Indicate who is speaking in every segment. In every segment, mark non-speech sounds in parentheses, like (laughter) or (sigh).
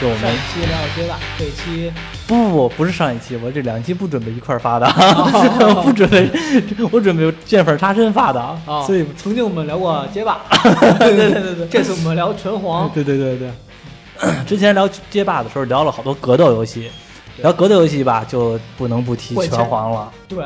Speaker 1: 就我
Speaker 2: 上
Speaker 1: 们
Speaker 2: 一期聊到街霸，这一期
Speaker 1: 不不不不是上一期，我这两期不准备一块儿发的，(laughs)
Speaker 2: 哦
Speaker 1: 不准备，我准备见缝插针发的，
Speaker 2: 啊，
Speaker 1: 所以
Speaker 2: 曾经我们聊过街 (laughs) 霸，对对对对，这次我们聊拳皇，
Speaker 1: 对对对对，之前聊街霸的时候聊了好多格斗游戏，
Speaker 2: 对
Speaker 1: 聊格斗游戏吧就不能不提
Speaker 2: 我以
Speaker 1: 拳
Speaker 2: 前
Speaker 1: 皇了。
Speaker 2: 对，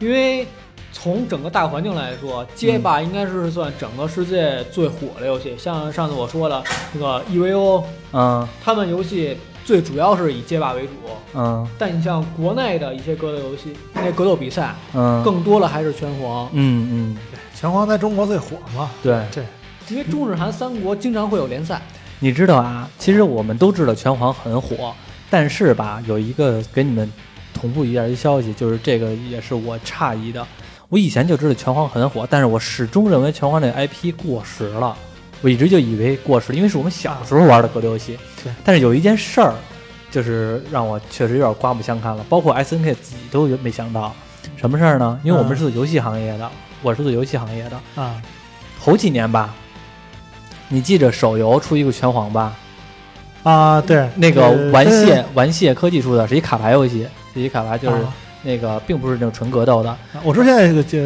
Speaker 2: 因为从整个大环境来说，街霸应该是算整个世界最火的游戏。像上次我说的那个 EVO，
Speaker 1: 嗯
Speaker 2: 他们游戏最主要是以街霸为主。
Speaker 1: 嗯
Speaker 2: 但你像国内的一些格斗游戏，那格斗比赛
Speaker 1: 嗯，
Speaker 2: 更多了还是拳皇，
Speaker 1: 嗯嗯
Speaker 3: 拳皇在中国最火嘛，
Speaker 1: 对，
Speaker 3: 这
Speaker 2: 因为中日韩三国经常会有联赛。
Speaker 1: 你知道啊，其实我们都知道拳皇很火，但是吧，有一个给你们同步一下一消息，就是这个也是我诧异的。我以前就知道拳皇很火，但是我始终认为拳皇这个 IP 过时了。我一直就以为过时，因为是我们小时候玩的格斗游戏。
Speaker 3: 对
Speaker 1: 但是有一件事儿，就是让我确实有点刮目相看了，包括 SNK 自己都有没想到什么事儿呢？因为我们
Speaker 3: 嗯
Speaker 1: 是做游戏行业的，我是做游戏行业的，
Speaker 3: 啊，
Speaker 1: 头几年吧，你记着手游出一个拳皇吧，
Speaker 3: 啊，对，
Speaker 1: 那个
Speaker 3: 呃
Speaker 1: 玩械
Speaker 3: 对
Speaker 1: 玩械科技出的是一卡牌游戏，是一卡牌就是
Speaker 3: 啊
Speaker 1: 那个并不是那种纯格斗的，
Speaker 3: 我说现在这个这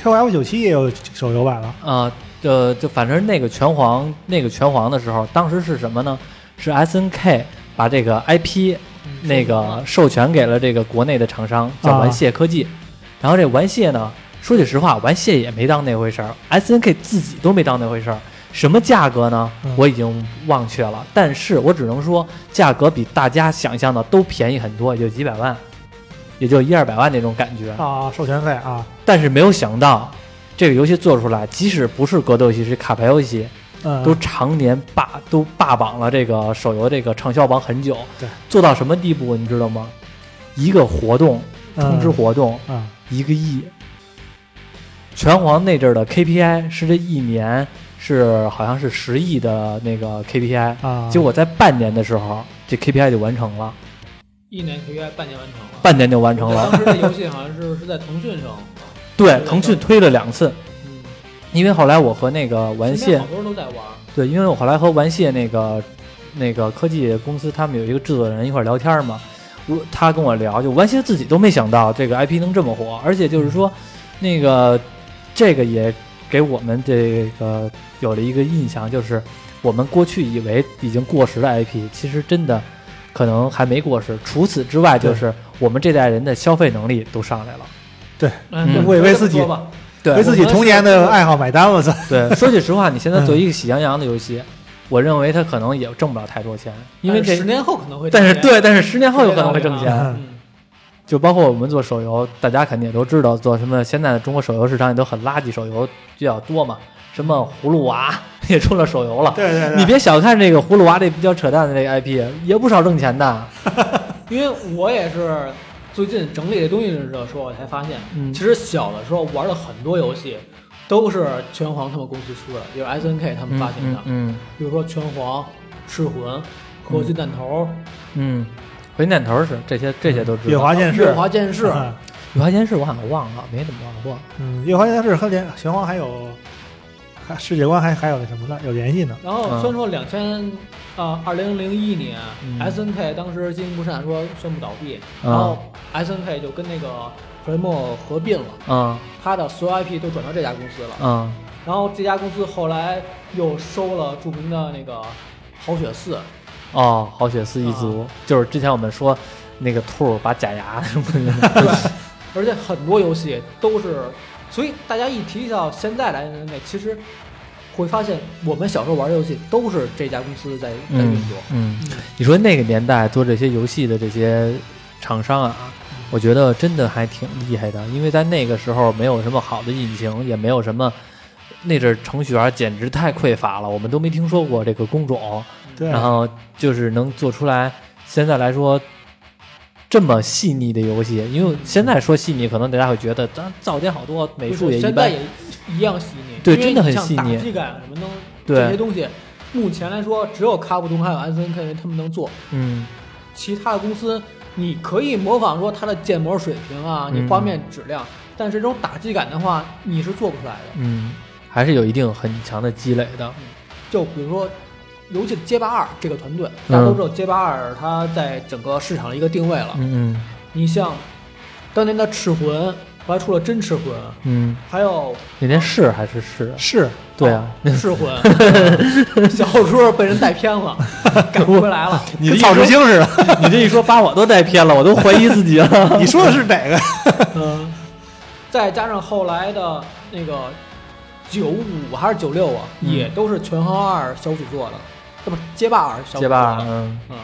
Speaker 3: QF 九七也有手游版了，
Speaker 1: 啊，呃，就反正那个拳皇那个拳皇的时候，当时是什么呢？是 S N K 把这个 I P 那个嗯授权给了这个国内的厂商叫
Speaker 3: 啊
Speaker 1: 玩械科技，然后这玩械呢，说句实话，玩械也没当那回事儿，S N K 自己都没当那回事儿。什么价格呢
Speaker 3: 嗯？
Speaker 1: 我已经忘却了，但是我只能说，价格比大家想象的都便宜很多，也就几百万，也就一二百万那种感觉。
Speaker 3: 啊，授权费啊，
Speaker 1: 但是没有想到，这个游戏做出来，即使不是格斗游戏，是卡牌游戏，
Speaker 3: 嗯，
Speaker 1: 都常年霸都霸榜了这个手游这个畅销榜很久。
Speaker 3: 对，
Speaker 1: 做到什么地步你知道吗？一个活动
Speaker 3: 嗯
Speaker 1: 通知活动、
Speaker 3: 嗯
Speaker 1: 一个亿，拳皇那阵儿的 KPI 是这一年是好像是十亿的那个 KPI，、
Speaker 3: 啊，
Speaker 1: 结果在半年的时候这 KPI 就完成了，
Speaker 2: 一年 KPI 半年完成了。
Speaker 1: 半年就完成
Speaker 2: 我
Speaker 1: 了。
Speaker 2: 当时这游戏好像是是在腾讯上，
Speaker 1: 对，腾讯推了两次，
Speaker 2: 嗯，
Speaker 1: 因为后来我和那个玩
Speaker 2: 身边
Speaker 1: 谢
Speaker 2: 好。多人都在玩。
Speaker 1: 对，因为我后来和玩谢那个那个科技公司他们有一个制作人一块儿聊天儿嘛，我他跟我聊，就玩谢自己都没想到这个 IP 能这么火，而且就是说，那个这个也给我们这个有了一个印象，就是我们过去以为已经过时的 IP，其实真的可能还没过时。除此之外，就是我们这代人的消费能力都上来了。嗯
Speaker 3: 为为自己
Speaker 2: 这么说吧，
Speaker 1: 对
Speaker 3: 为自己童年的爱好买单了，操，
Speaker 1: 对，说句实话，你现在做一个喜羊羊的游戏，我认为它可能也挣不了太多钱，因为
Speaker 2: 但是
Speaker 1: 这
Speaker 2: 十年后可能会挣
Speaker 1: 但
Speaker 2: 钱，
Speaker 1: 是对，但是十年后有可
Speaker 2: 这个道
Speaker 1: 能会
Speaker 2: 理
Speaker 1: 挣
Speaker 2: 啊
Speaker 1: 钱。
Speaker 2: 嗯
Speaker 1: 就包括我们做手游，大家肯定也都知道，做什么现在的中国手游市场也都很垃圾，手游比较多嘛。什么葫芦娃 (laughs) 也出了手游了，
Speaker 3: 对对对，
Speaker 1: 你别小看这个葫芦娃这比较扯淡的这个 IP，也不少挣钱的。
Speaker 2: 因为我也是最近整理这东西的时候，我才发现，
Speaker 1: 嗯
Speaker 2: 其实小的时候玩的很多游戏都是拳皇他们公司出的，就是 S N K 他们发行的，
Speaker 1: 嗯
Speaker 2: 比如说拳皇、噬魂、合金弹头、
Speaker 1: 嗯，回念头是这些，这些都知
Speaker 3: 月
Speaker 1: 道。
Speaker 3: 华剑士，
Speaker 2: 月华
Speaker 1: (laughs)
Speaker 2: 剑士，
Speaker 3: 嗯
Speaker 1: 月华剑士我好像忘了，没怎么玩过。
Speaker 3: 嗯，月华剑士和连拳皇还有还世界观还还有那什么呢？有联系呢，
Speaker 2: 然后
Speaker 1: 嗯
Speaker 2: 虽然说两千啊二零零一年、
Speaker 1: 嗯
Speaker 2: S N K 当时经营不善，说宣布倒闭，
Speaker 1: 嗯
Speaker 2: 然后 S N K 就跟那个回墨合并了，
Speaker 1: 嗯
Speaker 2: 他的所有 I P 都转到这家公司了。
Speaker 1: 嗯
Speaker 2: 然后这家公司后来又收了著名的那个好雪寺，
Speaker 1: 哦，好血丝一族，就是之前我们说那个兔儿把假牙 (laughs) 什么的
Speaker 2: (laughs) 而且很多游戏都是，所以大家一提到现在来那其实会发现我们小时候玩的游戏都是这家公司在在运作。
Speaker 1: 嗯，你说那个年代做这些游戏的这些厂商啊，
Speaker 2: 嗯
Speaker 1: 我觉得真的还挺厉害的，因为在那个时候没有什么好的引擎，也没有什么。那阵儿程序员简直太匮乏了，我们都没听说过这个工种。
Speaker 2: 嗯
Speaker 3: 对，
Speaker 1: 然后就是能做出来，现在来说这么细腻的游戏，因为现在说细腻，可能大家会觉得，咱噪点好多，美术也一
Speaker 2: 现
Speaker 1: 般
Speaker 2: 在。也一样细腻，
Speaker 1: 对
Speaker 2: 因为
Speaker 1: 真的很
Speaker 2: 你像
Speaker 1: 细腻
Speaker 2: 打击感什么能
Speaker 1: 对
Speaker 2: 这些东西，目前来说只有卡普通还有 S N K 他们能做，
Speaker 1: 嗯，
Speaker 2: 其他的公司你可以模仿说它的建模水平啊，你
Speaker 1: 嗯
Speaker 2: 画面质量，但是这种打击感的话，你是做不出来的。
Speaker 1: 嗯，还是有一定很强的积累的。
Speaker 2: 就比如说尤其是街霸二这个团队，大家都知道街霸二它在整个市场的一个定位了。
Speaker 1: 嗯嗯
Speaker 2: 你像当年的赤魂，后来出了真赤魂，
Speaker 1: 嗯嗯，
Speaker 2: 还有
Speaker 1: 那天是还是是啊，
Speaker 3: 是
Speaker 1: 对啊，
Speaker 2: (laughs) 赤魂， (laughs) 小说被人带偏
Speaker 1: (laughs)
Speaker 2: 了，改不回来了。
Speaker 1: 你这
Speaker 3: 跟
Speaker 1: 一
Speaker 3: 草
Speaker 1: 说
Speaker 3: 之星似的。
Speaker 1: 你这一说把我都带偏了，我都怀疑自己 (laughs) 了。
Speaker 3: (laughs) 你说的是哪个？
Speaker 2: 嗯，再加上后来的那个九五还是九六啊，
Speaker 1: 嗯
Speaker 2: 也都是拳皇二小组做的，那不是街霸二小组
Speaker 1: 结
Speaker 2: 做
Speaker 1: 巴，
Speaker 2: 的。
Speaker 1: 嗯，
Speaker 2: 嗯，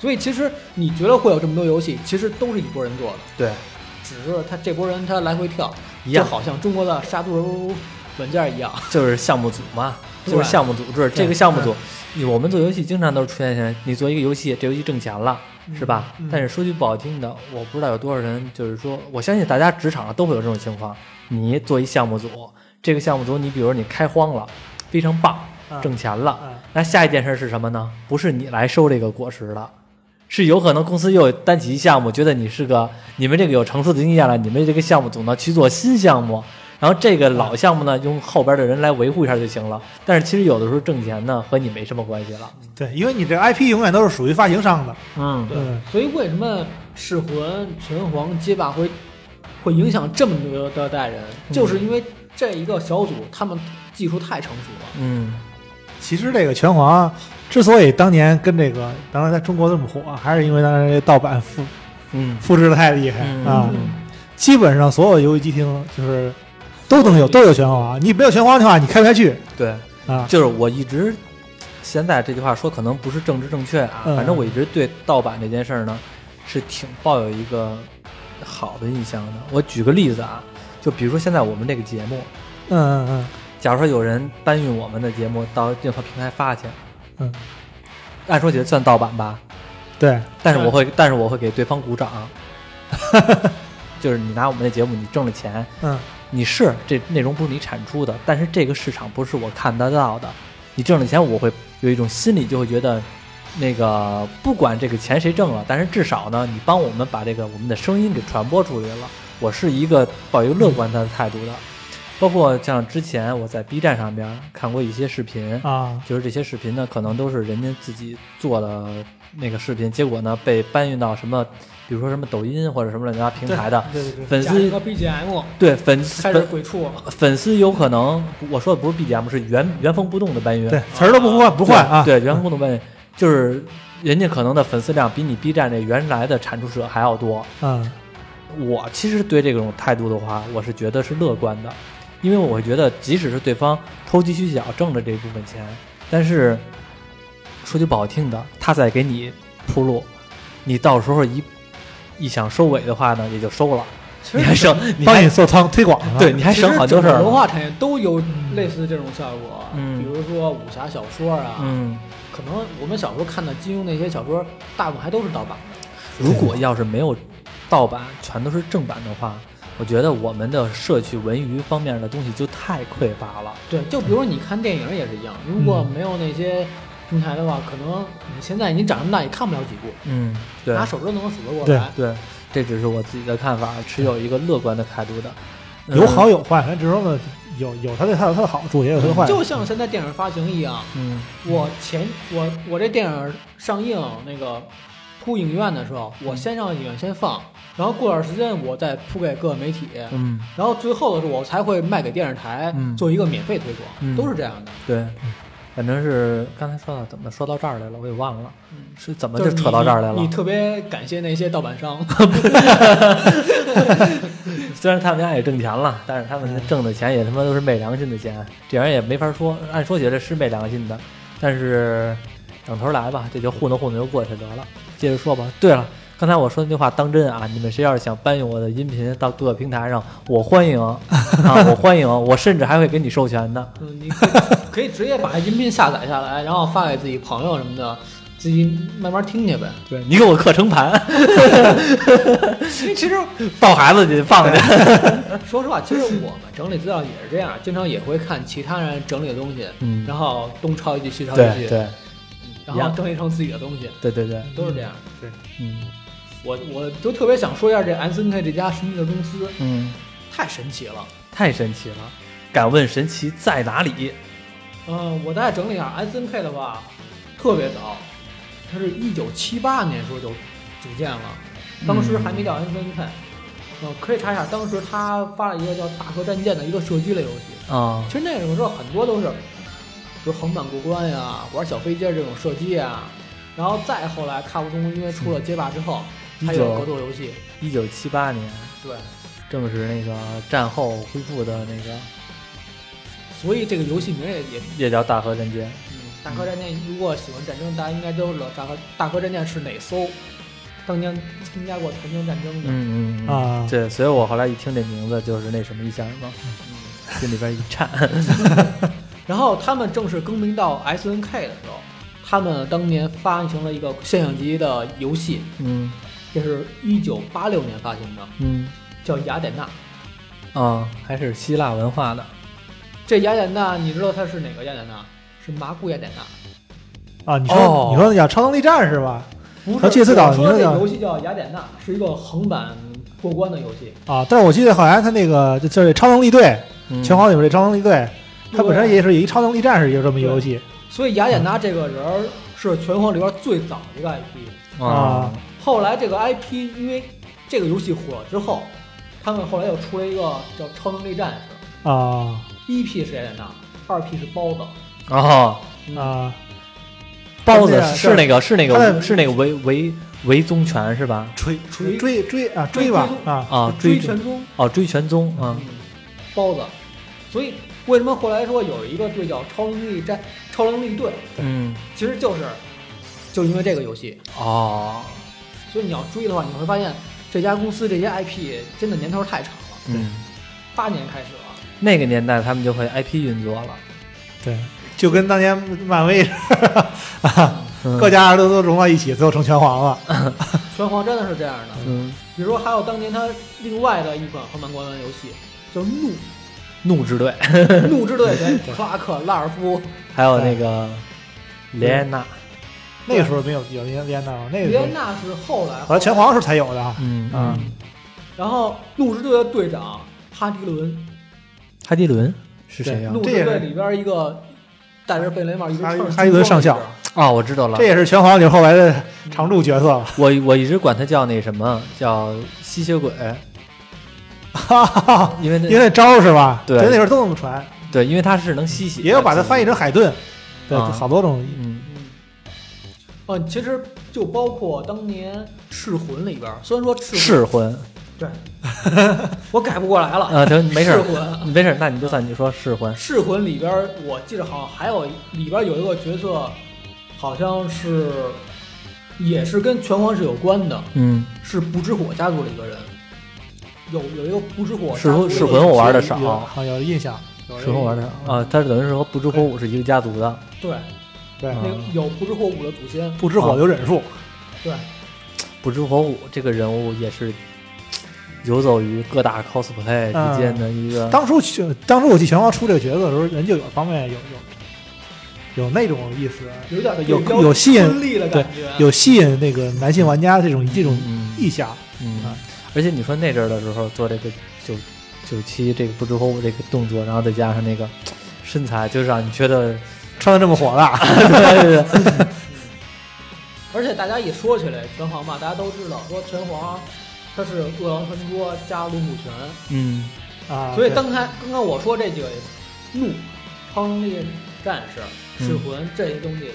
Speaker 2: 所以其实你觉得会有这么多游戏，其实都是一拨人做的，
Speaker 1: 对，
Speaker 2: 只是他这拨人他来回跳，
Speaker 1: 一
Speaker 2: 就
Speaker 1: 样，
Speaker 2: 好像中国的杀毒软件一样。
Speaker 1: 就是项目组嘛，
Speaker 2: 对
Speaker 1: 就是项目组制。这个项目组，你我们做游戏经常都是出现现，你做一个游戏，这游戏挣钱了，是吧
Speaker 3: 嗯？
Speaker 1: 但是说句不好听的，我不知道有多少人，就是说，我相信大家职场上都会有这种情况。你做一项目组，这个项目组，你比如说你开荒了，非常棒，挣钱了，
Speaker 3: 啊
Speaker 1: 那下一件事是什么呢？不是你来收这个果实了，是有可能公司又担起一项目，觉得你是个你们这个有成熟的经验了，你们这个项目组呢去做新项目，然后这个老项目呢用后边的人来维护一下就行了。但是其实有的时候挣钱呢和你没什么关系了。
Speaker 3: 对，因为你这 IP 永远都是属于发行商的。
Speaker 1: 嗯
Speaker 2: 对
Speaker 3: 嗯，
Speaker 2: 所以为什么噬魂、拳皇、街霸会会影响这么多的代人，
Speaker 1: 嗯
Speaker 2: 就是因为这一个小组他们技术太成熟了。
Speaker 1: 嗯
Speaker 3: 其实这个拳皇之所以当年跟这个当然在中国这么火，还是因为当年这盗版复
Speaker 1: 嗯
Speaker 3: 复制的太厉害
Speaker 1: 嗯
Speaker 3: 啊。
Speaker 2: 嗯
Speaker 3: 基本上所有游戏机厅就是都能有都有拳皇，你没有拳皇的话，你开不下去
Speaker 1: 对，
Speaker 3: 啊。
Speaker 1: 就是我一直现在这句话说可能不是政治正确啊，
Speaker 3: 嗯
Speaker 1: 反正我一直对盗版这件事儿呢是挺抱有一个好的印象的。我举个例子啊，就比如说现在我们这个节目，
Speaker 3: 嗯嗯
Speaker 1: 假如说有人搬运我们的节目到任何平台发去，
Speaker 3: 嗯，
Speaker 1: 按说也算盗版吧，
Speaker 3: 嗯，对，
Speaker 1: 但是我会，但是我会给对方鼓掌。 (laughs) 就是你拿我们的节目，你挣了钱，
Speaker 3: 嗯
Speaker 1: 你是这内容不是你产出的，但是这个市场不是我看得到的，你挣了钱，我会有一种心理，就会觉得，那个不管这个钱谁挣了，但是至少呢，你帮我们把这个我们的声音给传播出去了，我是一个抱一个乐观的态度的，包括像之前我在 B 站上边看过一些视频，
Speaker 3: 啊，
Speaker 1: 就是这些视频呢，可能都是人家自己做的那个视频，结果呢被搬运到什么，比如说什么抖音或者什么乱七八糟平台的
Speaker 3: 对对对，
Speaker 1: 粉
Speaker 2: 加一
Speaker 1: 丝，
Speaker 2: 个 BGM
Speaker 1: 对粉
Speaker 2: 开始
Speaker 1: 粉
Speaker 2: 鬼畜了，
Speaker 1: 粉丝有可能，我说的不是 BGM，是原原封不动的搬运，
Speaker 3: 对词儿都不换不换啊。
Speaker 1: 对，原封不动搬运，就是人家可能的粉丝量比你 B 站这原来的产出者还要多。
Speaker 3: 嗯
Speaker 1: 我其实对这种态度的话，我是觉得是乐观的，因为我会觉得，即使是对方投机取巧挣了这部分钱，但是说句不好听的，他在给你铺路，你到时候一一想收尾的话呢，也就收了，
Speaker 2: 其
Speaker 1: 你
Speaker 2: 实
Speaker 1: 还省，你
Speaker 3: 帮
Speaker 1: 还
Speaker 3: 你做推推广啊。
Speaker 1: 对，你还
Speaker 2: 其实
Speaker 1: 省好多事
Speaker 2: 整个文
Speaker 1: 儿。
Speaker 2: 化产业都有类似这种效果，
Speaker 1: 嗯
Speaker 2: 比如说武侠小说啊，
Speaker 1: 嗯，
Speaker 2: 可能我们小时候看的金庸那些小说，大部分还都是盗版的。
Speaker 1: 如果要是没有盗版，全都是正版的话，我觉得我们的社区文娱方面的东西就太匮乏了。
Speaker 2: 对，就比如你看电影也是一样，如果没有那些平台的话，可能你现在你长这么大也看不了几部，
Speaker 1: 嗯，对，
Speaker 2: 拿手指头能数得过来。
Speaker 1: 对，这只是我自己的看法，持有一个乐观的态度的。嗯
Speaker 3: 有好，有坏，反正只是说呢，有有它的它有它的好处，也有它的坏处。
Speaker 2: 就像现在电影发行一样，
Speaker 1: 嗯
Speaker 2: 我前我我这电影上映那个铺影院的时候，我先上影院先放，然后过段时间我再铺给各个媒体，
Speaker 1: 嗯，
Speaker 2: 然后最后的时候我才会卖给电视台
Speaker 1: 嗯
Speaker 2: 做一个免费推广，
Speaker 1: 嗯
Speaker 2: 都是这样的。
Speaker 1: 对，
Speaker 2: 嗯
Speaker 1: 反正是刚才说到怎么说到这儿来了，我也忘了
Speaker 2: 嗯，
Speaker 1: 是怎么
Speaker 2: 就是
Speaker 1: 扯到这儿来
Speaker 2: 你你
Speaker 1: 了。
Speaker 2: 特别感谢那些盗版商， (laughs)
Speaker 1: (laughs) 虽然他们家也挣钱了，但是他们挣的钱也他妈都是昧良心的钱，这玩意儿也没法说。按说起来是昧良心的，但是两头来吧，这就糊弄糊弄就过去得了。接着说吧。对了。刚才我说那句话当真啊！你们谁要是想搬运我的音频到各个平台上，我欢迎啊！我欢迎，我甚至还会给你授权的。
Speaker 2: 嗯，你可以可以直接把音频下载下来，然后发给自己朋友什么的，自己慢慢听去呗。
Speaker 1: 对你给我刻成盘，
Speaker 2: 因为其实
Speaker 1: 抱孩子去放去。
Speaker 2: 说实话，其实我们整理资料也是这样，经常也会看其他人整理的东西，
Speaker 1: 嗯
Speaker 2: 然后东抄一句西抄一
Speaker 1: 对
Speaker 2: 句，
Speaker 1: 对
Speaker 2: 然后整理成自己的东西，
Speaker 1: 对对对，
Speaker 2: 都是这样。
Speaker 1: 嗯
Speaker 2: 我我就特别想说一下这 S N K 这家神奇的公司，
Speaker 1: 嗯，
Speaker 2: 太神奇了。
Speaker 1: 太神奇了！敢问神奇在哪里？
Speaker 2: 嗯、我大概整理一下 S N K 的话，特别早，它是一九七八年时候就组建了，当时还没叫 FNK。呃，可以查一下，当时他发了一个叫《大河战舰》的一个射击类游戏，
Speaker 1: 啊
Speaker 2: 其实那个时候很多都是，比如横版过关呀、玩小飞机这种射击啊，然后再后来卡普空因为出了街霸之后，它有格
Speaker 1: 19
Speaker 2: 斗游戏，
Speaker 1: 嗯一九七八年，
Speaker 2: 对，
Speaker 1: 正是那个战后恢复的那个，
Speaker 2: 所以这个游戏名也也，
Speaker 1: 也叫大河战舰。
Speaker 2: 嗯，大河战舰如果喜欢战争，大家应该都知道大河大河战舰是哪艘当年参加过湌江战争的，
Speaker 1: 嗯嗯嗯
Speaker 3: 啊
Speaker 1: 对，所以我后来一听这名字，就是那什么一下什么，
Speaker 2: 嗯
Speaker 1: 心里边一颤。
Speaker 2: 然后他们正式更名到 SNK 的时候，他们当年发行了一个现象级的游戏，
Speaker 1: (laughs) 嗯
Speaker 2: 这是一九八六年发行的，
Speaker 1: 嗯
Speaker 2: 叫《雅典娜》。
Speaker 1: 啊，还是希腊文化的
Speaker 2: 这雅典娜，你知道它是哪个雅典娜？是麻姑雅典娜，
Speaker 3: 啊！你说、
Speaker 1: 哦
Speaker 3: 你说要超能力战是吧？
Speaker 2: 不是。
Speaker 3: 啊这次导
Speaker 2: 我说这
Speaker 3: 你说叫
Speaker 2: 游戏叫雅典娜，是一个横版过关的游戏。
Speaker 3: 啊，但是我记得好像他那个就就是超能力队，
Speaker 1: 嗯
Speaker 3: 拳皇里面这超能力队，它本身也是一超能力战士，也有这么一个游戏
Speaker 2: 所以雅典娜这个人儿是拳皇里边最早的一个 IP。
Speaker 1: 啊
Speaker 3: 啊，
Speaker 2: 后来这个 IP 因为这个游戏火了之后，他们后来又出了一个叫《超能力战士》。
Speaker 3: 啊
Speaker 2: 第一批是雅典娜，二批是包子。
Speaker 1: 然后
Speaker 3: 啊！
Speaker 1: 包子
Speaker 3: 对啊
Speaker 1: 是那个是那
Speaker 3: 他在
Speaker 1: 个是那个维维维宗权是吧？
Speaker 3: 追
Speaker 2: 追
Speaker 3: 追追啊追吧啊！
Speaker 1: 啊，
Speaker 2: 追
Speaker 1: 追
Speaker 2: 全宗，
Speaker 1: 哦追全宗啊，
Speaker 2: 包子。所以为什么后来说有一个队叫超能力战、超能力队，
Speaker 1: 嗯
Speaker 2: 其实就是就因为这个游戏。
Speaker 1: 哦
Speaker 2: 所以你要追的话，你会发现这家公司这些 IP 真的年头太长了，
Speaker 1: 嗯，
Speaker 2: 八年开始了。
Speaker 1: 那个年代他们就会 IP 运作了，
Speaker 3: 对，就跟当年漫威
Speaker 1: 嗯
Speaker 3: 各家都都融到一起，最后成拳皇了
Speaker 2: 拳皇真的是这样的。
Speaker 1: 嗯
Speaker 2: 比如说还有当年它另外的一款横版官方游戏叫《怒
Speaker 1: 怒之队，
Speaker 2: 怒之队》，对，克拉克、拉尔夫、
Speaker 1: 还有那个雷安娜，
Speaker 3: 那个时候没有有连连吗？那个
Speaker 2: 维
Speaker 3: 时
Speaker 2: 也
Speaker 3: 候
Speaker 2: 纳是后来
Speaker 3: 好像拳皇的时候才有的啊
Speaker 1: 嗯
Speaker 3: 啊
Speaker 1: 嗯，
Speaker 2: 然后怒之队的队长哈迪伦，
Speaker 1: 哈迪伦是谁呀？
Speaker 2: 怒之队里边一个戴着贝雷帽，一直
Speaker 3: 哈
Speaker 2: 唱
Speaker 3: 哈迪伦上校
Speaker 1: 哦，我知道了
Speaker 3: 啊这，也是拳皇里后来的常驻角色了。 (laughs)
Speaker 1: 我我一直管他叫那什么叫吸血鬼，
Speaker 3: 哈哈哈，
Speaker 1: 因为那
Speaker 3: 因为那招是吧？
Speaker 1: 对
Speaker 3: 在那时候都那么传，
Speaker 1: 对，因为他是能吸血，
Speaker 3: 也有把它翻译成海顿，对，
Speaker 1: 啊
Speaker 3: 好多种
Speaker 1: 嗯
Speaker 2: 嗯，呃，其实就包括当年《噬魂》里边，虽然说《噬魂
Speaker 1: 噬魂》，
Speaker 2: 对，我改不过来了。
Speaker 1: 啊，行，没事
Speaker 2: 噬
Speaker 1: 儿，
Speaker 2: 魂，
Speaker 1: 没事儿，那你就算你说噬魂，
Speaker 2: 噬魂里边我记得好像还有里边有一个角色，好像是也是跟拳皇是有关的，
Speaker 1: 嗯，
Speaker 2: 是不知火家族里的人。有有一个不知火家
Speaker 1: 噬
Speaker 2: 族
Speaker 1: 魂
Speaker 2: 里
Speaker 1: 噬
Speaker 2: 有
Speaker 1: 魂我玩的
Speaker 3: 有
Speaker 1: 少，
Speaker 3: 有好像有印象，有
Speaker 1: 噬魂玩的啊，他等于是和不知火舞是一个家族的，
Speaker 2: 对，
Speaker 3: 对嗯
Speaker 1: 啊，
Speaker 2: 那个有不知火舞的祖先，
Speaker 3: 不知火就忍术，
Speaker 2: 对，
Speaker 1: 不知火舞这个人物也是游走于各大 cosplay 之间的一个，
Speaker 3: 啊当初去，当初我记拳皇出这个角色的时候，人就有方面有有有那种意思，
Speaker 2: 有点
Speaker 3: 有
Speaker 2: 比较
Speaker 3: 有吸引
Speaker 2: 春丽的感觉，
Speaker 3: 有吸引那个男性玩家这种这种
Speaker 1: 嗯
Speaker 3: 意向。
Speaker 1: 嗯，而且你说那阵儿的时候做这个九九七这个不知火舞这个动作，然后再加上那个身材，就让你觉 (laughs) 得，嗯
Speaker 3: 穿的这么火辣，
Speaker 1: 对对对，
Speaker 2: 而且大家一说起来拳皇吧，大家都知道说拳皇它是饿狼传说加龙虎拳，
Speaker 1: 嗯
Speaker 3: 啊，
Speaker 2: 所以
Speaker 3: 对
Speaker 2: 刚才刚刚我说这几个怒、超能力战士、
Speaker 1: 嗯
Speaker 2: 噬魂这些东西，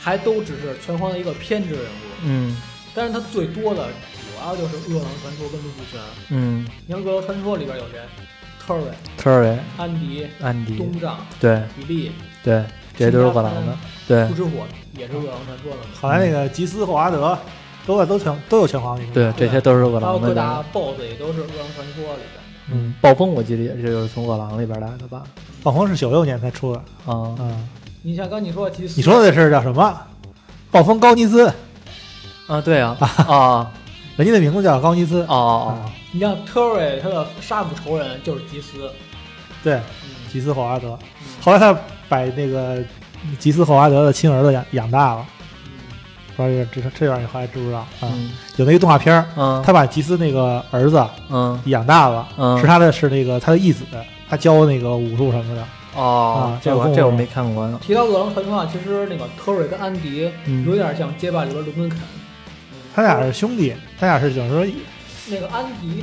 Speaker 2: 还都只是拳皇的一个偏执人物，
Speaker 1: 嗯
Speaker 2: 但是它最多的主要就是饿狼传说跟龙虎拳。
Speaker 1: 嗯，
Speaker 2: 你看饿狼传说里边有谁？特瑞、
Speaker 1: 特瑞、
Speaker 2: 安迪、
Speaker 1: 安迪，
Speaker 2: 东丈、
Speaker 1: 对
Speaker 2: 比利、
Speaker 1: 对，这些都是过来的，对
Speaker 2: 不知火也是饿狼传说的嘛。
Speaker 3: 后来那个吉斯、霍华德都在都拳都有拳皇里面。
Speaker 1: 对，这些都是过
Speaker 2: 还
Speaker 1: 来
Speaker 2: 有各大
Speaker 1: 的。
Speaker 2: BOSS 也都是《饿狼传说》里边。
Speaker 1: 嗯，暴风我记得也是就是从饿狼里边来的吧？
Speaker 3: 暴风是九六年才出的，
Speaker 1: 啊、
Speaker 3: 嗯，
Speaker 2: 你像刚你说的吉斯，
Speaker 3: 你说的这事儿叫什么？暴风高尼兹，
Speaker 1: 啊，对 (laughs) 啊，啊
Speaker 3: 人家的名字叫高尼兹
Speaker 1: 哦哦
Speaker 3: 啊，
Speaker 2: 你像 Terry 他的杀父仇人就是吉斯，
Speaker 3: 对，
Speaker 2: 嗯，
Speaker 3: 吉斯霍华德。后来他把那个吉斯霍华德的亲儿子养养大了，
Speaker 2: 嗯
Speaker 3: 不知道这这这段你后来知不知道啊？
Speaker 1: 嗯
Speaker 3: 有那个动画片儿，
Speaker 1: 嗯
Speaker 3: 他把吉斯那个儿子
Speaker 1: 嗯
Speaker 3: 养大了，
Speaker 1: 嗯
Speaker 3: 是他的是那个他的义子，他教那个武术什么的，
Speaker 1: 哦
Speaker 3: 啊，
Speaker 1: 这我
Speaker 3: 叫
Speaker 1: 这我
Speaker 3: 公
Speaker 1: 没看过呢。
Speaker 2: 提到饿狼传话，其实那个特瑞跟安迪
Speaker 1: 嗯
Speaker 2: 有点像街霸里边伦敦肯，
Speaker 3: 他俩是兄弟，他俩是等于说
Speaker 2: 那个安迪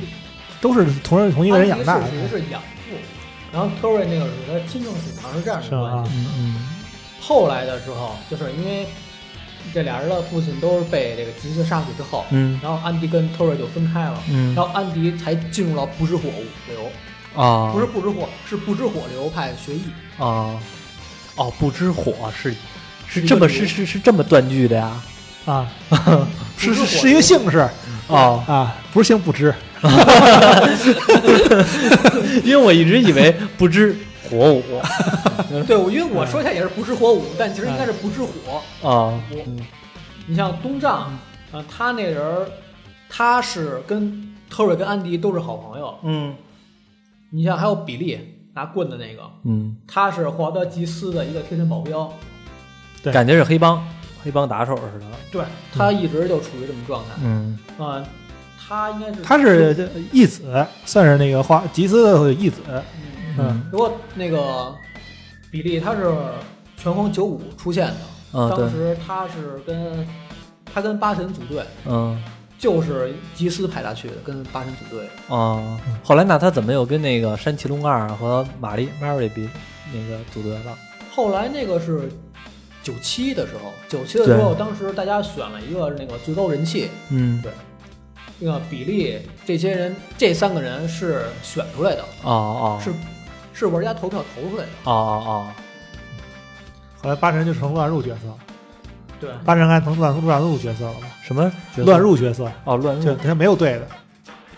Speaker 3: 都是同人同一个人养大
Speaker 2: 安
Speaker 3: 的
Speaker 2: 迪，啊是属于是养父，然后特瑞那个是他亲生父，好像是这样的
Speaker 3: 是啊吗
Speaker 2: 关系。
Speaker 1: 嗯嗯
Speaker 2: 后来的时候，就是因为这俩人的父亲都是被这个吉斯杀死之后，
Speaker 1: 嗯
Speaker 2: 然后安迪跟特瑞就分开了，
Speaker 1: 嗯
Speaker 2: 然后安迪才进入了不知火舞流，
Speaker 1: 啊，
Speaker 2: 不是不知火，是不知火流派学艺。
Speaker 1: 啊，哦，不知火是是
Speaker 2: 一个
Speaker 1: 这么
Speaker 2: 毒
Speaker 1: 是是是这么断句的呀？
Speaker 3: 啊，
Speaker 2: (laughs) 不是
Speaker 3: 是是
Speaker 2: 火
Speaker 3: 是一个姓氏
Speaker 1: 哦，
Speaker 3: 啊，不是姓不知，
Speaker 1: 因为我一直以为不知火舞
Speaker 3: 嗯
Speaker 2: 对，我因为我说起来也是不知火舞，但其实应该是不知火。
Speaker 1: 啊，
Speaker 2: 我
Speaker 1: 嗯
Speaker 2: 你像东丈，啊，他那人儿，他是跟特瑞跟安迪都是好朋友。
Speaker 1: 嗯
Speaker 2: 你像还有比利拿棍的那个，
Speaker 1: 嗯，
Speaker 2: 他是华德吉斯的一个贴身保镖，
Speaker 3: 对
Speaker 1: 感觉是黑帮黑帮打手似的。
Speaker 2: 对他一直就处于这么状态。
Speaker 1: 嗯
Speaker 2: 啊、他应该是
Speaker 3: 他是这义子，算是那个花吉斯的义子，
Speaker 2: 嗯
Speaker 3: 嗯，
Speaker 2: 如果那个比利他是拳皇九五出现的，
Speaker 1: 啊对
Speaker 2: 当时他是跟他跟八神组队，
Speaker 1: 嗯
Speaker 2: 就是吉斯派他去的，跟八神组队。
Speaker 1: 啊，后来那他怎么又跟那个山崎龙二啊和玛丽 Mary 比那个组队了？
Speaker 2: 后来那个是九七的时候，九七的时候，当时大家选了一个那个最高人气，
Speaker 1: 嗯
Speaker 2: 那个比利这些人这三个人是选出来的，
Speaker 1: 哦哦
Speaker 2: 是是玩家投票投出来的。
Speaker 1: 哦哦
Speaker 3: 后来八神就成乱入角色，
Speaker 2: 对，
Speaker 3: 八神还成乱乱入角色了吧？
Speaker 1: 哦，什么角色
Speaker 3: 乱入角色，
Speaker 1: 哦乱
Speaker 3: 就
Speaker 1: 入
Speaker 3: 他没有对的，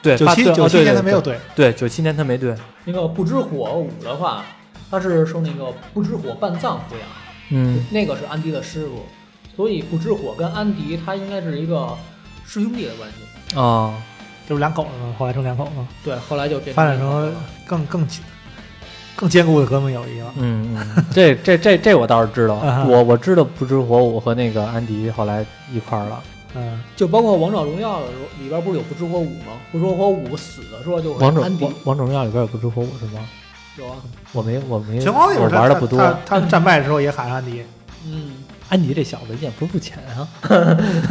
Speaker 1: 对
Speaker 3: 九
Speaker 1: 八
Speaker 3: 七
Speaker 1: 对
Speaker 3: 九
Speaker 1: 哦
Speaker 3: 七
Speaker 1: 对
Speaker 3: 年
Speaker 1: 对
Speaker 3: 他没有
Speaker 1: 对
Speaker 3: 对，
Speaker 1: 对九七年他没对
Speaker 2: 那个不知火舞的话，他是受那个不知火半藏抚养。
Speaker 1: 嗯
Speaker 2: 那个是安迪的师傅，所以不知火跟安迪他应该是一个师兄弟的关系。
Speaker 1: 哦
Speaker 3: 就是两口子嘛，后来成两口子嘛，
Speaker 2: 对，后来就变
Speaker 3: 发展成更更更坚固的革命友谊了。
Speaker 1: 嗯，嗯，这这这这我倒是知道
Speaker 3: 啊哈，
Speaker 1: 我我知道不知火舞和那个安迪后来一块儿了。
Speaker 3: 嗯，
Speaker 2: 就包括王者荣耀的时候，里边不是有不知火舞吗？不知火舞死的时候就
Speaker 1: 王者
Speaker 2: 安迪
Speaker 1: 王王者荣耀里边有不知火舞是吗？
Speaker 2: 有啊，
Speaker 1: 我没我没
Speaker 3: 拳皇里
Speaker 1: 我
Speaker 3: 边
Speaker 1: 玩的不多。
Speaker 3: 他他他战败的时候也喊安迪，
Speaker 2: 嗯，
Speaker 1: 安迪这小子眼不是不浅啊。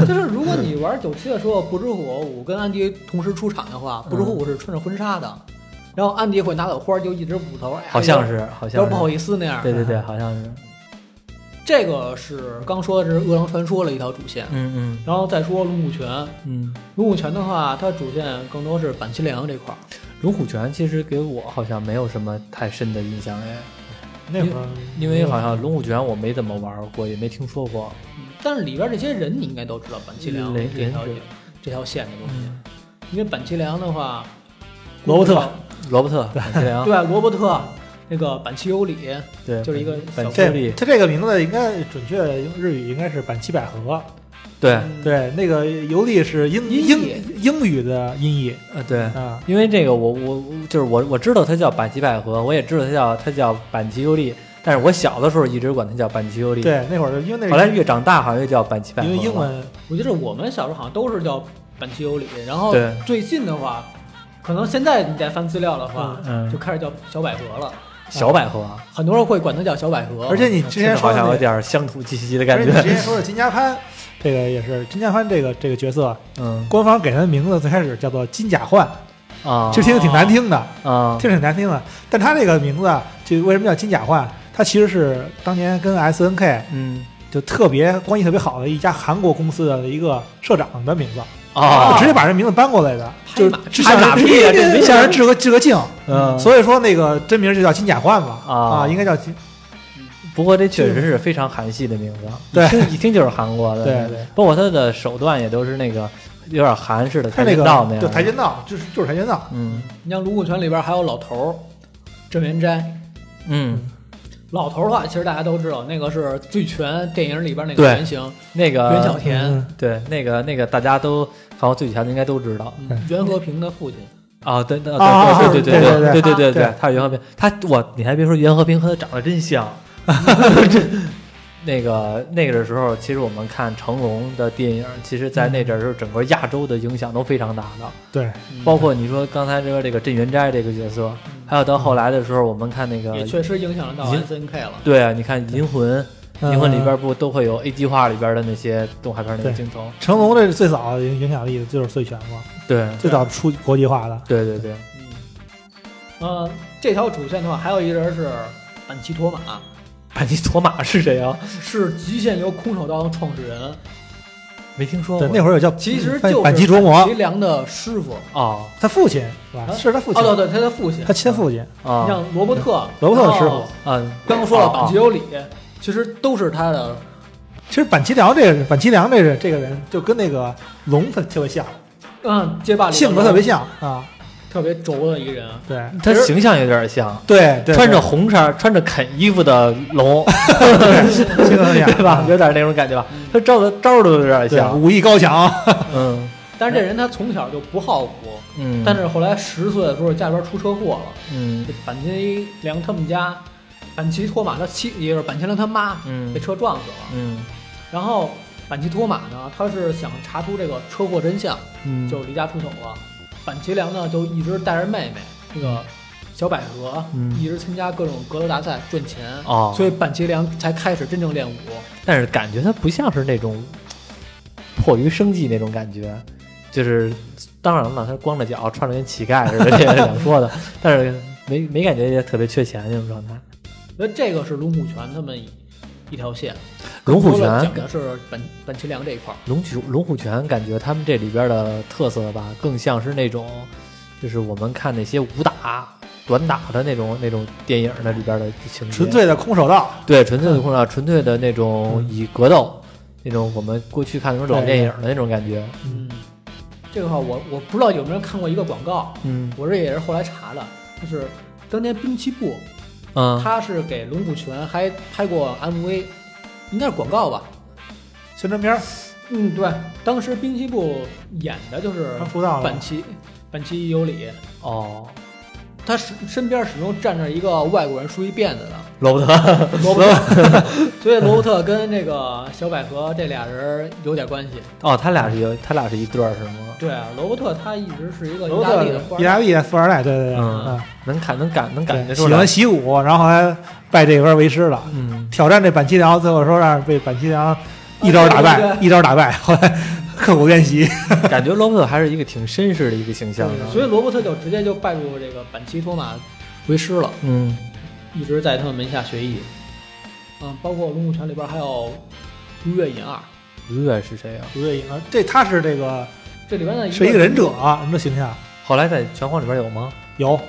Speaker 2: 就是如果你玩九七的时候，不知火舞跟安迪同时出场的话，不知火舞是穿着婚纱的，然后安迪会拿走花就一直捂头，哎呀
Speaker 1: 好像是，好
Speaker 2: 有点
Speaker 1: 像
Speaker 2: 不好啊
Speaker 1: 是，
Speaker 2: 意思那样。
Speaker 1: 对对对，好像是，
Speaker 2: 这个是刚说的是饿狼传说的一条主线，
Speaker 1: 嗯嗯
Speaker 2: 然后再说龙骨拳。
Speaker 1: 嗯。
Speaker 2: 龙骨拳的话，它主线更多是板崎良这块儿。
Speaker 1: 龙虎拳其实给我好像没有什么太深的印象哎，
Speaker 3: 那会儿
Speaker 1: 因
Speaker 2: 嗯
Speaker 1: 为好像龙虎拳我没怎么玩过，也没听说过。
Speaker 2: 嗯但是里边这些人你应该都知道，板崎良
Speaker 1: 雷
Speaker 2: 这条
Speaker 1: 雷
Speaker 2: 这条线的东西。
Speaker 1: 嗯，
Speaker 2: 因为板崎良的话，
Speaker 3: 罗伯特
Speaker 1: 罗伯特，板崎良，
Speaker 2: 对罗伯特那个板崎优里，
Speaker 1: 对，
Speaker 2: 就是一个
Speaker 1: 本
Speaker 2: 小
Speaker 1: 基
Speaker 3: 这
Speaker 1: 利，
Speaker 3: 他这个名字应该准确的用日语应该是板崎百合，
Speaker 1: 对，
Speaker 2: 嗯，
Speaker 3: 对，那个尤利是英
Speaker 2: 音译
Speaker 3: 英英语的音译
Speaker 1: 呃
Speaker 2: 嗯
Speaker 1: 对，
Speaker 3: 啊，
Speaker 1: 因为这个我，我我就是我我知道它叫板崎百合，我也知道它叫它叫板崎优利，但是我小的时候一直管它叫板崎优利。，
Speaker 3: 对，那会儿因为
Speaker 1: 后
Speaker 3: 那
Speaker 1: 来
Speaker 3: 是
Speaker 1: 越长大好像越叫板崎百合
Speaker 3: 因
Speaker 1: 了。
Speaker 3: 为英文
Speaker 2: 我觉得我们小时候好像都是叫板崎优里，然后
Speaker 1: 对
Speaker 2: 最近的话，可能现在你再翻资料的话，
Speaker 1: 嗯
Speaker 2: 就开始叫小百合了，
Speaker 1: 小百合，
Speaker 2: 很多人会管它叫小百合，嗯
Speaker 3: 而且你之前
Speaker 1: 听着好
Speaker 3: 说的
Speaker 1: 像有
Speaker 3: 那个，
Speaker 1: 点乡土气息的
Speaker 3: 而
Speaker 1: 感
Speaker 3: (laughs) 且你之前
Speaker 1: 觉。
Speaker 3: 说的金家潘，这个也是金家潘这个这个角色，
Speaker 1: (laughs) 嗯
Speaker 3: 官方给他的名字最开始叫做金甲焕，
Speaker 1: 啊，
Speaker 3: 其实听着挺难听的，
Speaker 1: 啊
Speaker 3: 听着挺难听的。但他这个名字啊就为什么叫金甲焕？他其实是当年跟 S N K
Speaker 1: 嗯
Speaker 3: 就特别关系特别好的一家韩国公司的一个社长的名字，
Speaker 1: 啊
Speaker 3: 就直接把这名字搬过来的，
Speaker 2: 拍
Speaker 3: 就
Speaker 2: 马
Speaker 3: 是
Speaker 1: 拍马
Speaker 3: 向人
Speaker 1: 屁啊这没
Speaker 3: 向人致个致个敬。
Speaker 1: 嗯，
Speaker 3: 所以说那个真名就叫金甲焕嘛，
Speaker 1: 啊
Speaker 3: 啊，应该叫金，
Speaker 1: 不过这确实是非常韩系的名字，
Speaker 3: 对
Speaker 1: 一听一听就是韩国的。
Speaker 3: 对对，
Speaker 1: 包括他的手段也都是那个有点韩式的跆
Speaker 3: 他那
Speaker 1: 拳
Speaker 3: 个
Speaker 1: 道那样
Speaker 3: 对
Speaker 1: 的。
Speaker 3: 跆拳道，就是就是跆拳道，
Speaker 1: 嗯
Speaker 2: 你像龙骨拳里边还有老头儿，郑元斋。
Speaker 1: 嗯，
Speaker 2: 老头儿的话，其实大家都知道，那个是《醉拳》电影里边那个
Speaker 1: 对
Speaker 2: 原型
Speaker 1: 那个
Speaker 2: 袁小田、
Speaker 3: 嗯
Speaker 1: 对，那个那个大家都看过最强的应该都知道
Speaker 3: 嗯
Speaker 2: 袁和平的父亲。
Speaker 1: 啊，对对
Speaker 3: 啊
Speaker 1: 对对
Speaker 3: 对
Speaker 1: 对
Speaker 3: 对
Speaker 1: 对对
Speaker 3: 对
Speaker 1: 对，他是袁和平，他我你还别说袁和平和他长得真像，那个那个的时候，其实我们看成龙的电影，其实，在那阵儿是整个亚洲的影响都非常大的，
Speaker 3: 对，
Speaker 2: 嗯
Speaker 1: 包括你说刚才说这个镇元斋这个角色，还有到后来的时候，我们看那个
Speaker 2: 也确实影响了到 S N K 了。
Speaker 1: 对啊，你看《银魂》，《银魂》里边
Speaker 3: 呃
Speaker 1: 不都会有 A 计划里边的那些动画片那个
Speaker 3: 对
Speaker 1: 镜头？
Speaker 3: 成龙这是最早影影响力的就是《醉拳》嘛，
Speaker 1: 对，
Speaker 3: 最早出国际化的，
Speaker 1: 对对 (laughs) 对，
Speaker 2: 嗯，呃，这条主线的话，还有一个人是板崎托马，
Speaker 1: 板尼托马是谁啊？
Speaker 2: 是《极限游空手道》的创始人，
Speaker 1: 没听说
Speaker 3: 对
Speaker 1: 过。，
Speaker 3: 那会儿有叫
Speaker 2: 其实
Speaker 3: 板
Speaker 2: 就是
Speaker 3: 嗯板崎琢磨
Speaker 2: 吉，良的师傅。
Speaker 1: 哦
Speaker 3: 他父亲是吧？
Speaker 2: 啊
Speaker 3: 是他父
Speaker 2: 哦，对对，
Speaker 3: 亲，
Speaker 2: 他的父亲
Speaker 3: 他，亲父亲，
Speaker 2: 你
Speaker 1: 啊
Speaker 2: 像罗伯特，
Speaker 3: 罗伯特的师
Speaker 2: 然
Speaker 3: 傅
Speaker 2: 后。
Speaker 1: 嗯，
Speaker 2: 刚刚说了
Speaker 1: 哦
Speaker 2: 板崎有里，其实都是他的
Speaker 3: 其实板崎良这个板崎良这个这个人就跟那个龙他特别像，
Speaker 2: 嗯街霸里的
Speaker 3: 性格特别像啊，
Speaker 2: 特别轴的一个人。
Speaker 3: 对
Speaker 1: 哦他形象有点像，
Speaker 3: 对对，
Speaker 1: 穿着红衫儿、穿着啃衣服的
Speaker 2: (laughs)
Speaker 1: 龙，
Speaker 3: 对性格特别像
Speaker 1: (laughs) 对
Speaker 2: 嗯
Speaker 1: 吧？？有点那种感觉吧。
Speaker 3: 嗯
Speaker 1: 他招的招儿都有点
Speaker 3: 对，
Speaker 1: 像。
Speaker 3: 武艺高强，
Speaker 1: 嗯
Speaker 2: 但是这人他从小就不好活，
Speaker 1: 嗯，
Speaker 2: (laughs) 但是后来十岁的时候家里边出车祸了，
Speaker 1: 嗯
Speaker 2: 这板崎良他们家，板崎托马他妻也就是板崎良他妈被
Speaker 1: 嗯
Speaker 2: 车撞死了。
Speaker 1: 嗯
Speaker 2: 然后板崎托马呢，他是想查出这个车祸真相，
Speaker 1: 嗯，
Speaker 2: 就离家出走了。板崎良呢，就一直带着妹妹这个小百合，
Speaker 1: 嗯
Speaker 2: 一直参加各种格斗大赛赚钱。
Speaker 1: 哦，
Speaker 2: 所以板崎良才开始真正练武。
Speaker 1: 但是感觉他不像是那种迫于生计那种感觉，就是当然了，他光着脚穿着跟乞丐似的，这也是想说的， (laughs) 但是没没感觉也特别缺钱那种状态。
Speaker 2: 那这个是龙虎拳他们一一条线。
Speaker 1: 龙虎
Speaker 2: 更多的讲
Speaker 1: 拳，
Speaker 2: 的是板板崎良这一块儿。
Speaker 1: 龙虎龙虎拳，感觉他们这里边的特色吧，更像是那种，就是我们看那些武打、短打的那种那种电影的里边的情节，
Speaker 3: 纯粹的空手道，
Speaker 1: 对纯粹的空手道，纯粹的那种以格斗。那种我们过去看那种老电影的那种感觉，
Speaker 2: 嗯，这个话我我不知道有没有看过一个广告，
Speaker 1: 嗯
Speaker 2: 我这也是后来查的，就是当年滨崎步
Speaker 1: 嗯，
Speaker 2: 他是给龙虎拳还拍过 MV，应该是广告吧？
Speaker 3: 宣传片儿
Speaker 2: 嗯，对，当时滨崎步演的就是
Speaker 3: 刚出道了
Speaker 2: 嗯板，崎板崎有里，
Speaker 1: 哦，
Speaker 2: 他身身边始终站着一个外国人梳一辫子的。
Speaker 1: 罗伯特，
Speaker 2: 罗伯特，所以罗伯特跟这个小百合这俩人有点关系。
Speaker 1: 哦，他俩是有，他俩是一对儿是吗？
Speaker 2: 对啊，罗伯特他一直是一个
Speaker 3: 罗
Speaker 2: 意
Speaker 3: 伯
Speaker 2: 大利的
Speaker 3: 特
Speaker 2: 富
Speaker 3: 意
Speaker 2: 二代，
Speaker 3: 大利的富二代，对对对，
Speaker 1: 嗯
Speaker 3: 嗯，
Speaker 1: 能看能感能感觉
Speaker 3: 对
Speaker 1: 出
Speaker 3: 喜
Speaker 1: 来
Speaker 3: 欢，习武，然后还拜这边为师了，
Speaker 1: 嗯，
Speaker 3: 挑战这板崎良，最后说让被板崎良一招打
Speaker 2: 啊对
Speaker 3: 败
Speaker 2: 对，
Speaker 3: 一招打败，后来刻苦练习，
Speaker 1: 感觉罗伯特还是一个挺绅士的一个形象的，
Speaker 2: 所以罗伯特就直接就拜入这个板崎托马为师了，
Speaker 1: 嗯
Speaker 2: 一直在他们门下学艺。嗯，包括龙虎拳里边还有如月隐二，
Speaker 1: 如月是谁啊？
Speaker 3: 刘月英，这他是这个
Speaker 2: 这里边呢
Speaker 3: 是一个忍者啊，忍者形象
Speaker 1: 后来在拳皇里边有吗？
Speaker 3: 有，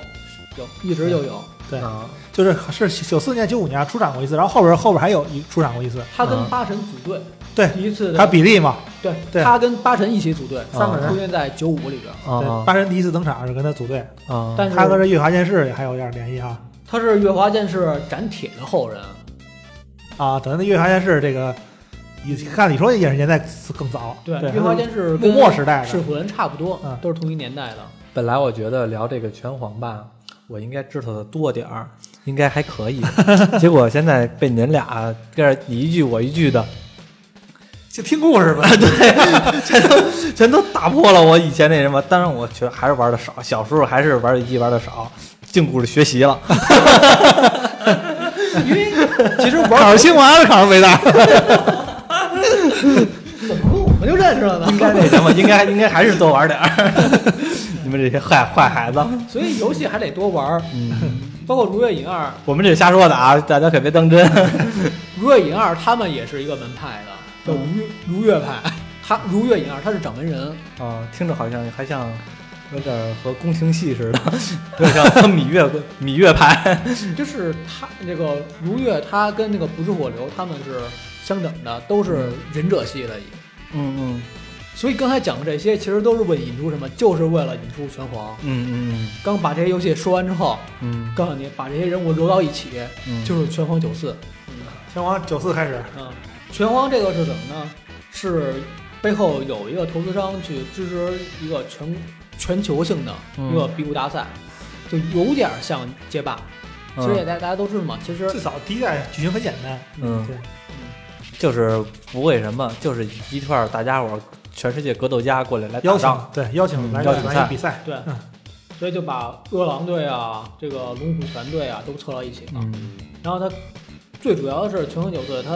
Speaker 2: 有一直就有，
Speaker 3: 对
Speaker 1: 啊，
Speaker 3: 就是是九四年九五年出场过一次，然后后边后边还有一出场过一次，
Speaker 2: 他跟
Speaker 1: 嗯
Speaker 2: 八神组队，
Speaker 3: 对
Speaker 2: 第一次的
Speaker 3: 他比利嘛，
Speaker 2: 对
Speaker 3: 对
Speaker 2: 他跟八神一起组队，
Speaker 1: 三个人
Speaker 2: 出现在九五里边，
Speaker 1: 啊
Speaker 3: 对，八神第一次登场是跟他组队，
Speaker 1: 啊，
Speaker 2: 但是
Speaker 3: 嗯他跟这月华剑士也还有点联系啊哈。
Speaker 2: 他是月华剑士斩铁的后人，
Speaker 3: 啊，等于那月华剑士这个，你看你说也是年代更早，对，
Speaker 2: 月华剑士
Speaker 3: 幕
Speaker 2: 跟
Speaker 3: 末时代
Speaker 2: 噬
Speaker 3: 的，
Speaker 2: 魂差不多
Speaker 3: 嗯，
Speaker 2: 都是同一年代的。
Speaker 1: 本来我觉得聊这个拳皇吧，我应该知道的多点儿，应该还可 (laughs) 以，结果现在被你们俩跟着你一句我一句的，
Speaker 3: 就听故事吧。
Speaker 1: (laughs)
Speaker 3: (laughs)
Speaker 1: 全都打破了我以前那什么。当然，我觉得还是玩的少，小时候还是玩游戏玩的少，进故事学习了。
Speaker 2: 因为
Speaker 3: 其实玩
Speaker 1: (laughs)
Speaker 3: 考上清华了，考上北大，
Speaker 2: 怎么我就认识了
Speaker 1: 应
Speaker 2: 呢？
Speaker 1: 该那什么，应该应该还是多玩点儿。 (laughs) 你们这些坏坏孩子，
Speaker 2: (laughs) 所以游戏还得多玩儿，
Speaker 1: 嗯， (laughs)
Speaker 2: 包括《如月影二》，
Speaker 1: 我们这是瞎说的啊，大家可别当真。
Speaker 2: 《如月影二》他们也是一个门派的，叫如
Speaker 3: 嗯
Speaker 2: 月如月派。 (laughs) 他《如月影二》他是掌门人，
Speaker 1: 啊，听着好像还像有点儿和宫廷戏似的， (laughs) 有点像芈月芈月牌。
Speaker 2: 就是他这个如月，他跟那个不是火流他们是相等的，都是忍者系的。
Speaker 1: 嗯嗯
Speaker 2: 所以刚才讲的这些，其实都是为引出什么，就是为了引出拳皇。
Speaker 1: 嗯
Speaker 2: 刚把这些游戏说完之后，
Speaker 1: 嗯嗯
Speaker 2: 告诉你把这些人物揉到一起，
Speaker 1: 嗯就
Speaker 2: 就是拳皇九四。
Speaker 3: 清华九四开始，
Speaker 2: 啊，拳皇这个是怎么呢？是背后有一个投资商去支持一个全全球性的
Speaker 1: 嗯
Speaker 2: 一个比武大赛，就有点像
Speaker 1: 嗯
Speaker 2: 街霸。其实也大大家都知道嘛，其实
Speaker 3: 最早第一代剧情很简单，
Speaker 1: 嗯
Speaker 3: 对，
Speaker 1: 就是不为什么，就是一块儿大家伙儿全世界格斗家过来来打
Speaker 3: 邀请
Speaker 1: 仗，
Speaker 3: 对邀请
Speaker 1: 嗯
Speaker 3: 来
Speaker 1: 邀请
Speaker 3: 来
Speaker 1: 赛
Speaker 3: 一比赛，
Speaker 2: 对
Speaker 3: 嗯，
Speaker 2: 所以就把饿狼队啊、这个龙虎船队啊都凑到一起了。
Speaker 1: 嗯
Speaker 2: 然后它最主要的是全国九队，它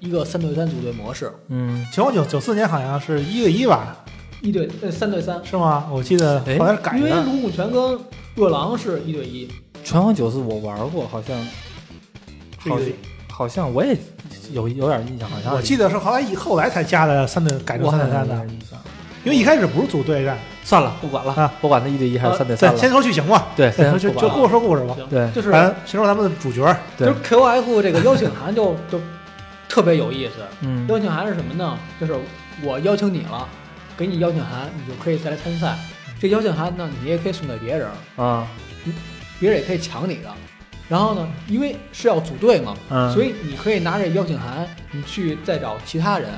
Speaker 2: 一个三对三组队模式，
Speaker 1: 嗯，
Speaker 3: 前九九四年好像是一对一吧，
Speaker 2: 一对呃三对三，
Speaker 3: 是吗？我记得
Speaker 1: 哎
Speaker 3: 后来改
Speaker 2: 因为
Speaker 3: 的，
Speaker 2: 龙虎拳跟饿狼是一对一，
Speaker 1: 拳皇九四我玩过，好像
Speaker 3: 是
Speaker 1: 好
Speaker 3: 一对一
Speaker 1: 好像我也有有点印象，好像
Speaker 3: 我记得是后来以后来才加的三对改成
Speaker 1: 我好
Speaker 3: 三
Speaker 1: 像有
Speaker 3: 对三的
Speaker 1: 点，印象。
Speaker 3: 因为一开始不是组队战，
Speaker 1: 算了，不管了，
Speaker 3: 啊
Speaker 1: 不管他一对一还是
Speaker 2: 啊
Speaker 1: 三对三
Speaker 3: 对，
Speaker 1: 了，
Speaker 3: 先说剧情
Speaker 1: (laughs)
Speaker 3: 吧，
Speaker 1: 对，
Speaker 3: 对
Speaker 1: 先
Speaker 3: 就
Speaker 1: 不
Speaker 3: 就
Speaker 1: 管
Speaker 3: 跟
Speaker 1: 了
Speaker 3: 我说故事吧，
Speaker 2: 行，
Speaker 1: 对
Speaker 2: 就是
Speaker 3: 咱先说咱们的主角，
Speaker 1: 对
Speaker 2: 就是 KOF 这个邀请函就就特别有意思。
Speaker 1: 嗯
Speaker 2: 邀请函是什么呢？就是我邀请你了，给你邀请函，你就可以再来参赛。
Speaker 1: 嗯
Speaker 2: 这邀请函呢，你也可以送给别人，
Speaker 1: 啊
Speaker 2: 别人也可以抢你的。然后呢，因为是要组队嘛，
Speaker 1: 嗯，
Speaker 2: 所
Speaker 1: 以
Speaker 2: 以你可以拿着邀请函，你去再找其他人。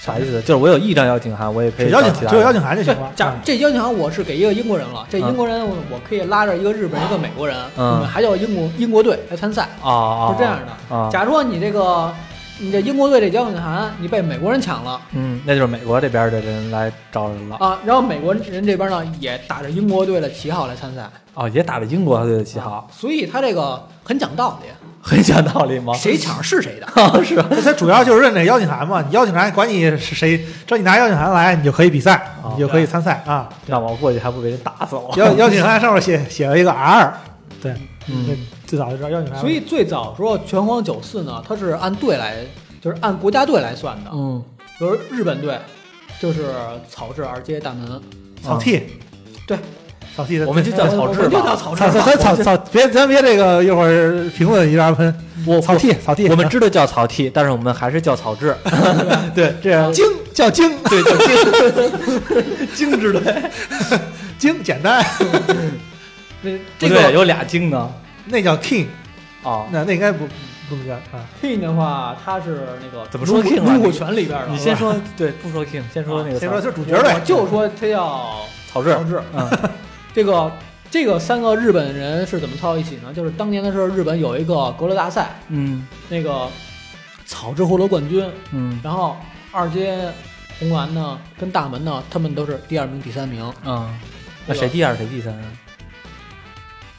Speaker 1: 啥意思？就是我有一张邀请函，我也可以
Speaker 3: 只邀请
Speaker 1: 找其他
Speaker 3: 只有邀
Speaker 1: 人
Speaker 3: 请函就
Speaker 2: 对
Speaker 3: 行
Speaker 1: (laughs)
Speaker 3: 了，，
Speaker 2: 假
Speaker 3: 嗯
Speaker 2: 这邀请函我是给一个英国人了，这
Speaker 1: 嗯
Speaker 2: 英国人我我可以拉着一个日本人、一个美国人，
Speaker 1: 嗯
Speaker 2: 我们还叫英国英国队来参赛，
Speaker 1: 啊啊，
Speaker 2: 是这样的。
Speaker 1: 啊，
Speaker 2: 假如说你这个你这英国队这邀请函你被美国人抢了
Speaker 1: 嗯，那就是美国这边的人来找人了，
Speaker 2: 啊，然后美国人这边呢也打着英国队的旗号来参赛，
Speaker 1: 哦，也打着英国队的旗
Speaker 2: 啊
Speaker 1: 号，，
Speaker 2: 所以他这个很讲道理，
Speaker 1: (laughs) 很讲道理吗？
Speaker 2: 谁抢是谁的。
Speaker 1: (laughs) 是
Speaker 3: 这他主要就是认这邀请函嘛，你邀请函管你是谁，只要你拿邀请函来，你就可以比赛，
Speaker 1: 哦
Speaker 3: 你就可以参赛啊。
Speaker 1: 那我过去还不被人打死我？
Speaker 3: 邀邀请函上面写写了一个 R，对，对
Speaker 1: 嗯，
Speaker 3: 最早就知道邀请函了。
Speaker 2: 所以最早说拳皇九四呢，它是按队来，就是按国家队来算的，
Speaker 1: 嗯，
Speaker 2: 比如日本队就是草治二阶大门，
Speaker 3: 草剃，
Speaker 2: 对，
Speaker 3: 草剃的，
Speaker 1: 哦我们就叫草治
Speaker 2: 我就叫
Speaker 1: 吧。
Speaker 2: 草治
Speaker 3: 草
Speaker 2: 吧
Speaker 3: 草。草草别咱别这个一会儿评论一让喷，
Speaker 1: 我
Speaker 3: 草剃草剃，
Speaker 1: 我们知道叫草剃，但是我们还是叫草 (laughs) 治。
Speaker 3: (laughs) 对这样精叫精
Speaker 1: 对，叫精
Speaker 3: (laughs)
Speaker 1: 精之队。
Speaker 3: 精简单，
Speaker 2: 这
Speaker 1: 不
Speaker 2: 这
Speaker 1: 对，
Speaker 2: 个
Speaker 1: 有俩精呢。
Speaker 3: 那叫 king，
Speaker 1: 哦，
Speaker 3: 那那应该不不能叫啊，
Speaker 2: King 的话，它是那个
Speaker 1: 怎么说
Speaker 2: 如
Speaker 1: King 啊
Speaker 2: 如虎拳里边的。
Speaker 1: 你先说， (laughs) 对，不说 king，先啊说那个
Speaker 3: 先说
Speaker 1: 草
Speaker 3: 就是主角
Speaker 2: 我
Speaker 3: 呗，啊
Speaker 2: 就说它叫
Speaker 1: 草治
Speaker 2: 乔。治。
Speaker 1: 嗯
Speaker 2: 这个这个三个日本人是怎么凑到一起呢？就是当年的时候，日本有一个格斗大赛，
Speaker 1: (laughs) 嗯
Speaker 2: 那个草之获得冠军，
Speaker 1: 嗯
Speaker 2: 然后二阶红丸呢跟大门呢，他们都是第二名、第三名，
Speaker 1: 嗯，那谁第二谁第三啊？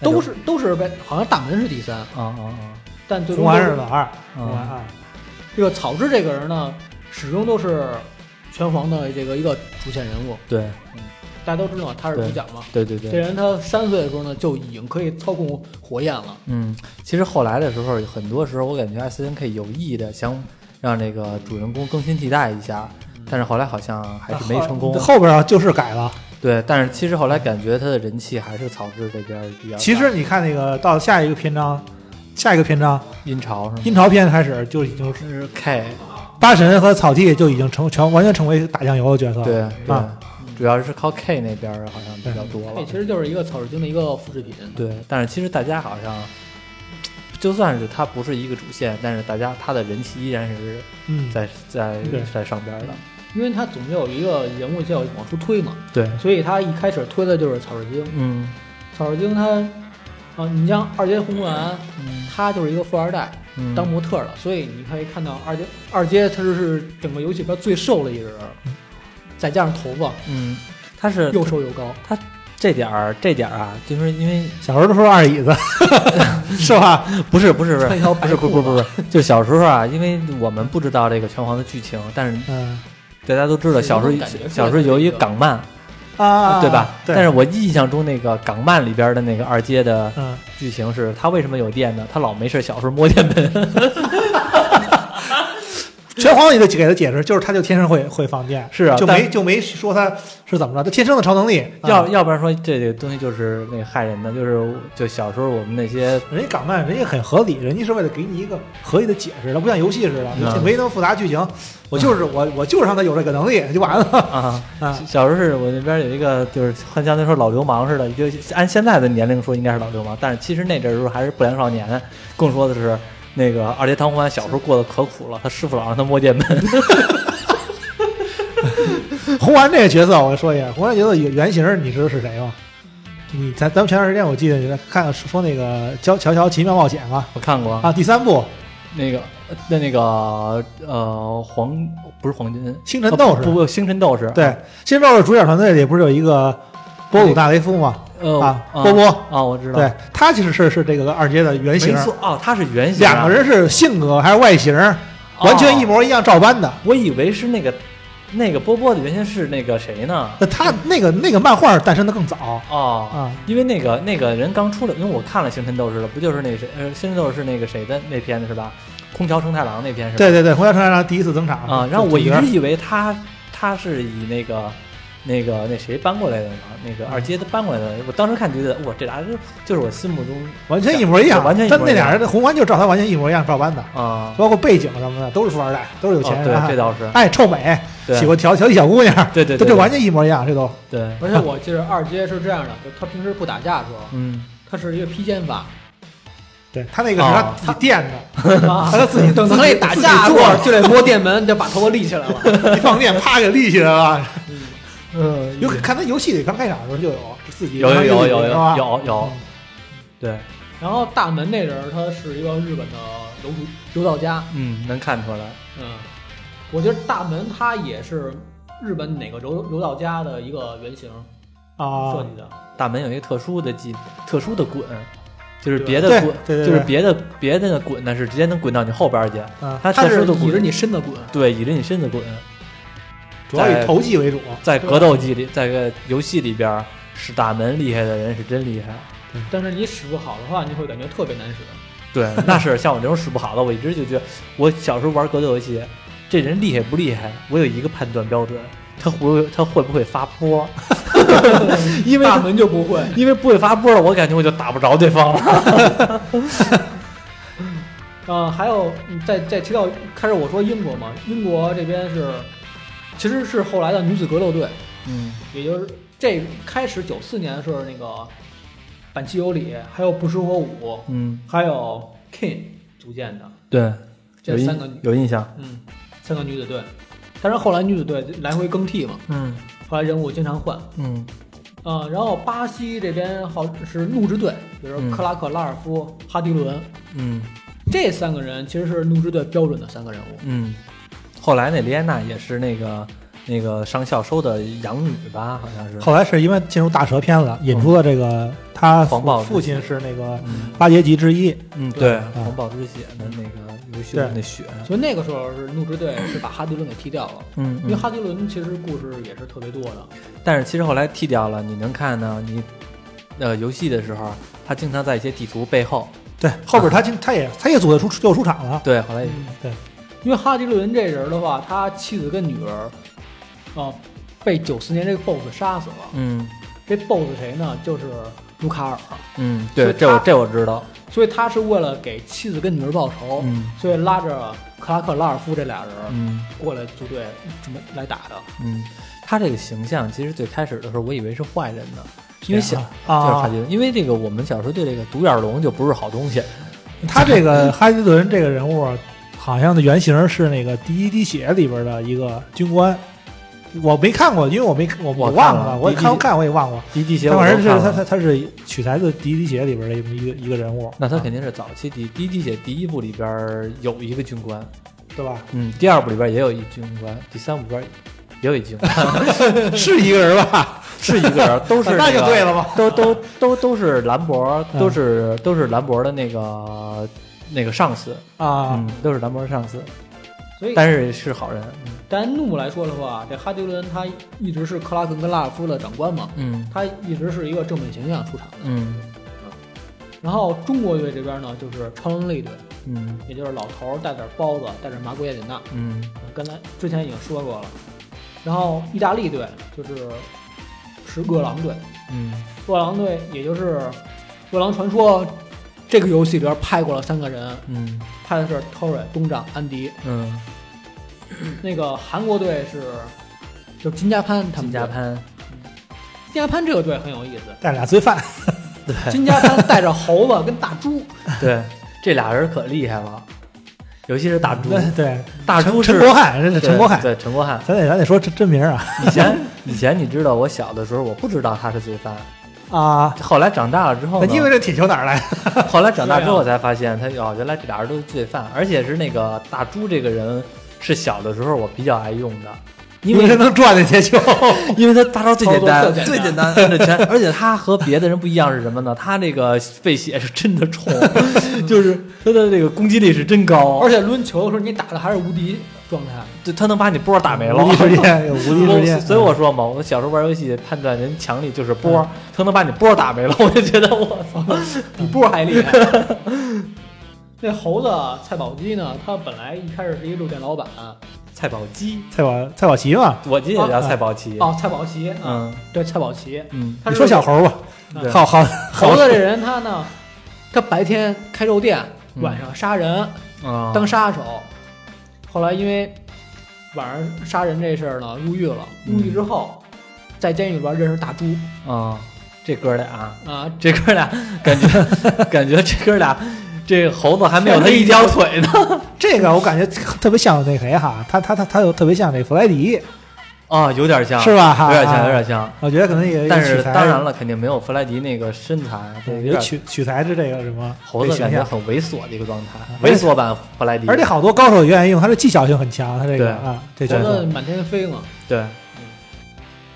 Speaker 2: 都是都是被好像大门是第三，
Speaker 1: 啊啊
Speaker 2: 但最
Speaker 3: 红
Speaker 2: 终都
Speaker 3: 丸
Speaker 2: 是
Speaker 3: 是老二，
Speaker 1: 啊
Speaker 3: 红丸
Speaker 1: 啊！
Speaker 3: 啊，
Speaker 2: 这个草之这个人呢，始终都是拳皇的这个一个主线人物，
Speaker 1: 对
Speaker 2: 大家都知道他是主角嘛。
Speaker 1: 对对
Speaker 2: 这
Speaker 1: 对。
Speaker 2: 人他三岁的时候呢，就已经可以操控火焰了。
Speaker 1: 嗯，其实后来的时候，很多时候我感觉 S N K 有意的想让这个主人公更新替代一下，但是后来好像还是没成功。
Speaker 3: 后边啊就是改了。
Speaker 1: 对，但是其实后来感觉他的人气还是草治这边比较大。
Speaker 3: 其实你看那个到下一个篇章，下一个篇章
Speaker 1: 阴潮是吗？
Speaker 3: 阴潮篇开始就已经是
Speaker 1: 是 K，
Speaker 3: 八神和草剃就已经成全完全成为打酱油的角色了。
Speaker 1: 对对
Speaker 3: 啊，
Speaker 1: 主要是靠 K 那边儿好像比较多
Speaker 2: 这
Speaker 1: 了
Speaker 2: 其。实就是一个草之精的一个复制品。
Speaker 1: 对，但是其实大家好像，就算是他不是一个主线，但是大家他的人气依然是
Speaker 3: 嗯，
Speaker 1: 在在
Speaker 3: 对
Speaker 1: 在上边的。
Speaker 2: 因为他总有一个人物就要往出推嘛，
Speaker 1: 对，
Speaker 2: 所以他一开始推的就是草之精。
Speaker 1: 嗯
Speaker 2: 草之精他，啊，你像二阶红丸，
Speaker 1: 嗯
Speaker 2: 他就是一个富二代，
Speaker 1: 嗯，
Speaker 2: 当模特了，所以你可以看到二阶二阶他就是整个游戏里边最瘦的一个人，再加上头发
Speaker 1: 嗯，他嗯是
Speaker 2: 又瘦又高，
Speaker 1: 这点儿这点儿啊，就是因为
Speaker 3: 小时候都说二椅子， (laughs) 是吧？
Speaker 1: (laughs) 不是不是不
Speaker 2: 穿
Speaker 1: 是。
Speaker 2: 一条
Speaker 1: 不
Speaker 2: 白
Speaker 1: 是
Speaker 2: 裤
Speaker 1: 不是
Speaker 2: 子，
Speaker 1: 不是不是，就是小时候啊，因为我们不知道这个拳皇的剧情，但是
Speaker 3: 嗯
Speaker 1: 大家都知道
Speaker 2: 是
Speaker 1: 小时
Speaker 2: 能感觉出
Speaker 1: 候
Speaker 2: 来
Speaker 1: 小时候有一个港漫，
Speaker 3: 啊，
Speaker 1: 对吧？
Speaker 3: 对，
Speaker 1: 但是我印象中那个港漫里边的那个二阶的
Speaker 3: 嗯，
Speaker 1: 剧情是，他为什么有电呢？他老没事小时候摸电门，
Speaker 3: 拳皇也得给他解释，就是他就天生会会放电，
Speaker 1: 是啊
Speaker 3: 就
Speaker 1: 但
Speaker 3: 没就没说他是怎么着，他天生的超能力。啊
Speaker 1: 要要不然说这个东西就是那个害人的，就是就小时候我们那些
Speaker 3: 人家港漫，人家很合理，人家是为了给你一个合理的解释的，不像游戏似的，
Speaker 1: 嗯
Speaker 3: 这没那么复杂剧情。我就是我，我就是让他有这个能力就 (laughs) 完了。
Speaker 1: 啊，
Speaker 3: 啊
Speaker 1: 小时候是我那边有一个就是和相对说老流氓似的，就按现在的年龄说应该是老流氓，但是其实那阵儿时候还是不良少年，更说的是。那个二阶堂欢小时候过得可苦了，他师傅老让他摸电门。
Speaker 3: 红丸这个角色，我说一下，红丸角色原原型你知道是谁吗？你咱咱们前段时间我记得你在看说那个《乔乔乔奇妙冒险》嘛，
Speaker 1: (laughs) 我看过
Speaker 3: 啊，第三部
Speaker 1: 那个那那个呃黄不是黄金
Speaker 3: 星辰斗
Speaker 1: 啊
Speaker 3: 士
Speaker 1: 不不星辰斗士
Speaker 3: 对，《新报》的主角团队里不是有一个波鲁纳雷夫吗？
Speaker 1: 呃
Speaker 3: 啊，
Speaker 1: 啊
Speaker 3: 波波，
Speaker 1: 啊我知道
Speaker 3: 对他其实是是这个二阶的原型
Speaker 1: 没，错哦哦他是原型啊
Speaker 3: 两个人是性格还是外形完全一模一样，照搬的。
Speaker 1: 我以为是那个那个波波的原型是那个谁呢？
Speaker 3: 那他那个那个漫画诞生的更早
Speaker 1: 哦，
Speaker 3: 啊，
Speaker 1: 因为那个那个人刚出来，因为我看了《星辰斗士》了，不就是那谁呃，《星辰斗士》是那个谁的那篇的是吧？空调成太郎那篇是吧？
Speaker 3: 对对对，红桥成太郎第一次登场
Speaker 1: 啊，然后我一
Speaker 3: 就
Speaker 1: 直以为他他是以那个那个那谁搬过来的嘛，那个二阶的搬过来的。我当时看觉得哇，这俩人就是我心目中
Speaker 3: 完全一模一样，
Speaker 1: 对完全一模一
Speaker 3: 但
Speaker 1: 样
Speaker 3: 那俩人的红丸就照他完全一模一样照搬的，
Speaker 1: 啊，
Speaker 3: 包括背景什么的都是富二代，都是有
Speaker 1: 哦
Speaker 3: 钱人
Speaker 1: 对，这
Speaker 3: 啊，
Speaker 1: 倒是
Speaker 3: 爱臭美，
Speaker 1: 对
Speaker 3: 喜欢调调戏小姑娘，
Speaker 1: 对对对，
Speaker 3: 这这
Speaker 1: 对
Speaker 3: 完全一模一样，这都
Speaker 1: 对，
Speaker 2: 而且我记得二阶是这样的，就他平时不打架的时候，
Speaker 1: 嗯，
Speaker 2: 他是一个披肩法，
Speaker 3: 对他那个是他
Speaker 1: 哦
Speaker 3: 自己垫的，
Speaker 2: 他
Speaker 1: (laughs)
Speaker 3: 他自己
Speaker 2: 啊等
Speaker 3: 自
Speaker 2: 他
Speaker 3: 己
Speaker 2: 那打架
Speaker 3: 自己
Speaker 2: 过
Speaker 3: 做
Speaker 2: 儿就得摸电门，就把头发立起来了。
Speaker 3: 一放电，啪给立起来了。
Speaker 2: (laughs) 嗯
Speaker 3: 嗯，有看他游戏里刚开场的时候就有自己
Speaker 1: 有有有有有
Speaker 3: 是吧
Speaker 1: 有有，对，
Speaker 2: 然后大门那人儿他是一个日本的柔术柔道家，
Speaker 1: 嗯，能看出来，
Speaker 2: 嗯，我觉得大门他也是日本哪个柔柔道家的一个原型设
Speaker 3: 啊，
Speaker 2: 计的，
Speaker 1: 大门有一个特殊的技，特殊的滚，就是
Speaker 2: 对
Speaker 1: 别的
Speaker 3: 对
Speaker 1: 滚，
Speaker 3: 对对，
Speaker 1: 就是
Speaker 3: 对
Speaker 1: 别的别的滚呢是直接能滚到你后边儿去，
Speaker 3: 啊，
Speaker 1: 它
Speaker 2: 他
Speaker 1: 特
Speaker 2: 是嗯
Speaker 1: 殊的
Speaker 2: 倚着
Speaker 1: 滚，
Speaker 2: 你身子滚，
Speaker 1: 对，倚着你身子滚，
Speaker 3: 主要以
Speaker 1: 在
Speaker 3: 投技为主，
Speaker 1: 在格斗技里，在个游戏里边儿，是打门厉害的人是真厉
Speaker 2: (laughs)
Speaker 1: 害。
Speaker 2: 但是你使不好的话，你会感觉特别难使。
Speaker 1: 对，那是像我这种使不好的，我一直就觉得，我小时候玩格斗游戏，这人厉害不厉害，我有一个判断标准，他会他会不会发波，因为
Speaker 2: 大门就不会，
Speaker 1: 因为不会发波了，我感觉我就打不着对方了。
Speaker 2: 呃，还有嗯再再提到开始我说英国嘛，英国这边是其实是后来的女子格斗队，
Speaker 1: 嗯
Speaker 2: 也就是这开始九四年是那个板崎有里，还有不识火舞，
Speaker 1: 嗯，
Speaker 2: 还有 King 组建的
Speaker 1: 对，有
Speaker 2: 这三个女
Speaker 1: 印有印象。
Speaker 2: 嗯三个女子队，但是后来女子队来回更替嘛，
Speaker 1: 嗯
Speaker 2: 后来人物经常换。
Speaker 1: 嗯
Speaker 2: 呃，然后巴西这边好是怒之队，比如
Speaker 1: 嗯
Speaker 2: 克拉克、拉尔夫、哈迪伦
Speaker 1: 嗯
Speaker 2: 这三个人其实是怒之队标准的三个人物。
Speaker 1: 嗯，后来那莉安娜也是那个那个上校收的养女吧，好像是。
Speaker 3: 后来是因为进入大蛇篇了，引出了这个他
Speaker 1: 嗯狂暴
Speaker 3: 父父亲是那个
Speaker 1: 嗯
Speaker 3: 八杰级之一，
Speaker 1: 嗯，对，
Speaker 3: 嗯
Speaker 1: 红宝之血的那个游戏的那血，
Speaker 2: 所以那个时候是怒之队是把哈迪伦给踢掉了，
Speaker 1: 嗯，
Speaker 2: 因为哈迪伦其实故事也是特别多的。
Speaker 1: 但是其实后来剃掉了，你能看到你，呃，游戏的时候，他经常在一些地图背后，
Speaker 3: 对，后
Speaker 1: 啊
Speaker 3: 边他进他也他也组队出又出场了，
Speaker 1: 哎对，后来也
Speaker 3: 对，
Speaker 2: 嗯因为哈迪伦这人的话，他妻子跟女儿，啊、被九四年这个 BOSS 杀死了。
Speaker 1: 嗯
Speaker 2: 这 BOSS 谁呢？就是卢卡尔。
Speaker 1: 嗯，
Speaker 2: 所
Speaker 1: 对，
Speaker 2: 以
Speaker 1: 这我
Speaker 2: 他
Speaker 1: 这我知道，
Speaker 2: 所以他是为了给妻子跟女儿报仇，
Speaker 1: 嗯
Speaker 2: 所以拉着克拉克、拉尔夫这俩人
Speaker 1: 嗯
Speaker 2: 过来组队准备来打的。
Speaker 1: 嗯，他这个形象其实最开始的时候我以为是坏人呢，因为小
Speaker 3: 啊
Speaker 1: 就是哈
Speaker 3: 啊，
Speaker 1: 迪伦，因为这个我们小时候对这个独眼龙就不是好东西，
Speaker 3: 他这个哈迪伦这个人物，啊好像的原型是那个《第一滴血》里边的一个军官。我没看过，因为我没我
Speaker 1: 我看
Speaker 3: 忘了，
Speaker 1: 了
Speaker 3: 我也
Speaker 1: 第一滴
Speaker 3: 看看我也忘过。
Speaker 1: 迪迪鞋
Speaker 3: 他
Speaker 1: 我
Speaker 3: 反正
Speaker 1: 都
Speaker 3: 是
Speaker 1: 看
Speaker 3: 他他
Speaker 1: 了。
Speaker 3: 他是取材自《第一滴血》里边的一个一个人物，
Speaker 1: 那他肯定是早期第第一滴血第一部里边儿有一个军官，
Speaker 3: 对吧？
Speaker 1: 嗯，第二部里边儿也有一军官，第三部里边儿也有一军官，
Speaker 3: (laughs) 是一个人
Speaker 1: (laughs)
Speaker 3: 吧？
Speaker 1: 是一个人，都是、
Speaker 3: 那就对了吧？
Speaker 1: 都都都都是兰博，
Speaker 3: 嗯
Speaker 1: 都是都是兰博的那个那个上司，
Speaker 3: 啊
Speaker 1: 嗯，都是兰博的上司，
Speaker 2: 所以，
Speaker 1: 但是是好人，
Speaker 2: 单怒来说的话，这哈迪伦他一直是克拉克跟拉尔夫的长官嘛，
Speaker 1: 嗯
Speaker 2: 他一直是一个正面形象出场的。
Speaker 1: 嗯
Speaker 2: 然后中国队这边呢，就是超能力队，
Speaker 1: 嗯
Speaker 2: 也就是老头儿带点包子，带点麻古雅典娜，
Speaker 1: 嗯
Speaker 2: 刚才之前已经说过了。然后意大利队就是是饿狼队，
Speaker 1: 嗯
Speaker 2: 饿狼队也就是《饿狼传说》这个游戏里边派过了三个人，
Speaker 1: 嗯
Speaker 2: 派的是 Torre、东丈、安迪。
Speaker 1: 嗯，
Speaker 2: 那个韩国队是就是金家潘他
Speaker 1: 金
Speaker 2: 们队
Speaker 1: 家，潘，
Speaker 2: 金家潘这个队很有意思，
Speaker 3: 带俩罪犯，
Speaker 1: 对
Speaker 2: 金家潘带着猴子跟大
Speaker 1: (laughs)
Speaker 2: 猪，
Speaker 1: 对，这俩人可厉害了，尤其是大猪，
Speaker 3: 对 (laughs) 对，
Speaker 1: 大猪
Speaker 3: 陈
Speaker 1: 是
Speaker 3: 国汉，这是
Speaker 1: 对
Speaker 3: 陈国汉，
Speaker 1: 对陈国汉， (laughs)
Speaker 3: 咱得咱得说真真名啊，
Speaker 1: 以前以前你知道我小的时候我不知道他是罪犯，
Speaker 3: 啊，
Speaker 1: 后来长大了之后
Speaker 3: 那
Speaker 1: 呢，
Speaker 3: 因为这铁球哪儿来的？
Speaker 1: 后来长大之后
Speaker 2: 对啊
Speaker 1: 我才发现他，哦，原来这俩人都是罪犯，而且是那个大猪这个人是小的时候我比较爱用的，因
Speaker 3: 他
Speaker 1: 为
Speaker 3: 能转的铁球，
Speaker 1: 因为他大招最简单，
Speaker 2: 操作
Speaker 1: 最
Speaker 2: 最
Speaker 1: 简
Speaker 2: 简
Speaker 1: 单，摁着拳。而且他和别的人不一样是什么呢？他那个费血是真的 (laughs) 冲，就是他的这个攻击力是真高，
Speaker 2: 而且抡球的时候你打的还是无敌状态，
Speaker 1: 且他能把你波打没了
Speaker 3: 无。敌时
Speaker 1: (laughs)
Speaker 3: 间有无敌时
Speaker 1: 我
Speaker 3: 间，
Speaker 1: 所以我说嘛，我小时候玩游戏判断人强力就是波，他能把你波打没了，我就觉得我操，
Speaker 2: 比波还厉害。 (laughs) 那猴子蔡宝基呢？他本来一开始是一肉店老板，
Speaker 3: 嗯
Speaker 1: 蔡宝啊基，
Speaker 3: 蔡宝蔡宝奇嘛，
Speaker 1: 我记得也叫蔡宝奇，
Speaker 2: 哦，蔡宝奇啊，
Speaker 1: 嗯
Speaker 2: 对，蔡宝奇。
Speaker 1: 嗯，
Speaker 2: 他
Speaker 3: 你
Speaker 2: 是
Speaker 3: 说小猴吧，
Speaker 1: 对
Speaker 3: 好好
Speaker 2: 猴子这人，他呢，他白天开肉店，
Speaker 3: 嗯
Speaker 2: 晚上杀人
Speaker 1: 啊，
Speaker 2: 当杀手。后来因为晚上杀人这事儿呢，入狱了。
Speaker 3: 嗯
Speaker 2: 入狱之后，在监狱里边认识大猪
Speaker 1: 啊，这哥俩，
Speaker 2: 啊，
Speaker 1: 这哥俩感 (laughs) 觉感觉这哥俩，这猴子还没有他一条腿呢。
Speaker 3: 这个我感觉特别像那谁哈，他他他他有特别像那弗莱迪，
Speaker 1: (laughs) 啊，有点像，
Speaker 3: 是吧？
Speaker 1: 有
Speaker 3: 哈，啊
Speaker 1: 点像，有点像。
Speaker 3: 我觉得可能也有
Speaker 1: 但是
Speaker 3: 取材
Speaker 1: 当然，了，肯定没有弗莱迪那个身材，
Speaker 3: 对，
Speaker 1: 有
Speaker 3: 有
Speaker 1: 点
Speaker 3: 取取材是这个什么
Speaker 1: 猴子
Speaker 3: 这
Speaker 1: 感
Speaker 3: 形
Speaker 1: 觉
Speaker 3: 象，
Speaker 1: 很猥琐的一个状态，
Speaker 3: 而
Speaker 1: 猥
Speaker 3: 且
Speaker 1: 琐版弗莱迪。
Speaker 3: 而且好多高手也愿意用，他这技巧性很强，他这
Speaker 1: 对
Speaker 3: 个啊，这角
Speaker 2: 猴
Speaker 3: 色
Speaker 2: 子满天飞嘛，
Speaker 1: 对，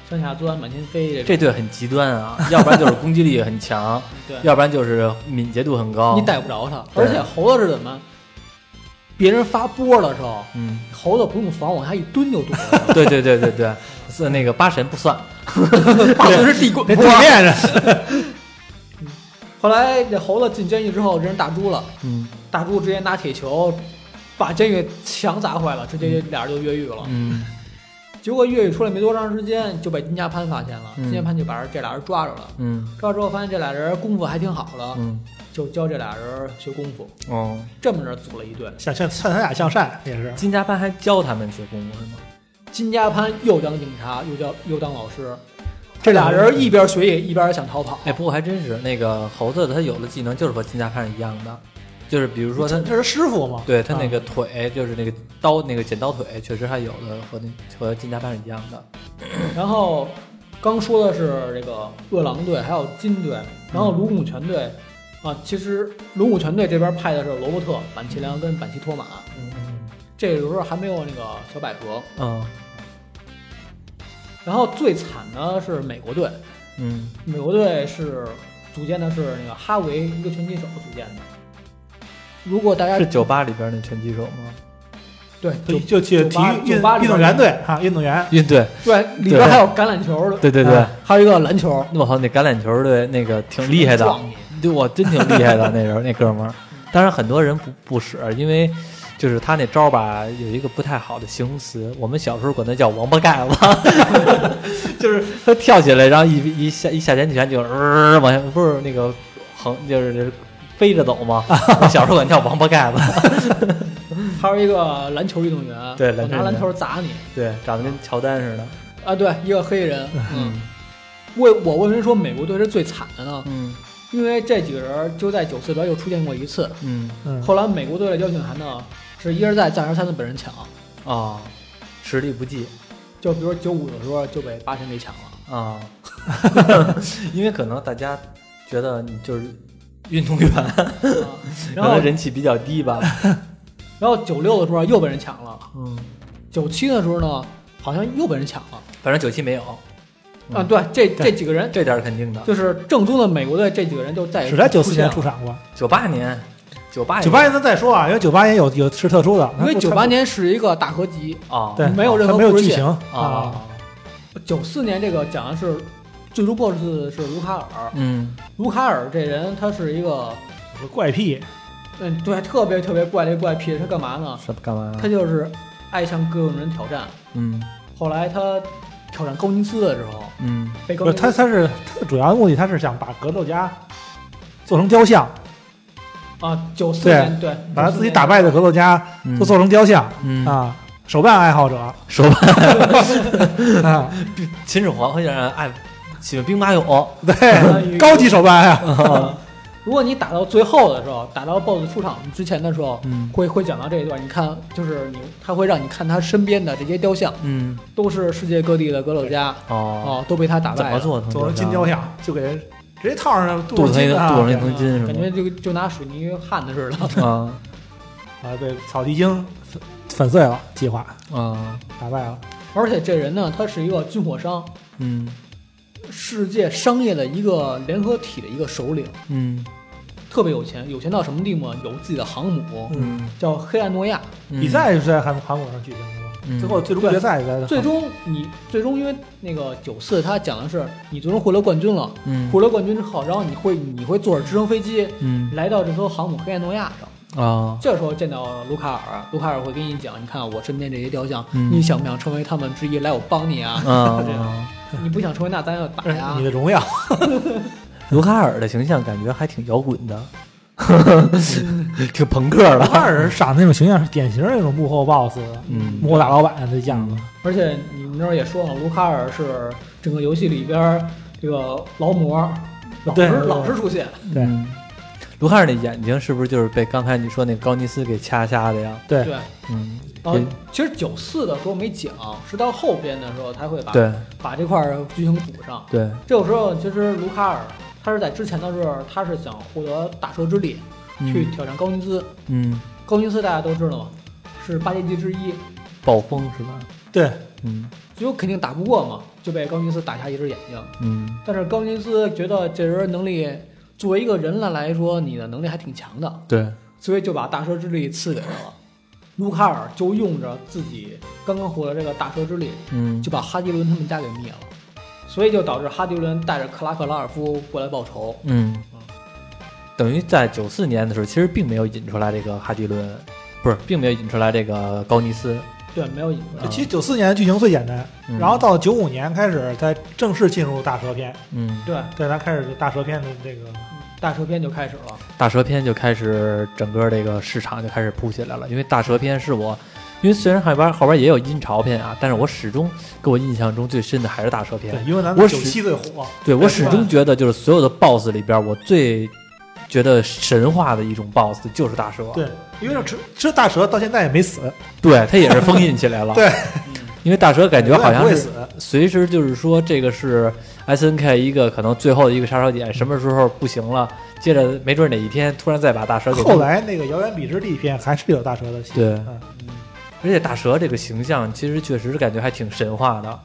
Speaker 2: 上下钻满天飞这
Speaker 1: 这对很极端啊，要不然就是攻击力很 (laughs) 强，
Speaker 2: 对，
Speaker 1: 要不然就是敏捷度很高。
Speaker 2: 你逮不着他。
Speaker 1: 哦对
Speaker 2: 而且猴子是怎么？别人发波的时候，
Speaker 1: 嗯，
Speaker 2: 猴子不用防，往下一蹲就躲了。
Speaker 1: 对对对对对，是那个八神不算。
Speaker 2: 八神是地滚
Speaker 3: 那
Speaker 2: 波
Speaker 3: 对。面是
Speaker 2: 后来这猴子进监狱之后，认识大猪了。
Speaker 1: 嗯
Speaker 2: 大猪直接拿铁球把监狱墙砸坏了，直接俩人就越狱了。
Speaker 1: 嗯
Speaker 2: 结果越狱出来没多长时间，就被金家潘发现了。
Speaker 1: 嗯
Speaker 2: 金家潘就把这俩人抓着了。
Speaker 1: 嗯
Speaker 2: 抓着之后发现这俩人功夫还挺好的，
Speaker 1: 嗯，
Speaker 2: 就教这俩人学功夫，
Speaker 1: 哦，
Speaker 2: 这么着组了一队。
Speaker 3: 想向向他俩向善也是，
Speaker 1: 金家班还教他们学功夫是吗？
Speaker 2: 金家潘又当警察，又教又当老师，这俩
Speaker 1: 嗯
Speaker 2: 人一边学艺一边想逃跑。
Speaker 1: 哎，不过还真是那个猴子，他有的技能就是和金家潘是一样的，就是比如说他，
Speaker 3: 这是师傅嘛，
Speaker 1: 嗯对他
Speaker 3: 啊
Speaker 1: 那个腿，就是那个刀，那个剪刀腿，确实还有的和那和金家潘是一样的。
Speaker 2: 然后刚说的是这个饿狼队，还有金队，然
Speaker 1: 嗯
Speaker 2: 后卢武全队。啊，其实卢武全队这边派的是罗伯特、板崎良跟板崎托马，
Speaker 1: 嗯
Speaker 2: 这个时候还没有那个小百合。
Speaker 1: 嗯
Speaker 2: 然后最惨的是美国队，
Speaker 1: 嗯
Speaker 2: 美国队是组建的是那个哈维，一个拳击手组建的。如果大家
Speaker 1: 是酒吧里边那拳击手吗？
Speaker 2: 对
Speaker 3: 就
Speaker 2: 就
Speaker 3: 就去
Speaker 2: 酒
Speaker 3: 体
Speaker 2: 吧
Speaker 3: 育
Speaker 2: 酒
Speaker 3: 运
Speaker 2: 吧里
Speaker 3: 运动
Speaker 2: 边
Speaker 3: 员队啊，运动员
Speaker 1: 运嗯对
Speaker 2: 对，里边还有橄榄球的，
Speaker 1: 对对对
Speaker 2: 啊，还有一个篮球，
Speaker 1: 我靠，那橄榄球队那个挺厉害的，
Speaker 2: 撞你
Speaker 1: 对我真挺厉害的那人那哥们儿。当然很多人不不使，因为就是他那招儿吧，有一个不太好的形容词，我们小时候管他叫王八盖子， (laughs) 就是他跳起来，然后一一下一下前拳就呃往下，不是那个横就是飞着走嘛。 (laughs) 我小时候管叫王八盖子， (laughs)
Speaker 2: 还有一个篮球运动员，
Speaker 1: 对
Speaker 2: 我
Speaker 1: 篮球
Speaker 2: 拿篮球砸你
Speaker 1: 对，长得跟乔丹似的。
Speaker 2: 啊，对，一个黑人，
Speaker 1: 嗯
Speaker 2: 为我为什么说美国队是最惨的呢？
Speaker 1: 嗯
Speaker 2: 因为这几个人就在九四边又出现过一次，
Speaker 1: 嗯
Speaker 3: 嗯，
Speaker 2: 后来美国队的邀请函呢是一而再再而三的被人抢，
Speaker 1: 啊，实力不济
Speaker 2: 就比如九五的时候就被八神给抢了。
Speaker 1: 啊， (laughs) 因为可能大家觉得你就是运动员，
Speaker 2: 啊
Speaker 1: 可
Speaker 2: 然后
Speaker 1: 能，人气比较低吧。
Speaker 2: 然后九六的时候又被人抢了，
Speaker 1: 嗯，
Speaker 2: 九七的时候呢，好像又被人抢了。
Speaker 1: 反正九七没有，嗯
Speaker 2: 啊，对，这这几个人，
Speaker 1: 这点儿肯定的。
Speaker 2: 就是正宗的美国队这几个人就再也
Speaker 3: 只在九四
Speaker 2: 不现
Speaker 3: 年
Speaker 2: 了
Speaker 3: 出，场过，
Speaker 1: 九八年，九八
Speaker 3: 九八年咱再说啊，因为九八年有有是特殊的，
Speaker 2: 因为
Speaker 3: 他
Speaker 2: 九八年是一个大合集，
Speaker 1: 啊，
Speaker 3: 对
Speaker 2: 没有任何
Speaker 3: 他没有
Speaker 2: 故事
Speaker 3: 剧
Speaker 2: 线
Speaker 3: 情啊，
Speaker 1: 啊，
Speaker 2: 九四年这个讲的是最终 BOSS 是卢卡尔，
Speaker 1: 嗯
Speaker 2: 卢卡尔这人他是一个，
Speaker 3: 有个怪癖，
Speaker 2: 嗯，对，特别特别怪的怪癖，他干嘛呢？
Speaker 1: 是干嘛
Speaker 2: 他就是爱向各种人挑战。
Speaker 1: 嗯
Speaker 2: 后来他挑战高尼斯的时候，
Speaker 1: 嗯
Speaker 2: 被高
Speaker 3: 不是
Speaker 2: 尼斯
Speaker 3: 他他是他的主要目的，他是想把格斗家做成雕像，
Speaker 2: 啊，九四年对，
Speaker 3: 把他自己打败的格斗家
Speaker 1: 嗯
Speaker 3: 都做成雕像
Speaker 1: 嗯，
Speaker 3: 啊，手办爱好者
Speaker 1: 手吧，
Speaker 3: (laughs) 啊，
Speaker 1: 秦始皇好像爱哎喜欢兵马 (laughs) 俑，
Speaker 3: 对，高级手办啊，
Speaker 2: 啊。 (laughs) 如果你打到最后的时候，打到 BOSS 出场之前的时候，
Speaker 1: 嗯
Speaker 2: 会会讲到这一段。你看，就是你他会让你看他身边的这些雕像，
Speaker 1: 嗯
Speaker 2: 都是世界各地的格斗家
Speaker 1: 哦，
Speaker 2: 哦，都被他打
Speaker 1: 怎
Speaker 2: 败
Speaker 1: 么
Speaker 2: 了。
Speaker 1: 做的？
Speaker 3: 做成金雕像，就给人直接套上
Speaker 1: 嗯啊肚
Speaker 3: 镀
Speaker 1: 子上一
Speaker 3: 金的啊
Speaker 1: 肚子上一层金是
Speaker 2: 感
Speaker 1: 吗？
Speaker 2: 觉就就拿水泥焊的似的。 (laughs)
Speaker 1: 啊
Speaker 3: 啊，被草地精粉粉碎了，计划
Speaker 1: 啊
Speaker 3: 打败了。
Speaker 2: 而且这人呢，他是一个军火商，
Speaker 1: 嗯
Speaker 2: 世界商业的一个联合体的一个首领，
Speaker 1: 嗯
Speaker 2: 特别有钱，有钱到什么地步啊呢？有自己的航母，
Speaker 1: 嗯，
Speaker 2: 叫黑暗诺亚。
Speaker 1: 嗯
Speaker 3: 比赛是在韩韩国上举行的吗？
Speaker 1: 嗯
Speaker 3: 最后最终决赛在
Speaker 2: 最终你最终因为那个九四，他讲的是你最终获得冠军了，
Speaker 1: 嗯
Speaker 2: 获得冠军之后，然后你会你会坐着直升飞机
Speaker 1: 嗯
Speaker 2: 来到这艘航母黑暗诺亚上。 (laughs)
Speaker 1: 啊
Speaker 2: 这时候见到卢卡尔，卢卡尔会跟你讲，你看啊我身边这些雕像，
Speaker 1: 嗯
Speaker 2: 你想不想成为他们之一？来，我帮
Speaker 1: (laughs)
Speaker 2: 你啊！
Speaker 1: 啊
Speaker 2: 这样，你不想成为那咱就打
Speaker 1: 哎
Speaker 2: 呀
Speaker 3: 你！的荣耀，
Speaker 1: 卢卡尔的形象感觉还挺摇滚的， (laughs) 挺朋克
Speaker 3: 卢
Speaker 1: 的。
Speaker 3: 卡尔长的那种形象是典型的那种幕后 boss，
Speaker 1: 嗯
Speaker 3: 幕后大老板的样子。
Speaker 2: 而且你们那儿也说了，卢卡尔是整个游戏里边儿这个劳模，老
Speaker 3: 对
Speaker 2: 是老是出现。
Speaker 3: 对
Speaker 1: 嗯卢卡尔的眼睛是不是就是被刚才你说那高尼斯给掐瞎的呀？
Speaker 3: 对
Speaker 2: 对，
Speaker 1: 嗯，
Speaker 2: 然后其实九四的时候没讲，是到后边的时候才会把
Speaker 1: 对
Speaker 2: 把这块儿剧情补上。
Speaker 1: 对，
Speaker 2: 这个时候，其实卢卡尔他是在之前的时候，他是想获得大蛇之力，去
Speaker 1: 嗯
Speaker 2: 挑战高尼兹。
Speaker 1: 嗯，
Speaker 2: 高尼斯大家都知道嘛，是八阶级之一，
Speaker 1: 暴风是吧？
Speaker 3: 对，
Speaker 1: 嗯
Speaker 2: 最后肯定打不过嘛，就被高尼斯打瞎一只眼睛。
Speaker 1: 嗯
Speaker 2: 但是高尼斯觉得这人能力，作为一个人来来说，你的能力还挺强的，
Speaker 1: 对，
Speaker 2: 所以就把大蛇之力赐给他了。卢卡尔就用着自己刚刚获得这个大蛇之力，
Speaker 1: 嗯
Speaker 2: 就把哈迪伦他们家给灭了，所以就导致哈迪伦带着克拉克拉尔夫过来报仇。
Speaker 1: 嗯，等于在九四年的时候，其实并没有引出来这个哈迪伦，不是，并没有引出来这个高尼斯。
Speaker 2: 对，没有引出来
Speaker 1: 啊。
Speaker 3: 其实九四年的剧情最简单，
Speaker 1: 嗯
Speaker 3: 然后到九五年开始才正式进入大蛇篇，
Speaker 1: 嗯，
Speaker 2: 对，
Speaker 3: 对，咱开始大蛇篇的这个
Speaker 2: 大蛇篇就开始了。
Speaker 1: 大蛇篇就开始整个这个市场就开始铺起来了，因为大蛇篇是我，因为虽然后边后边也有阴潮篇啊，但是我始终给我印象中最深的还是大蛇篇
Speaker 3: 对，。因为咱
Speaker 1: 我
Speaker 3: 们
Speaker 1: 始
Speaker 3: 九七最火，
Speaker 1: 对我
Speaker 2: 对
Speaker 1: 始终觉得就是所有的 BOSS 里边，我最觉得神话的一种 BOSS 就是大蛇。
Speaker 3: 对，因为这这大蛇到现在也没死，
Speaker 1: 对，它也是封印起来了。
Speaker 3: 对，
Speaker 2: 嗯
Speaker 1: 因为大蛇感觉好
Speaker 3: 不
Speaker 1: 像
Speaker 3: 会
Speaker 1: 是
Speaker 3: 死，
Speaker 1: 随时就是说这个是 S N K 一个可能最后的一个杀手锏，什么时候不行了，接着没准哪一天突然再把大蛇给
Speaker 3: 后来那个《遥远彼之地》篇还是有大蛇的戏，
Speaker 1: 对，
Speaker 3: 嗯
Speaker 1: 而且大蛇这个形象其实确实是感觉还挺神话的。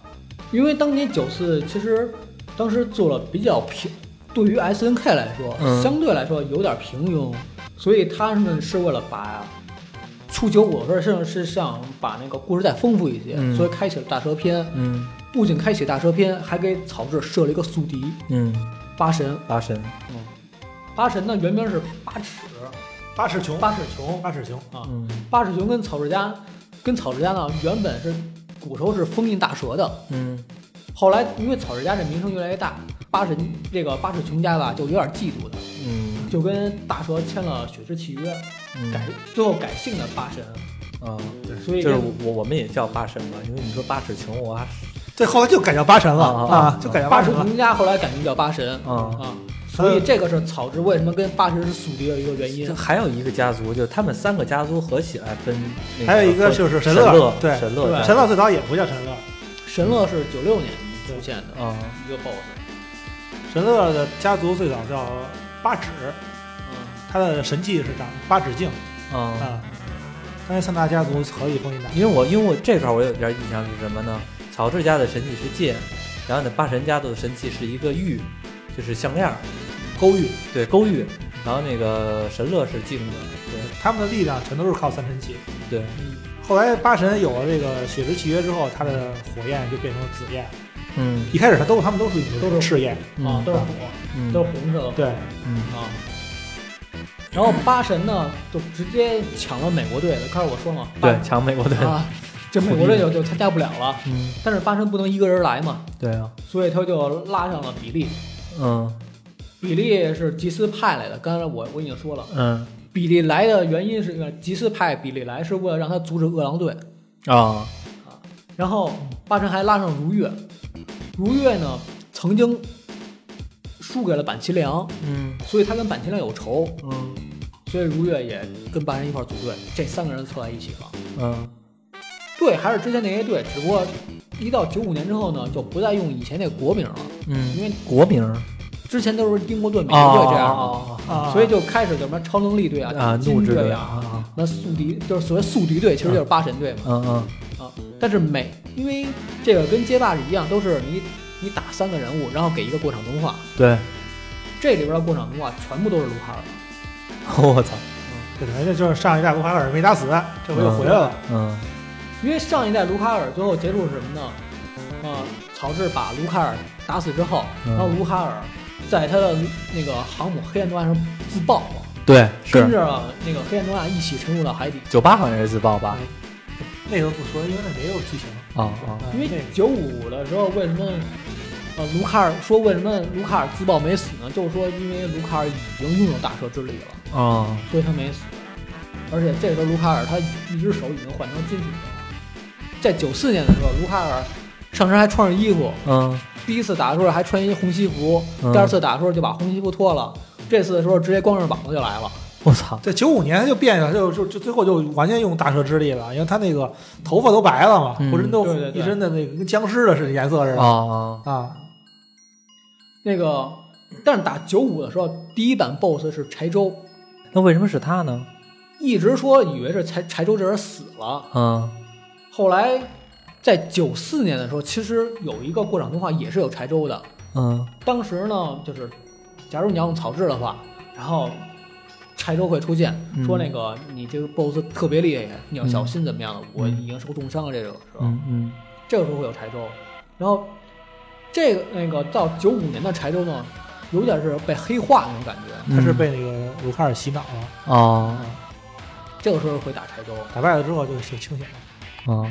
Speaker 2: 因为当年九四其实当时做了比较平，对于 S N K 来说，
Speaker 1: 嗯
Speaker 2: 相对来说有点平庸，所以他们是为了把出九五的时候是上把那个故事再丰富一些，
Speaker 1: 嗯
Speaker 2: 所以开启了大蛇篇。
Speaker 1: 嗯
Speaker 2: 不仅开启大蛇篇，还给草雉设了一个宿敌
Speaker 1: 嗯，
Speaker 2: 八神。
Speaker 1: 八神，
Speaker 2: 嗯，八神呢原名是八尺，
Speaker 3: 八尺琼，
Speaker 2: 八尺琼。啊
Speaker 3: 八尺琼，
Speaker 1: 嗯
Speaker 2: 八尺琼跟草雉家，跟草雉家呢原本是古时候是封印大蛇的，
Speaker 1: 嗯
Speaker 2: 后来因为草雉家这名声越来越大，八神这个八尺琼家吧就有点嫉妒他，
Speaker 1: 嗯
Speaker 2: 就跟大蛇签了血之契约，
Speaker 1: 嗯
Speaker 2: 改最后改姓了八神，
Speaker 1: 啊，
Speaker 2: 所以
Speaker 1: 就是
Speaker 2: 跟
Speaker 1: 我我们也叫八神吧，因为你说八尺琼，我还是
Speaker 3: 对，后来就改叫八神了
Speaker 1: 啊啊啊
Speaker 3: 啊，就改叫
Speaker 2: 八
Speaker 3: 八
Speaker 2: 尺
Speaker 3: 神了。
Speaker 2: 琼家后来改名叫八神
Speaker 1: 啊
Speaker 2: 啊，所以这个是草雉为什么跟八神是宿敌的一个原因
Speaker 1: 就。还有一个家族，就是他们三个家族合起来分那，
Speaker 3: 还有一个就是
Speaker 1: 神
Speaker 3: 神乐
Speaker 1: 乐，
Speaker 3: 对
Speaker 1: 神乐，
Speaker 2: 对
Speaker 3: 神乐最早也不叫神乐，
Speaker 2: 神乐是九六年出现的
Speaker 1: 啊，
Speaker 2: 一个 BOSS，
Speaker 3: 神乐的家族最早叫八指，
Speaker 2: 嗯，
Speaker 3: 他的神器是长八指镜
Speaker 1: 啊
Speaker 3: 啊。但是三大家族合力封印大，
Speaker 1: 因为我因为我这块儿我有点印象是什么呢？草雉家的神器是剑，然后呢八神家的神器是一个玉，就是项链儿，
Speaker 2: 勾玉，
Speaker 1: 对勾玉，然后那个神乐是镜子，
Speaker 3: 他们的力量全都是靠三神器。
Speaker 1: 对对，
Speaker 2: 嗯，
Speaker 3: 后来八神有了这个血之契约之后，他的火焰就变成了紫焰。
Speaker 1: 嗯
Speaker 3: 一开始他都他们都是
Speaker 2: 都是
Speaker 3: 赤焰，
Speaker 2: 啊，都是火，
Speaker 1: 嗯
Speaker 2: 都是红色的火
Speaker 3: 对，
Speaker 1: 嗯
Speaker 2: 啊。然后八神呢，就直接抢了美国队的。刚才我说嘛，八
Speaker 1: 对抢美国队，
Speaker 2: 啊，这美国队就就参加不了了。
Speaker 1: 嗯
Speaker 2: 但是八神不能一个人来嘛，
Speaker 1: 对啊，
Speaker 2: 所以他就拉上了比利。
Speaker 1: 嗯
Speaker 2: 比利是吉斯派来的，刚才我我已经说了，
Speaker 1: 嗯
Speaker 2: 比利来的原因是因为吉斯派比利来是为了让他阻止饿狼队。
Speaker 1: 啊
Speaker 2: 然后八神还拉上如月，如月呢曾经输给了板崎良，
Speaker 1: 嗯
Speaker 2: 所以他跟板崎良有仇，
Speaker 1: 嗯
Speaker 2: 所以如月也跟八神一块儿组队，这三个人凑在一起了。
Speaker 1: 嗯
Speaker 2: 队还是之前那些队，只不过一到九五年之后呢，就不再用以前那国名了，
Speaker 1: 嗯，
Speaker 2: 因为
Speaker 1: 国名儿
Speaker 2: 之前都是英国队、美
Speaker 1: 啊
Speaker 2: 国队这样的，
Speaker 1: 啊
Speaker 3: 啊，
Speaker 2: 所以就开始叫什么超能力队
Speaker 1: 啊
Speaker 2: 啊、
Speaker 1: 啊，
Speaker 2: 金
Speaker 1: 怒之
Speaker 2: 队
Speaker 1: 队
Speaker 2: 啊，
Speaker 1: 啊，
Speaker 2: 那宿敌就是所谓宿敌队，其实就是八神队嘛。
Speaker 1: 嗯嗯
Speaker 2: 但是每因为这个跟街霸是一样，都是你你打三个人物，然后给一个过场动画，
Speaker 1: 对， (laughs)
Speaker 2: 这里边的过场动画全部都是卢卡尔。
Speaker 1: 我操，
Speaker 3: 这等于就是上一代卢卡尔没打死，这回又回来了。
Speaker 1: 嗯
Speaker 2: 因为上一代卢卡尔最后结束是什么呢？啊、乔治把卢卡尔打死之后，
Speaker 1: 嗯
Speaker 2: 然后卢卡尔在他的那个航母黑暗中岸上自爆了，
Speaker 1: 对
Speaker 2: 跟
Speaker 1: 是
Speaker 2: 着那个黑暗中岸一起沉入到海底。
Speaker 1: 九八好像是自爆吧？
Speaker 3: 那个不说，因为那没有剧情。
Speaker 1: 啊啊
Speaker 3: 嗯
Speaker 2: 因
Speaker 3: 那
Speaker 2: 为
Speaker 3: 个
Speaker 2: 九五的时候为什么？呃，卢卡尔说为什么卢卡尔自爆没死呢？就是说因为卢卡尔已经拥有大蛇之力了。
Speaker 1: 啊
Speaker 2: 所以他没死。而且这时候卢卡尔他一只手已经换成金属手了。在九四年的时候，卢卡尔上身还穿着衣服，
Speaker 1: 嗯
Speaker 2: 第一次打的时候还穿一红西服，
Speaker 1: 嗯
Speaker 2: 第二次打的时候就把红西服脱了，这次的时候直接光着膀子就来了。
Speaker 1: 我操，
Speaker 3: 这九五年他就变了，就就就最后就完全用大蛇之力了，因为他那个头发都白了嘛，
Speaker 1: 嗯
Speaker 3: 浑身都
Speaker 2: 对对对
Speaker 3: 一身的那个跟僵尸的是颜色似
Speaker 1: 啊
Speaker 3: 的
Speaker 1: 啊
Speaker 3: 啊。
Speaker 2: 那个，但是打九五的时候，第一版 BOSS 是柴州，
Speaker 1: 那为什么是他呢？
Speaker 2: 一直说以为是柴柴州这人死了，
Speaker 1: 嗯
Speaker 2: 后来在九四年的时候，其实有一个过场动画也是有柴州的，
Speaker 1: 嗯
Speaker 2: 当时呢，就是假如你要用草治的话，然后柴州会出现
Speaker 1: 嗯
Speaker 2: 说那个、你这个 BOSS 特别厉害，你要小心怎么样的，我
Speaker 1: 嗯
Speaker 2: 已经受重伤了，这种时候，
Speaker 1: 嗯嗯
Speaker 2: 这个时候会有柴州，然后这个那个到九五年的柴州呢，有点是被黑化那种感觉，
Speaker 1: 嗯
Speaker 3: 他是被那个卢卡尔洗脑了，
Speaker 1: 啊
Speaker 2: 这个时候会打柴州，
Speaker 3: 打败了之后就挺清醒了，
Speaker 1: 啊，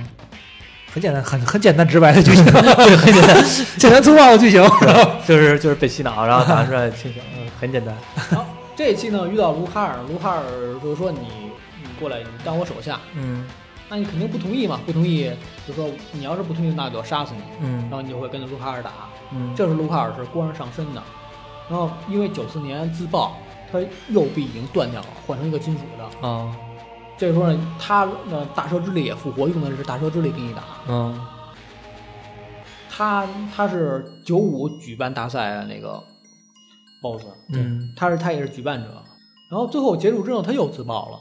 Speaker 3: 很简单，很很简单直白的剧情， (laughs)
Speaker 1: 对，很简单，
Speaker 3: 简单粗暴的剧情。
Speaker 1: 就是就是被洗脑，然后打出来清醒，嗯很简单。
Speaker 2: 然后这一期呢遇到卢卡尔，卢卡尔就是说你你过来，你当我手下，
Speaker 1: 嗯
Speaker 2: 那你肯定不同意嘛，不同意就说你要是不同意，那我就杀死你，然
Speaker 1: 嗯
Speaker 2: 后你就会跟着卢卡尔打。
Speaker 1: 嗯，
Speaker 2: 啊这时候卢卡尔是光着上身的，然后因为九四年自爆，他右臂已经断掉了，换成一个金属的。
Speaker 1: 啊
Speaker 2: 这个时候呢，他呃大蛇之力也复活，用的是大蛇之力给你打。
Speaker 1: 嗯
Speaker 2: 他他是九五举办大赛的那个 BOSS，
Speaker 1: 嗯
Speaker 2: 他是他也是举办者。然后最后结束之后，他又自爆了。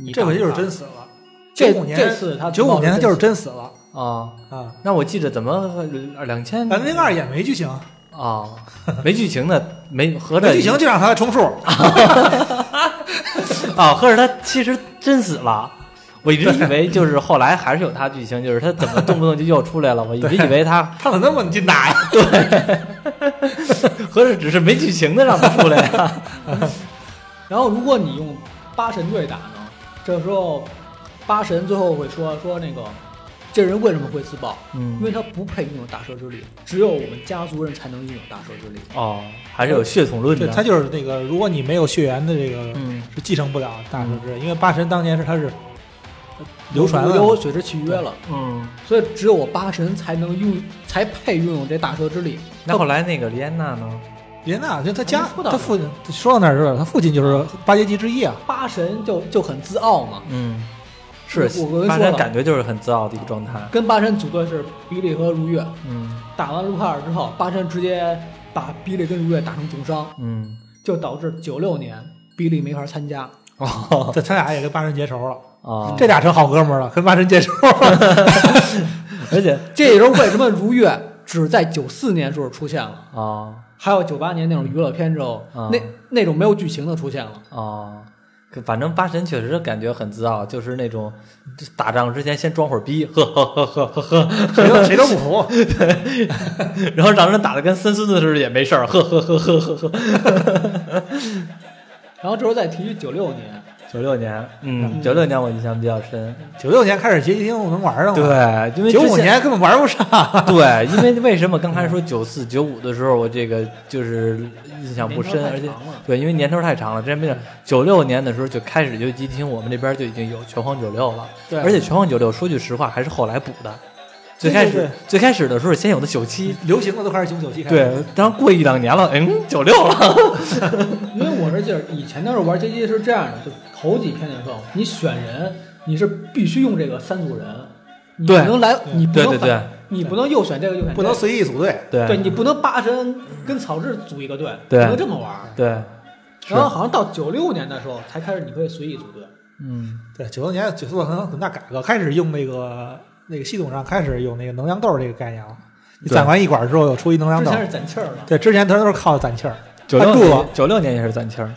Speaker 2: 你
Speaker 3: 这回就是
Speaker 2: 打不
Speaker 3: 真
Speaker 2: 打
Speaker 3: 死了。
Speaker 2: 这
Speaker 3: 95年
Speaker 2: 这次他
Speaker 3: 九五年他就是
Speaker 2: 真
Speaker 3: 真死了
Speaker 1: 啊，
Speaker 3: 啊，
Speaker 1: 那我记得怎么呃两千
Speaker 3: 反正零二也没剧情，
Speaker 1: 啊，没剧情的，没合着
Speaker 3: 没剧情就让他充数，
Speaker 1: 啊，合着他其实真死了。我一直以为就是后来还是有他剧情，就是他怎么动不动就又出来了，我一直以为他
Speaker 3: 他怎么那么劲打呀？
Speaker 1: 合着只是没剧情的让他出来啊。
Speaker 2: 然后如果你用八神对打呢，这时候八神最后会说说那个这人为什么会自爆？因
Speaker 1: 嗯
Speaker 2: 为他不配拥有大蛇之力，只有我们家族人才能拥有大蛇之力。
Speaker 1: 哦，还是有血统论
Speaker 3: 对，
Speaker 1: 的。
Speaker 3: 他就是那个，如果你没有血缘的这个，
Speaker 1: 嗯
Speaker 3: 是继承不了大蛇之力，因为八神当年是他是流传了
Speaker 2: 有水之契约了，
Speaker 1: 嗯，
Speaker 2: 所以只有我八神才能拥，才配拥有这大蛇之力。
Speaker 1: 那后来那个李安娜呢？
Speaker 3: 林娜，就他家
Speaker 2: 还没说到
Speaker 3: 他父亲说到那儿是吧？他父亲就是八阶级之一啊，
Speaker 2: 八神就就很自傲嘛，
Speaker 1: 嗯，是
Speaker 2: 我我跟你
Speaker 1: 八
Speaker 2: 说
Speaker 1: 神
Speaker 2: 了
Speaker 1: 感觉就是很自傲的一个状态。
Speaker 2: 跟八神组队是比利和如月。
Speaker 1: 嗯
Speaker 2: 打完卢卡尔之后，八神直接把比利跟如月打成重伤，
Speaker 1: 嗯，
Speaker 2: 就导致九六年比利没法参加。
Speaker 1: 哦
Speaker 3: 这他俩也跟八神结仇了，
Speaker 1: 啊，
Speaker 3: 这俩成好哥们儿了，跟八神结仇。
Speaker 1: 而且
Speaker 2: 这时候为什么如月只在九四年时候出现了？
Speaker 1: 啊
Speaker 2: 还有九八年那种娱乐片之后，
Speaker 1: 嗯
Speaker 2: 那那种没有剧情的出现了。
Speaker 1: 啊，可反正八神确实感觉很自傲，就是那种就打仗之前先装会儿逼，呵呵呵呵呵呵，
Speaker 3: 谁都谁都不服，
Speaker 1: (laughs) 然后让人打的跟三孙子似的也没事儿，呵呵呵呵呵呵。
Speaker 2: 然后这时候再提九六年，
Speaker 1: 九六年，嗯，九六年我印象比较深，啊
Speaker 3: 九六年开始街机厅能玩上了，
Speaker 1: 对，因为之
Speaker 3: 九
Speaker 1: 前
Speaker 3: 五
Speaker 1: (laughs)
Speaker 3: 年根本玩不上。
Speaker 1: 对，因为为什么刚才说九四九五的时候，我这个就是印象不深，而
Speaker 2: 年
Speaker 1: 且
Speaker 2: 头太长了
Speaker 1: 对，因为年头太长了，之前没有。九六年的时候就开始就机厅，我们这边就已经有拳皇九六了，
Speaker 2: 对
Speaker 1: 而且拳皇九六说句实话还是后来补的，最
Speaker 3: 对
Speaker 1: 开
Speaker 3: 对
Speaker 1: 始
Speaker 3: 对
Speaker 1: 最开始的时候先有的九七，
Speaker 3: 流行的都开始九九七开始，
Speaker 1: 对，当然过一两年了，嗯，九六了，
Speaker 2: 因为我是就是以前那时候玩街机是这样的，就头几天的时候，你选人你是必须用这个三组人，你不
Speaker 1: 对
Speaker 2: 能来，你不
Speaker 1: 对
Speaker 2: 能
Speaker 1: 对
Speaker 2: 反
Speaker 1: 对，
Speaker 2: 你不能又选这个又选这个，
Speaker 4: 不能随意组队。
Speaker 1: 对
Speaker 2: 对你不能八神跟草雉组一个队，
Speaker 1: 对
Speaker 2: 不能这么玩儿。
Speaker 1: 对，
Speaker 2: 然后好像到九六年的时候才开始你可以随意组队，
Speaker 1: 嗯，
Speaker 3: 对，九六年九四可能很大改革，开始用那个那个系统上开始有那个能量豆这个概念了。你
Speaker 1: 对
Speaker 3: 攒完一管之后，又出一能量
Speaker 2: 之
Speaker 3: 豆。
Speaker 2: 前是攒气儿的。
Speaker 3: 对，之前它都是靠攒气儿，
Speaker 1: 九
Speaker 3: 按
Speaker 1: 六
Speaker 3: 住了
Speaker 1: 年九六年也是攒气儿，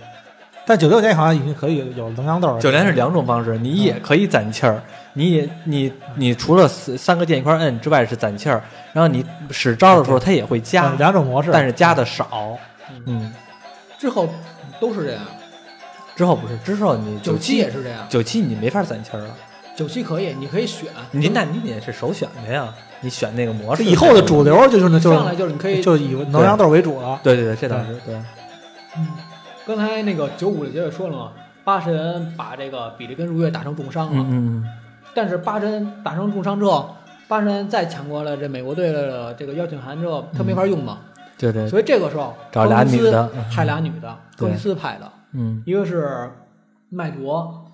Speaker 3: 但九六年好像已经可以有能量豆了。
Speaker 1: 九连是两种方式，你也可以攒气儿，你也你你除了三三个键一块儿摁之外是攒气儿，然后你使招的时候它也会
Speaker 3: 两
Speaker 1: 加，
Speaker 3: 两种模式，
Speaker 1: 但是加的少，
Speaker 2: 嗯，
Speaker 1: 嗯，
Speaker 2: 之后都是这样，
Speaker 1: 之后不是之后你
Speaker 2: 九七
Speaker 1: 七
Speaker 2: 也是这样，
Speaker 1: 九七你没法攒气儿了，
Speaker 2: 九七可以，你可以选。
Speaker 1: 你那你得是首选的呀，你选那个模式，
Speaker 3: 以后的主流就是那就
Speaker 2: 上
Speaker 3: 是
Speaker 2: 来就是你可以，
Speaker 3: 就以能量豆为主了。
Speaker 1: 对对对，这倒是对，
Speaker 2: 嗯刚才那个九五的结尾说了嘛，八神把这个比利跟如月打成重伤了，
Speaker 1: 嗯嗯
Speaker 2: 但是八神打成重伤之后，八神再抢过来这美国队的这个邀请函之后，他没法用嘛，
Speaker 1: 嗯，对对，
Speaker 2: 所以这个时候
Speaker 1: 找俩女的嗯
Speaker 2: 科西斯派俩女的，
Speaker 1: 对
Speaker 2: 科西斯派的，
Speaker 1: 嗯，
Speaker 2: 一个是麦卓，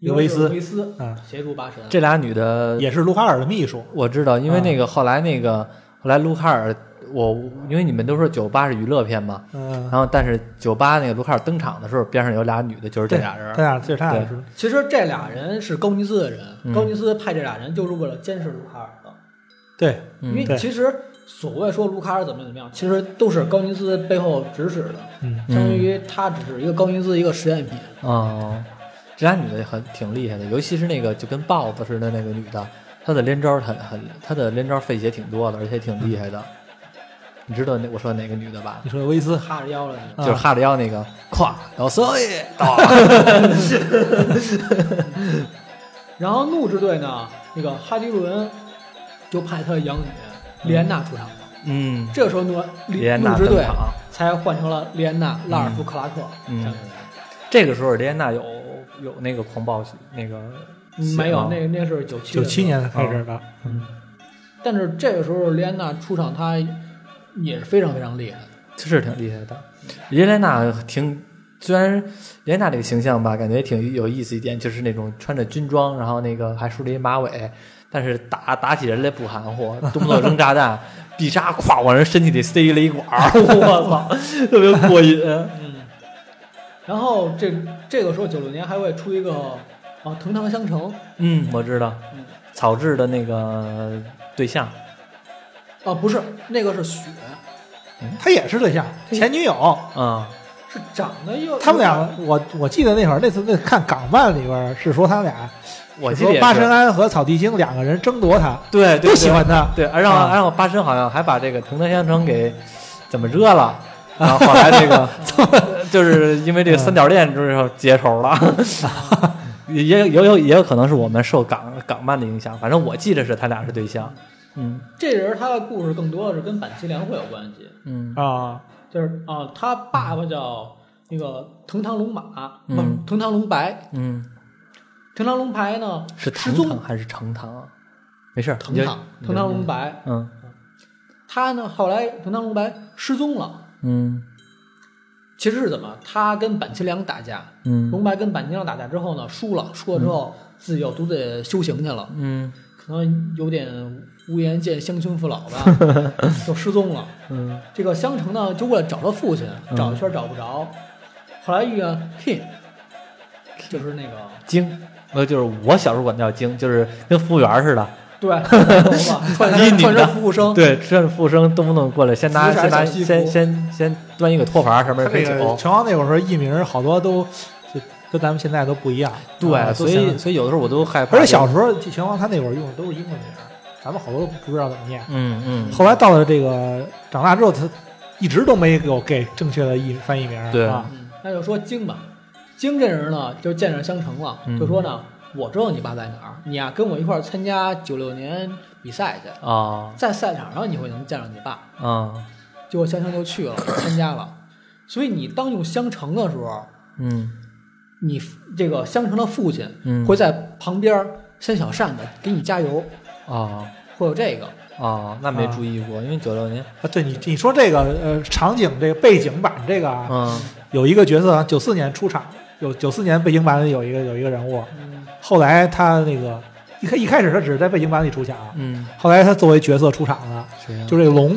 Speaker 2: 一
Speaker 3: 刘
Speaker 2: 个
Speaker 3: 维
Speaker 2: 是
Speaker 3: 斯
Speaker 2: 维斯
Speaker 3: 嗯，
Speaker 2: 协助八神，
Speaker 1: 这俩女的
Speaker 3: 也是卢卡尔的秘书，
Speaker 1: 我知道，因为那个后来那个后来卢卡尔，我因为你们都说九八是娱乐片嘛，
Speaker 3: 嗯
Speaker 1: 然，后但是九八那个卢卡尔登场的时候，边上有俩女的，就是这
Speaker 3: 对
Speaker 1: 俩人
Speaker 3: 他。俩最差的是
Speaker 2: 其实这俩人是高尼斯的人，
Speaker 1: 嗯
Speaker 2: 高尼斯派这俩人就是为了监视卢卡尔的，
Speaker 3: 对
Speaker 1: 嗯
Speaker 2: 因为
Speaker 3: 对
Speaker 2: 其实所谓说卢卡尔怎么怎么样，其实都是高尼斯背后指使的，
Speaker 3: 嗯
Speaker 2: 相当于他只是一个高尼斯一个实验品。
Speaker 1: 哦，这俩女的也很挺厉害的，尤其是那个就跟豹子似的那个女的，她的连招很很，她的连招费血挺多的，而且挺厉害的。你知道那我说哪个女的吧？
Speaker 3: 你说威斯，
Speaker 2: 哈着腰了那个，
Speaker 1: 就是哈里奥那个，咵，然后所以到
Speaker 2: 然后怒之队呢，那个哈迪伦就派他的养女莉安娜出场了。
Speaker 1: 嗯，
Speaker 2: 这个时候怒
Speaker 1: 李安
Speaker 2: 怒
Speaker 1: 娜
Speaker 2: 之
Speaker 1: 登
Speaker 2: 队
Speaker 1: 场。
Speaker 2: 才换成了莉安娜、拉尔夫·克拉克
Speaker 1: 嗯
Speaker 2: 这样的人。
Speaker 1: 这个时候，李安娜有有那个狂暴那个啊
Speaker 2: 嗯没有，
Speaker 1: 吗
Speaker 2: 那那是九七
Speaker 3: 九七，年才开始
Speaker 2: 嗯
Speaker 3: 的，
Speaker 2: 但是这个时候莉安娜出场，她也是非常非常厉害。
Speaker 1: 这是挺厉害的。伊莲娜挺，虽然伊莲娜这个形象吧，感觉挺有意思一点，就是那种穿着军装，然后那个还梳着一马尾，但是打打起人来不含糊， (laughs) 动不动扔炸弹、必杀，咵往人身体里塞一雷管儿，我操，特别过瘾。
Speaker 2: 嗯，然后这这个时候九六年还会出一个啊藤堂香橙，
Speaker 1: 嗯，我知道
Speaker 2: 嗯，
Speaker 1: 草雉的那个对象，
Speaker 2: 啊不是那个是雪，
Speaker 3: 他也是对象，前女友。
Speaker 1: 嗯，
Speaker 2: 是长得又
Speaker 3: 他们俩，我我记得那会儿那次那看港漫里边儿是说他们俩，
Speaker 1: 我记
Speaker 3: 说
Speaker 1: 得也
Speaker 3: 八
Speaker 1: 是
Speaker 3: 神安和草地精两个人争夺他，
Speaker 1: 对对
Speaker 3: 都喜。欢他，
Speaker 1: 对，而让
Speaker 3: 啊
Speaker 1: 然后八神好像还把这个藤田香城给怎么热了，然后后来这 (laughs) 个就是因为这个三角恋之后结仇了， (laughs) 也也有有也有可能是我们受港港漫的影响，反正我记得是他俩是对象，嗯
Speaker 2: 这人他的故事更多的是跟板崎良会有关系，
Speaker 1: 嗯
Speaker 3: 啊，
Speaker 2: 就是啊他爸爸叫那个藤堂龙马，
Speaker 1: 嗯
Speaker 2: 不是藤堂龙白，
Speaker 1: 嗯，
Speaker 2: 藤堂龙白呢
Speaker 1: 是
Speaker 2: 失
Speaker 1: 藤
Speaker 2: 踪
Speaker 1: 堂还是成堂啊？没事儿，
Speaker 2: 藤
Speaker 1: 你就
Speaker 2: 堂藤堂龙白，
Speaker 1: 嗯
Speaker 2: 他呢后来藤堂龙白失踪了，
Speaker 1: 嗯
Speaker 2: 其实是怎么？他跟板崎良打架，
Speaker 1: 嗯
Speaker 2: 龙白跟板崎良打架之后呢输了，输了之后自己又独自修行去了，
Speaker 1: 嗯
Speaker 2: 可能有点无颜见乡亲
Speaker 1: (laughs)
Speaker 2: 父老吧，就失踪了。
Speaker 1: 嗯
Speaker 2: 这个香橙呢，就为了找他父亲，
Speaker 1: 嗯
Speaker 2: 找一圈找不着，后来遇见 King，就是那个
Speaker 1: 精。呃，就是我小时候管叫精，就是跟服务员似的， (laughs)
Speaker 2: (laughs) 对，头发穿
Speaker 1: 一女
Speaker 2: 着
Speaker 1: 的
Speaker 2: 穿着服务 (laughs)
Speaker 1: (laughs)
Speaker 2: 生，
Speaker 1: 对，这服务生动不动过来，先拿
Speaker 2: 服务
Speaker 1: 先
Speaker 2: 生
Speaker 1: 拿
Speaker 2: 还小西服
Speaker 1: 先先先端一个托盘儿，上
Speaker 3: 他
Speaker 1: 面
Speaker 3: 这
Speaker 1: 是
Speaker 3: 个
Speaker 1: 酒。
Speaker 3: 拳王那会儿艺名好多都就跟咱们现在都不一样，啊
Speaker 1: 对，
Speaker 3: 都
Speaker 1: 所以
Speaker 3: 像
Speaker 1: 所以有的时候我都害怕。
Speaker 3: 而且小时候拳王他那会儿用的都是英文名儿，咱们好多都不知道怎么念。
Speaker 1: 嗯嗯，
Speaker 3: 后来到了这个长大之后，他一直都没给我给正确的译翻译名儿，
Speaker 1: 对
Speaker 3: 啊，
Speaker 2: 嗯，那就说京吧，京这人呢，就见着香橙了，
Speaker 1: 嗯
Speaker 2: 就说呢，我知道你爸在哪儿，你呀、跟我一块儿参加九六年比赛去，
Speaker 1: 啊
Speaker 2: 在赛场上你会能见着你爸。
Speaker 1: 啊
Speaker 2: 结果香橙就去了，参加了。所以你当用香橙的时候，
Speaker 1: 嗯
Speaker 2: 你这个香橙的父亲
Speaker 1: 嗯，
Speaker 2: 会在旁边伸小扇子给你加油，
Speaker 1: 啊
Speaker 2: 会有这个。
Speaker 1: 啊，那没注意过，因为九六年，
Speaker 3: 啊对你你说这个呃场景这个背景板这个啊，
Speaker 1: 嗯
Speaker 3: 有一个角色九
Speaker 2: 嗯
Speaker 3: 四年出场，有九四年背景板里有一个有一个人物，后来他那个一开一开始他只是在背景板里出场，
Speaker 1: 嗯，
Speaker 3: 后来他作为角色出场了，
Speaker 1: 是
Speaker 3: 啊就这个龙，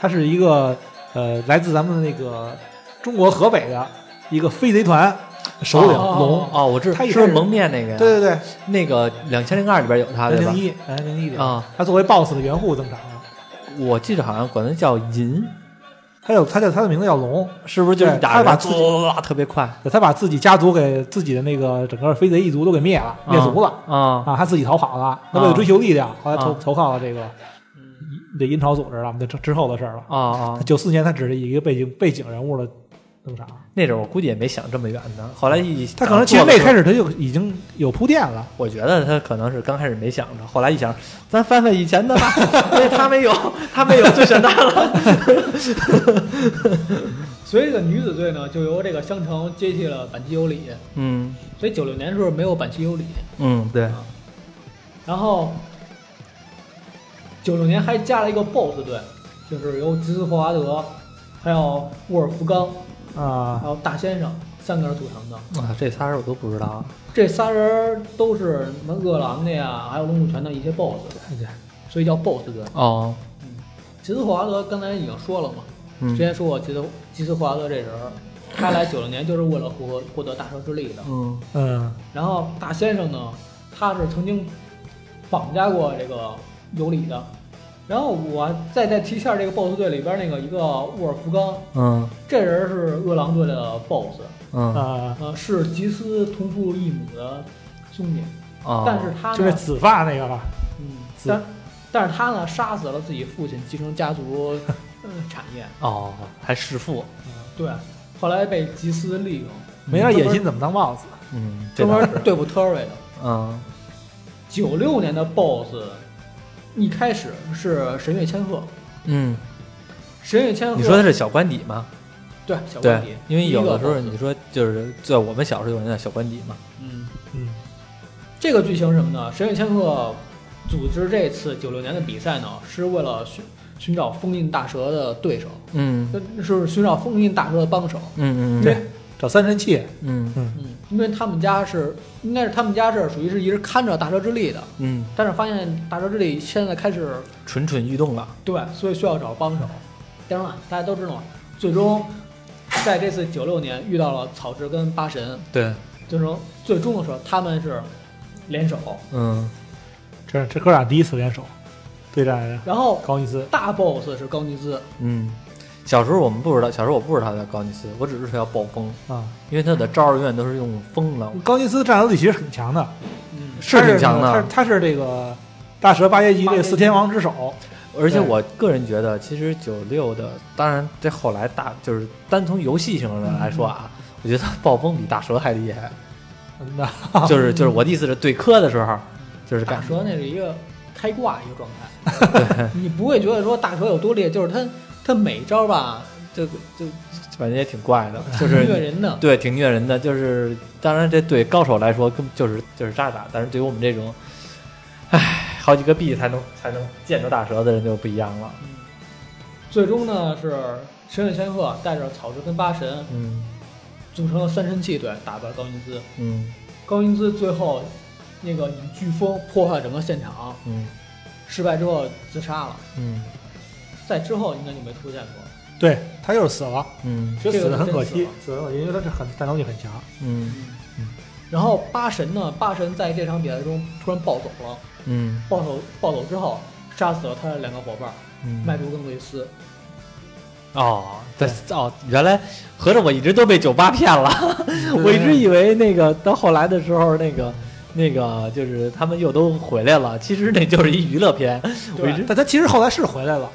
Speaker 3: 他是一个呃来自咱们那个中国河北的一个飞贼团首领
Speaker 1: 哦
Speaker 3: 龙，
Speaker 1: 哦，我知道，
Speaker 3: 他一
Speaker 1: 是不
Speaker 3: 开
Speaker 1: 是
Speaker 3: 始
Speaker 1: 蒙面那个呀？，
Speaker 3: 对对对，
Speaker 1: 那个两千零二里边有他，
Speaker 3: 蓝
Speaker 1: 啊对吧
Speaker 3: 零？一蓝零一里，
Speaker 1: 啊，
Speaker 3: 他作为 BOSS 的原户登场了，
Speaker 1: 我记得好像管他叫银，
Speaker 3: 他有他叫他的名字叫龙，
Speaker 1: 是不是就是
Speaker 3: 对
Speaker 1: 打
Speaker 3: 他把
Speaker 1: 人
Speaker 3: 自己
Speaker 1: 哇特别快
Speaker 3: 他把自己家族给自己的那个整个飞贼一族都给灭了，灭族了
Speaker 1: 啊？
Speaker 3: 啊，他自己逃跑了，他为了追求力量，后来投
Speaker 1: 啊嗯
Speaker 3: 投靠了这个这阴曹组织了，这之之后的事儿了。
Speaker 1: 啊啊！
Speaker 3: 九四年他只是一个背景背景人物的登场，
Speaker 1: 那阵儿我估计也没想这么远呢。后来一
Speaker 3: 他可能其实那开
Speaker 1: 始，
Speaker 3: 始他就已经有铺垫了，
Speaker 1: 我觉得他可能是刚开始没想着，后来一想，咱翻翻以前的吧，对他没有，他没有就选他了。
Speaker 2: 所以这个女子队呢，就由这个香橙接替了板崎优里。
Speaker 1: 嗯
Speaker 2: 所以九六年的时候没有板崎优里，
Speaker 1: 嗯，对，
Speaker 2: 然后九六年还加了一个 BOSS 队，就是由吉斯霍华德、还有沃尔夫冈、
Speaker 3: 啊
Speaker 2: 还有大先生三个人组成的。
Speaker 1: 啊，这仨人我都不知道。
Speaker 2: 这仨人都是什么饿狼的呀，还有龙骨拳的一些 BOSS，所以叫 BOSS 队。
Speaker 1: 哦，
Speaker 2: 吉斯霍华德刚才已经说了嘛，之
Speaker 1: 嗯
Speaker 2: 前说过吉斯吉斯霍华德这人儿，他来九六年就是为了获获得大蛇之力的。
Speaker 1: 嗯
Speaker 3: 嗯
Speaker 2: 然后大先生呢，他是曾经绑架过这个尤里的。然后我再再提一下这个 BOSS 队里边那个一个沃尔夫冈，
Speaker 1: 嗯
Speaker 2: 这人是饿狼队的 BOSS，
Speaker 1: 嗯
Speaker 3: 啊，
Speaker 2: 呃，是吉斯同父异母的兄弟，
Speaker 1: 啊，
Speaker 2: 但是他
Speaker 3: 就
Speaker 2: 呢
Speaker 3: 是，紫发那个吧，
Speaker 2: 嗯，
Speaker 3: 子
Speaker 2: 但但是他呢杀死了自己父亲，继承家族呃产业，
Speaker 1: 哦，还弑父，
Speaker 2: 对，后来被吉斯利用，
Speaker 3: 没点野心怎么当 boss？
Speaker 1: 嗯，这
Speaker 2: 专
Speaker 1: 倒
Speaker 2: 门
Speaker 1: 是，
Speaker 2: 对付 t u r r y 的。
Speaker 1: 嗯
Speaker 2: 九六年的 BOSS 一开始是神月千鹤，
Speaker 1: 嗯，
Speaker 2: 神月千鹤，
Speaker 1: 你说的是小官邸吗？
Speaker 2: 对小官邸
Speaker 1: 对，，因为有的时候
Speaker 2: 第一
Speaker 1: 你
Speaker 2: 个 BOSS，
Speaker 1: 说就是在我们小时候有人叫小官邸嘛，
Speaker 2: 嗯，
Speaker 3: 嗯
Speaker 2: 这个剧情是什么呢？神月千鹤组织这次九六年的比赛呢，是为了寻寻找封印大蛇的对手，
Speaker 1: 嗯
Speaker 2: 那是寻找封印大蛇的帮手，
Speaker 1: 嗯嗯
Speaker 2: 因为
Speaker 1: 嗯
Speaker 3: 找三神器，
Speaker 1: 嗯
Speaker 2: 嗯，因为他们家是应该是他们家是属于是一直看着大蛇之力的，
Speaker 1: 嗯，
Speaker 2: 但是发现大蛇之力现在开始
Speaker 1: 蠢蠢欲动了，
Speaker 2: 对，所以需要找帮手。当然了，大家都知道嘛，最终在这次九六年遇到了草雉跟八神，
Speaker 1: 对，
Speaker 2: 最终最终的时候他们是联手，
Speaker 1: 嗯
Speaker 3: 这这哥俩第一次联手对战呀
Speaker 2: 然后
Speaker 3: 高尼斯，
Speaker 2: 大 boss 是高尼兹，
Speaker 1: 嗯。小时候我们不知道，小时候我不知道他叫高尼斯，我只知道他叫暴风，
Speaker 3: 啊，
Speaker 1: 因为他的招儿永远都是用风了，
Speaker 3: 高尼斯战斗力其实挺强的，
Speaker 2: 嗯，
Speaker 1: 是挺强
Speaker 3: 他是
Speaker 1: 的。
Speaker 3: 他是这个大蛇八阶级这个四天王之首，
Speaker 1: 而且我个人觉得，其实九六的，当然这后来大就是单从游戏性上来说
Speaker 2: 嗯
Speaker 1: 啊，我觉得暴风比大蛇还厉
Speaker 2: (laughs)
Speaker 1: 害。嗯
Speaker 3: 真的
Speaker 1: 就是就是我的意思是对磕的时候，就是
Speaker 2: 大
Speaker 1: 感
Speaker 2: 蛇那是一个开挂一个状态，
Speaker 1: (laughs)
Speaker 2: 你不会觉得说大蛇有多厉害，就是他他每招吧
Speaker 1: 这个就反正也挺怪
Speaker 2: (laughs)
Speaker 1: 的，就
Speaker 2: 虐
Speaker 1: 是
Speaker 2: 人的，
Speaker 1: 对挺虐人的，就是当然这对高手来说根本就是就是渣打，但是对于我们这种，唉，好几个币才能才能见着大蛇的人就不一样了。
Speaker 2: 嗯最终呢是神月千鹤带着草雉跟八神
Speaker 1: 嗯
Speaker 2: 组成了三神器队打败高尼兹。
Speaker 1: 嗯
Speaker 2: 高因兹最后那个以飓风破坏整个现场，
Speaker 1: 嗯
Speaker 2: 失败之后自杀了，
Speaker 1: 嗯
Speaker 2: 在之后应该就没出现过。
Speaker 3: 对他又是死了，
Speaker 1: 嗯
Speaker 3: 其实死的很
Speaker 2: 这
Speaker 3: 可惜
Speaker 2: 个真，
Speaker 3: 死的很可惜，因为他这很战斗力很强，
Speaker 1: 嗯
Speaker 2: 然后八神呢？八神在这场比赛中突然暴走了，
Speaker 1: 嗯
Speaker 2: 暴走暴走之后杀死了他的两个伙伴麦
Speaker 1: 嗯。
Speaker 2: 杜跟维斯。
Speaker 1: 哦，对哦，原来合着我一直都被酒吧骗了。 (laughs) 我一直以为那个到后来的时候，那个那个就是他们又都回来了，其实那就是一娱乐片。我一
Speaker 2: 对
Speaker 1: 直，
Speaker 3: 但他其实后来是回来了，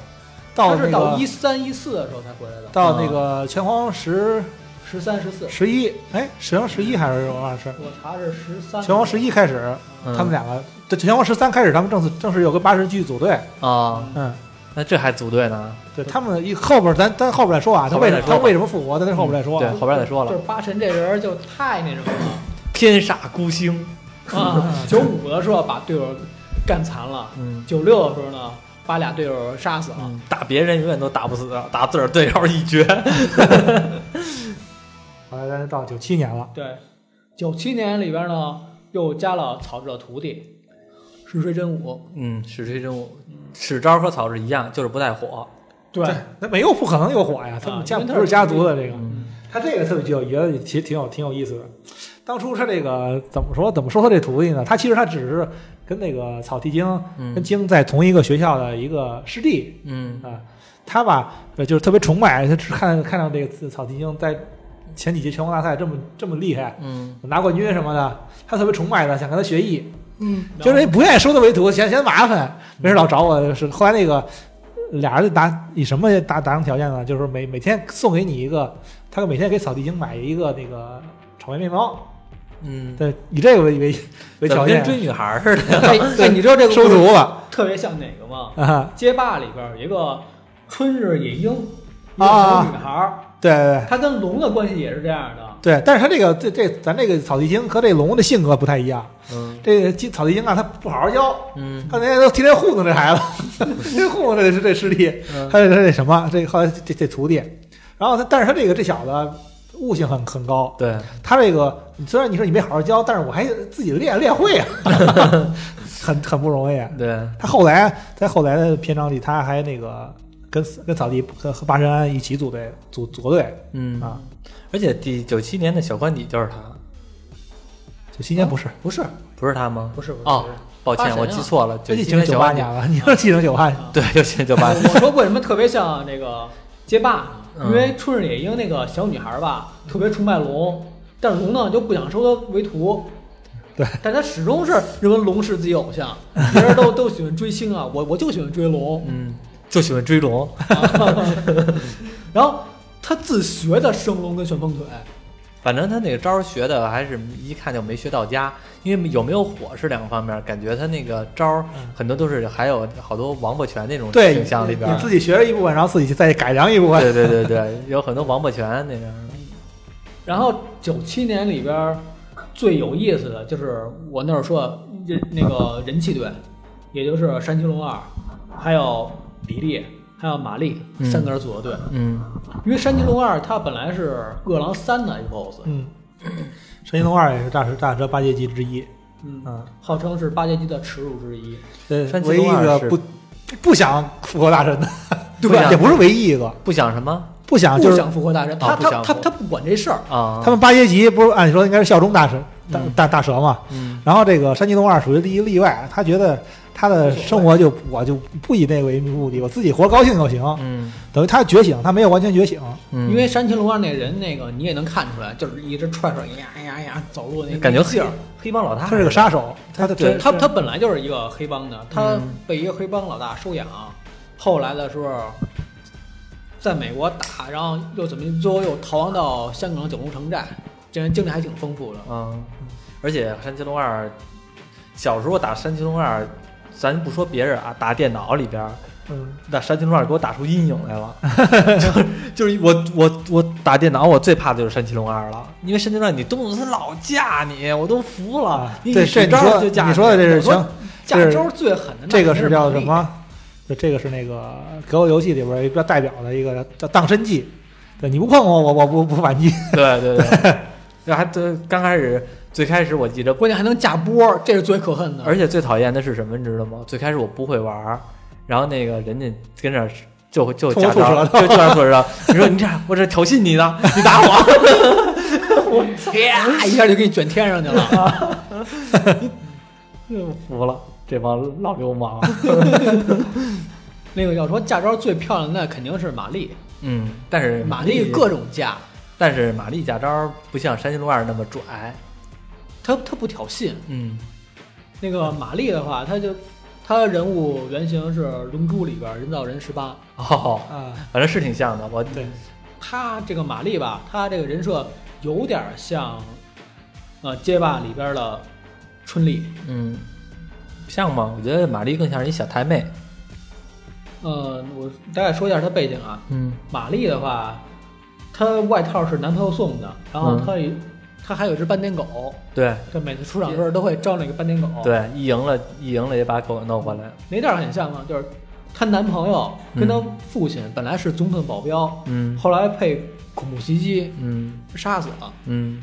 Speaker 3: 到
Speaker 2: 他
Speaker 3: 那
Speaker 2: 是到一
Speaker 3: 个
Speaker 2: 三一四的时候才回来的，
Speaker 3: 到那个拳皇十
Speaker 2: 十三十四。
Speaker 3: 十一，哎，拳皇十一还是什么是
Speaker 2: 我查是十三。
Speaker 3: 拳皇十一开始，
Speaker 1: 嗯
Speaker 3: 他们两个这拳皇十三开始，他们正式正式有跟八神继续组队，
Speaker 1: 啊，
Speaker 3: 嗯，
Speaker 1: 那这还组队呢？
Speaker 3: 对他们一后边咱咱后边再说啊，他
Speaker 1: 后
Speaker 3: 为
Speaker 1: 边
Speaker 3: 什
Speaker 1: 再
Speaker 3: 么
Speaker 1: 说
Speaker 3: 他
Speaker 1: 吧
Speaker 3: 为什么复活，咱后边再说啊，
Speaker 1: 对后边再说了
Speaker 2: 就是八神这人就太那什么了。
Speaker 1: 天煞孤星，
Speaker 2: 啊，九五的时候把队友干残了，
Speaker 1: 嗯
Speaker 2: 九六的时候呢，把俩队友杀死了。
Speaker 1: 嗯，打别人永远都打不死，打自个儿队友一绝。
Speaker 3: 后来咱就到九七年了，
Speaker 2: 对，九七年里边呢，又加了草治的徒弟石锤真武，
Speaker 1: 嗯，使吹真武，使招和草是一样，就是不带火。
Speaker 2: 对
Speaker 3: 这，那没有不可能有火呀，他
Speaker 2: 啊
Speaker 3: 们家
Speaker 2: 因为他
Speaker 3: 不是
Speaker 2: 是
Speaker 3: 家族的这个，
Speaker 1: 嗯
Speaker 3: 他这个特别具有，觉得其实挺有挺有意思的。当初他这个怎么说怎么说他这徒弟呢？他其实他只是跟那个草剃精跟
Speaker 1: 嗯
Speaker 3: 精在同一个学校的一个师弟
Speaker 1: 嗯
Speaker 3: 啊，他吧呃就是特别崇拜，他只看看到这个草剃精在前几届全国大赛这么这么厉害，
Speaker 1: 嗯
Speaker 3: 拿冠军什么的，他特别崇拜他，想跟他学艺。
Speaker 1: 嗯
Speaker 3: 就是人不愿意收他为徒，嫌嫌麻烦，没事老找我。是后来那个俩人就达以什么达达成条件呢？就是每每天送给你一个，他每天给草地精买一个那个草莓面包，
Speaker 1: 嗯，
Speaker 3: 对，以这个为为为
Speaker 1: 怎么
Speaker 3: 条
Speaker 1: 跟
Speaker 3: 件
Speaker 1: 追女孩似的？
Speaker 2: 哎，
Speaker 3: (laughs)
Speaker 2: 哎你知道这个
Speaker 3: 收
Speaker 2: 故事
Speaker 3: 徒了
Speaker 2: 特别像哪个吗？
Speaker 3: 啊！
Speaker 2: 街霸里边有一个春日野樱，一个
Speaker 3: 啊
Speaker 2: 小女孩儿，
Speaker 3: 对对
Speaker 2: 她跟龙的关系也是这样的。
Speaker 3: 对，对但是他这个这这咱这个草地精和这龙的性格不太一样，
Speaker 1: 嗯
Speaker 3: 这个草地精啊，他不好好教，
Speaker 1: 嗯
Speaker 3: 他那都天天糊弄这孩子，
Speaker 1: (laughs)
Speaker 3: 天天糊弄这这师弟，
Speaker 1: 嗯
Speaker 3: 他这他这什么这后来这这徒弟，然后他但是他这个这小子悟性很很高，
Speaker 1: 对，
Speaker 3: 他这个虽然你说你没好好教，但是我还自己练练会
Speaker 1: (laughs)
Speaker 3: 啊，很很不容易。啊
Speaker 1: 对，
Speaker 3: 他后来在后来的篇章里，他还那个跟跟草地和和八神庵一起组队组组过队
Speaker 1: 嗯
Speaker 3: 啊。
Speaker 1: 而且第九七年的小官邸就是他，
Speaker 3: 就今年不是，
Speaker 1: 哦不是不是他吗？
Speaker 2: 不是不是，
Speaker 1: 哦
Speaker 2: 不是
Speaker 1: 抱
Speaker 2: 八
Speaker 1: 歉，
Speaker 2: 神
Speaker 1: 我
Speaker 2: 啊
Speaker 1: 记错了，
Speaker 3: 这
Speaker 1: 九
Speaker 3: 已
Speaker 1: 七
Speaker 3: 经
Speaker 1: 年
Speaker 3: 九
Speaker 1: 小
Speaker 3: 八
Speaker 1: 官邸
Speaker 3: 年，了，你说七零九八年，
Speaker 1: 对，九七年九八
Speaker 2: (laughs) 我我说为什么特别像那个街霸呢？
Speaker 1: 嗯
Speaker 2: 因为春日野樱那个小女孩吧，特别崇拜龙，但是龙呢就不想收她为徒。
Speaker 3: 对，
Speaker 2: 但她始终是认为龙是自己偶像，别人都都喜欢追星啊，我我就喜欢追龙。 (laughs)
Speaker 1: 嗯，就喜欢追龙，
Speaker 2: 然后她自学的升龙跟旋风腿，
Speaker 1: 反正他那个招儿学的还是一看就没学到家，因为有没有火是两个方面，感觉他那个招儿
Speaker 3: 嗯
Speaker 1: 很多都是还有好多王八拳那种
Speaker 3: (laughs)
Speaker 1: (laughs)
Speaker 3: 对
Speaker 1: 倾向里边
Speaker 3: 你
Speaker 1: 儿，
Speaker 3: 自己学了一部分，然后自己再改良一部分。
Speaker 1: 对对对对，有很多王八拳那边儿，
Speaker 2: 然后九七年里边儿最有意思的就是我那会儿说的人那个人气队，也就是山崎龙二，还有比利，还有玛丽
Speaker 1: 嗯
Speaker 2: 三个人组的队。
Speaker 1: 嗯
Speaker 2: 因为山崎龙二它本来是饿狼三的一个 BOSS，
Speaker 3: 嗯，神行动二也是大蛇大蛇八戒级之一。
Speaker 2: 嗯，
Speaker 3: 嗯，
Speaker 2: 号称是八戒鸡的耻辱之一。
Speaker 3: 对
Speaker 1: 山，崎
Speaker 3: 唯一一
Speaker 1: 龙二
Speaker 3: 个
Speaker 1: 是
Speaker 3: 不不想复活大神的，
Speaker 1: (laughs) 对不想
Speaker 3: 也不是唯一一个
Speaker 1: 不想什么
Speaker 3: 不想，就
Speaker 2: 不
Speaker 3: 是
Speaker 2: 想复活大神，他
Speaker 1: 啊不
Speaker 2: 他
Speaker 1: 想
Speaker 2: 他
Speaker 1: 复
Speaker 2: 他不管这事儿，
Speaker 1: 啊，
Speaker 3: 他们八阶级不是按说应该是效忠大神大
Speaker 1: 嗯
Speaker 3: 大大蛇嘛？
Speaker 1: 嗯
Speaker 3: 然后这个山崎龙二属于第一例外，他觉得他的生活就我就不以那个为目的，我自己活高兴就行。
Speaker 1: 嗯
Speaker 3: 等于他觉醒，他没有完全觉醒，
Speaker 1: 嗯，
Speaker 2: 因为山崎龙二那人那个你也能看出来，就是一直踹踹呀哎呀呀走路那
Speaker 1: 感觉
Speaker 2: 那劲
Speaker 1: 黑
Speaker 2: 儿。
Speaker 1: 黑帮老大，
Speaker 3: 他是个杀手，他的
Speaker 1: 对
Speaker 2: 他他本来就是一个黑帮的，他
Speaker 1: 嗯
Speaker 2: 被一个黑帮老大收养，后来的时候在美国打，然后又怎么最后又逃亡到香港九龙城寨，这人经历还挺丰富的。
Speaker 1: 嗯，而且山崎龙二，小时候打山崎龙二，咱不说别人啊，打电脑里边儿，
Speaker 3: 嗯，
Speaker 1: 那山崎龙二给我打出阴影来
Speaker 3: (laughs)
Speaker 1: 了，就是就是我我我打电脑我最怕的就是山崎龙二了，因为山崎龙二你动不动他老架你，我都服了
Speaker 3: 啊，
Speaker 1: 你
Speaker 3: 对，
Speaker 1: 使
Speaker 3: 这你
Speaker 1: 招
Speaker 3: 说
Speaker 1: 就架
Speaker 3: 你说的这是
Speaker 2: 我说
Speaker 3: 行，
Speaker 2: 架
Speaker 3: 这是
Speaker 2: 招最狠的那
Speaker 3: 这个
Speaker 2: 肯定
Speaker 3: 是
Speaker 2: 是
Speaker 3: 叫
Speaker 2: 玛
Speaker 3: 什
Speaker 2: 丽？
Speaker 3: 么？就这个是那个格斗游戏里边儿一个代表的一个叫荡身技，对，你不碰我，我我不不反击。
Speaker 1: 对对
Speaker 3: (laughs)
Speaker 1: 对，然后还对刚开始最开始我记着，
Speaker 2: 关键还能架波，这是最可恨的。
Speaker 1: 而且最讨厌的是什么，你知道吗？最开始我不会玩儿，然后那个人家跟那儿就就
Speaker 3: 冲我
Speaker 1: 假
Speaker 3: 吐
Speaker 1: 装
Speaker 3: 舌头
Speaker 1: 就就假装， (laughs) 你说你这样我这挑衅你呢， (laughs) 你打我。
Speaker 2: 啪一下就给你卷天上去了。
Speaker 1: 嗯，服了这帮老流氓。
Speaker 3: 啊
Speaker 2: 那个要说架招最漂亮的，那肯定是玛丽，
Speaker 1: 嗯，但是
Speaker 2: 玛丽各种架，
Speaker 1: 但是玛丽假招不像山西路二那么拽。
Speaker 2: 她她不挑衅。
Speaker 1: 嗯
Speaker 2: 那个玛丽的话，她就她人物原型是《龙珠》里边人造人十八，
Speaker 1: 哦，
Speaker 3: 啊，
Speaker 1: 反正是挺像的。我
Speaker 3: (laughs) 对，
Speaker 2: 她这个玛丽吧，她这个人设有点像，呃，街霸里边的春丽，
Speaker 1: 嗯，像吗？我觉得玛丽更像是一小太妹。
Speaker 2: 呃，我大概说一下她背景啊，
Speaker 1: 嗯
Speaker 2: 玛丽的话，她外套是男朋友送的，然后
Speaker 1: 嗯
Speaker 2: 她、她还有一只斑点狗，
Speaker 1: 对
Speaker 2: 她每次出场的时候都会招那个斑点狗。，
Speaker 1: 对，一赢了，一赢了也把狗给弄回来。
Speaker 2: 哪点儿很像呢？就是她男朋友跟她父亲本来是总统保镖，
Speaker 1: 嗯
Speaker 2: 后来被恐怖袭击
Speaker 1: 嗯
Speaker 2: 杀死了，
Speaker 1: 嗯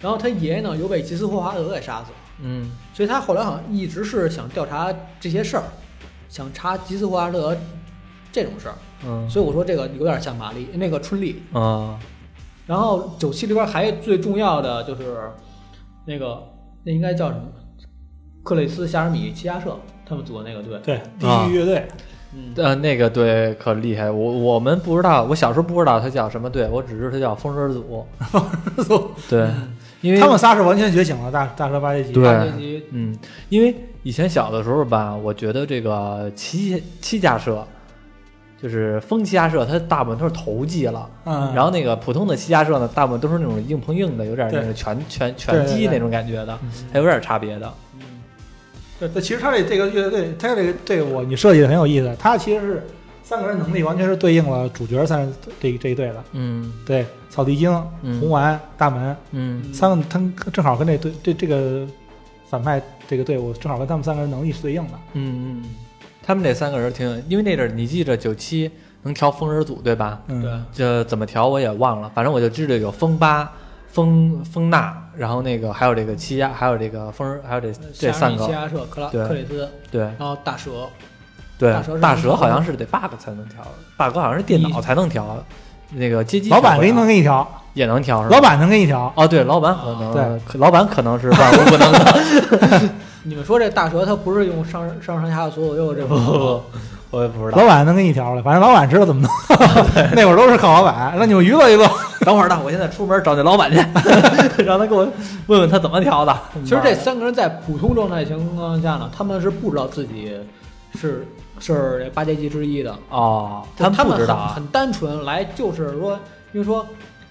Speaker 2: 然后她爷爷呢又被吉斯霍华德给杀死了。
Speaker 1: 嗯
Speaker 2: 所以他后来好像一直是想调查这些事儿，想查吉斯霍华德这种事儿。
Speaker 1: 嗯
Speaker 2: 所以我说这个有点像玛丽那个春丽。
Speaker 1: 啊
Speaker 2: 然后九七里边还最重要的就是那个那应该叫什么？克里斯夏尔米齐亚社他们组的那个队。
Speaker 3: 对，地
Speaker 1: 啊
Speaker 3: 狱乐队，
Speaker 2: 嗯，
Speaker 1: 呃那个对可厉害，我我们不知道，我小时候不知道他叫什么队，我只知道他叫风车组。
Speaker 3: (laughs)
Speaker 1: 对，因为
Speaker 3: 嗯他们仨是完全觉醒了，大大蛇八这集。
Speaker 1: 对
Speaker 2: 他这集
Speaker 1: 嗯，因为以前小的时候吧，我觉得这个七七家社，就是风七家社，它大部分都是投技了。
Speaker 3: 嗯，
Speaker 1: 然后那个普通的七家社呢，大部分都是那种硬碰硬的，有点
Speaker 3: 对
Speaker 1: 那个拳拳
Speaker 3: 对
Speaker 1: 拳
Speaker 3: 对
Speaker 1: 击
Speaker 3: 对嗯
Speaker 1: 那种感觉的，还有点差别的。
Speaker 2: 嗯
Speaker 3: 对，但其实他这这个乐队，他这个这个我你设计的很有意思，他其实是三个人能力完全是对应了主角三这这一队的，
Speaker 1: 嗯
Speaker 3: 对，草地精、
Speaker 1: 嗯
Speaker 3: 红丸、大门
Speaker 1: 嗯
Speaker 3: 三个，他们正好跟这队这这个反派这个队伍正好跟他们三个人能力是对应的。
Speaker 1: 嗯嗯，嗯他们这三个人挺有，因为那阵儿你记着九七能调风人组对吧？
Speaker 3: 嗯，
Speaker 2: 对，
Speaker 1: 这怎么调我也忘了，反正我就知道有风八、风风纳，然后那个还有这个七家，还有这个风，还有这这
Speaker 2: 夏尔
Speaker 1: 三
Speaker 2: 米
Speaker 1: 个
Speaker 2: 齐。亚社、克拉
Speaker 1: 对
Speaker 2: 克里斯，
Speaker 1: 对
Speaker 2: 然后大蛇。
Speaker 1: 对，
Speaker 2: 大蛇是
Speaker 1: 大
Speaker 2: 能
Speaker 1: 蛇
Speaker 2: 调
Speaker 1: 好
Speaker 2: 的
Speaker 1: 像是得 bug 才能调，bug 好像是电脑才能调，那个街机
Speaker 3: 老板
Speaker 1: 调不
Speaker 3: 给
Speaker 1: 了
Speaker 3: 能给你调，
Speaker 1: 也能调是吧？
Speaker 3: 老板能给你调，
Speaker 1: 哦，对，老板可能、
Speaker 3: 对
Speaker 1: 可老板可能是万无不能的。
Speaker 2: 你们说这大蛇它不是用上上上下左左右这
Speaker 1: (laughs)
Speaker 2: 种吗？
Speaker 1: 我也不知道。
Speaker 3: 老板能给你调了，反正老板知道怎么弄。 (laughs) 那会儿都是靠老板，让你们娱乐娱乐。
Speaker 1: 等会儿呢，我现在出门找那老板去， (laughs) 让他给我问问他怎么调的。
Speaker 2: 其实这三个人在普通状态情况下呢，他们是不知道自己是是这八阶级之一的，
Speaker 1: 哦，
Speaker 2: 他
Speaker 1: 们不知道
Speaker 2: 很
Speaker 1: 啊。
Speaker 2: 很单纯来就是说，因为说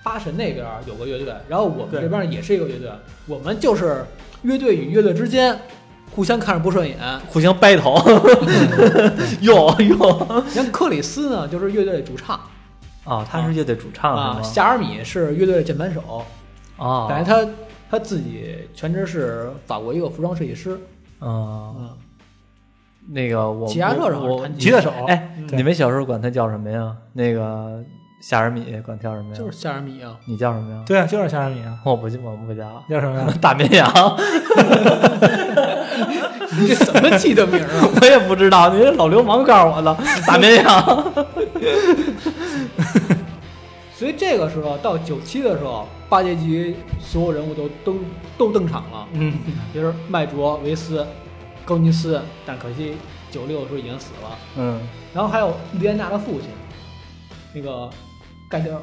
Speaker 2: 八神那边有个乐队，然后我们
Speaker 3: 对
Speaker 2: 这边也是一个乐队，我们就是乐队与乐队之间互相看着
Speaker 1: (laughs)
Speaker 2: 不顺眼。
Speaker 1: 互相掰头，嗯哟哟
Speaker 2: 像克里斯呢，就是乐队的主唱
Speaker 1: 哦，他是乐队主唱
Speaker 2: 啊，
Speaker 1: 是吗？
Speaker 2: 夏尔米是乐队的键盘手，
Speaker 1: 哦，
Speaker 2: 感觉他他自己全职是法国一个服装设计师。
Speaker 1: 嗯，
Speaker 2: 嗯，
Speaker 1: 那个我
Speaker 2: 吉他社是吧
Speaker 1: 我我
Speaker 2: 弹
Speaker 3: 吉他手，
Speaker 1: 哎，
Speaker 3: 对
Speaker 1: 你们小时候管他叫什么呀？那个夏尔米管叫什么呀？
Speaker 2: 就是夏尔米啊， (laughs)
Speaker 1: 你叫什么呀？
Speaker 3: 对啊，就是夏尔米啊，
Speaker 1: 我不我不叫
Speaker 3: 叫什么 (laughs) 呀？
Speaker 1: 大绵羊，
Speaker 2: 你这怎么起的名儿啊？
Speaker 1: 我也不知道，你这老流氓告诉我的，大绵羊。
Speaker 2: 所以这个时候到九七的时候，八阶级所有人物都登都登场了，
Speaker 1: 嗯，
Speaker 2: 就是麦卓、维斯、高尼斯，但可惜九六的时候已经死了。
Speaker 1: 嗯
Speaker 2: 然后还有莉安娜的父亲，那个盖德尔，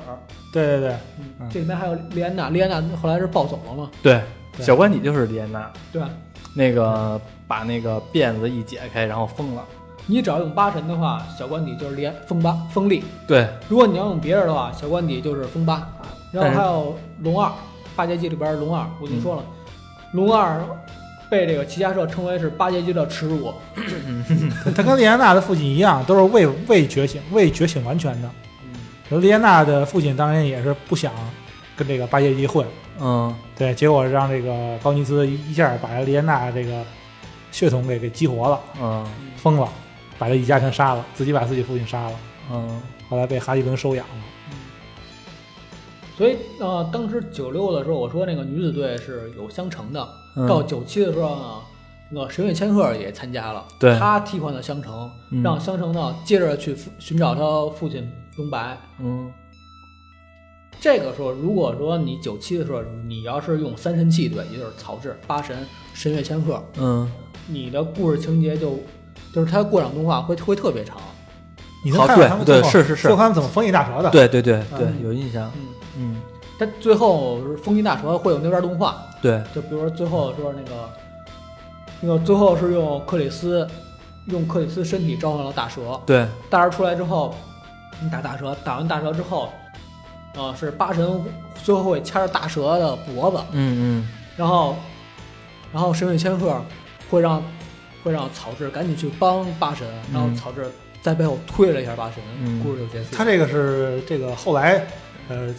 Speaker 3: 对对对，
Speaker 2: 嗯
Speaker 3: 嗯，
Speaker 2: 这里面还有莉安娜，莉安娜后来是暴走了嘛，，
Speaker 1: (laughs) 对，
Speaker 3: 对
Speaker 1: 小官邸就是李安娜，
Speaker 2: 对吧？
Speaker 1: 那个把那个辫子一解开，然后疯了。
Speaker 2: 你只要用八神的话，小官邸就是莉安风八风力；
Speaker 1: 对，
Speaker 2: 如果你要用别人的话，小官邸就是风八。啊然后还有龙二，八阶级里边龙二，我跟你说了，龙二被这个齐家社称为是八阶级的耻辱。
Speaker 3: 他跟莉安娜的父亲一样，都是未未觉醒、未觉醒完全的。
Speaker 1: 嗯
Speaker 3: 而莉安娜的父亲当然也是不想跟这个八戒一混，
Speaker 1: 嗯
Speaker 3: 对，结果让这个高尼斯一下把莉安娜这个血统给给激活了，
Speaker 1: 嗯
Speaker 3: 疯了，把这一家全杀了，自己把自己父亲杀了，
Speaker 1: 嗯
Speaker 3: 后来被哈利伦收养了。
Speaker 2: 所以呃，当时九六的时候，我说那个女子队是有相乘的。
Speaker 1: 嗯
Speaker 2: 到九七的时候呢，那个神月千鹤也参加了，
Speaker 1: 对
Speaker 2: 他替换了香橙，
Speaker 1: 嗯
Speaker 2: 让香橙呢接着去寻找他父亲东白。
Speaker 1: 嗯
Speaker 2: 这个时候，如果说你九七的时候，你要是用三神器队，也就是草雉、八神、神月千鹤，
Speaker 1: 嗯，
Speaker 2: 你的故事情节就就是它过场动画会会特别长。
Speaker 3: 你能
Speaker 1: 好
Speaker 3: 看到他们
Speaker 1: 对
Speaker 3: 最
Speaker 1: 对
Speaker 3: 后
Speaker 1: 是是是
Speaker 3: 最后他们怎么封印大蛇的？，
Speaker 1: 对对对对，
Speaker 2: 嗯
Speaker 1: 有印象。
Speaker 2: 嗯，
Speaker 1: 嗯，
Speaker 2: 它最后是风衣大蛇会有那边动画，
Speaker 1: 对，
Speaker 2: 就比如说最后说那个，那个最后是用克里斯，用克里斯身体召唤了大蛇，
Speaker 1: 对，
Speaker 2: 大蛇出来之后，你打大蛇，打完大蛇之后，呃，是八神最后会掐着大蛇的脖子，
Speaker 1: 嗯
Speaker 2: 然后，然后神尾千鹤会让会让草雉赶紧去帮八神，然后
Speaker 1: 嗯
Speaker 2: 草雉在背后推了一下八神，
Speaker 1: 嗯
Speaker 2: 故事就结束。
Speaker 3: 他这个是这个后来呃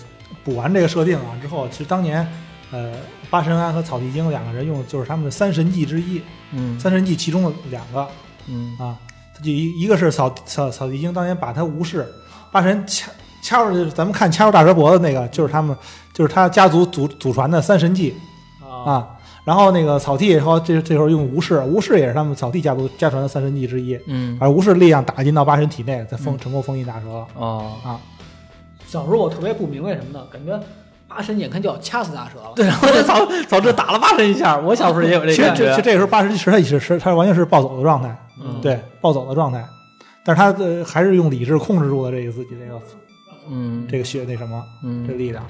Speaker 3: 补完这个设定啊之后，其实当年呃八神庵和草地精两个人用就是他们的三神技之一，
Speaker 1: 嗯
Speaker 3: 三神技其中的两个
Speaker 1: 嗯
Speaker 3: 啊，他就一一个是扫扫扫地精当年把他无视，八神掐掐住，咱们看掐住大蛇脖子那个，就是他们就是他家族祖祖传的三神技
Speaker 2: 啊，
Speaker 3: 啊。然后那个草剃，然后这这时候用吴氏，吴氏也是他们草剃家族家传的三神技之一。
Speaker 1: 嗯
Speaker 3: 而吴氏力量打进到八神体内，再封
Speaker 1: 嗯
Speaker 3: 成功封印大蛇。
Speaker 1: 哦，
Speaker 2: 小时候我特别不明白什么呢，感觉八神眼看就要掐死大蛇了。
Speaker 1: 对，然后草草雉打了八神一下，我小时候也有这
Speaker 3: 其实
Speaker 1: 感
Speaker 3: 这
Speaker 1: 觉啊
Speaker 3: 这。这个时候八神其实他也是是他完全是暴走的状态，
Speaker 1: 嗯
Speaker 3: 对，暴走的状态。但是他呃还是用理智控制住了这个自己这个
Speaker 1: 嗯，
Speaker 3: 这个血那什么这个
Speaker 1: 嗯
Speaker 3: 力量。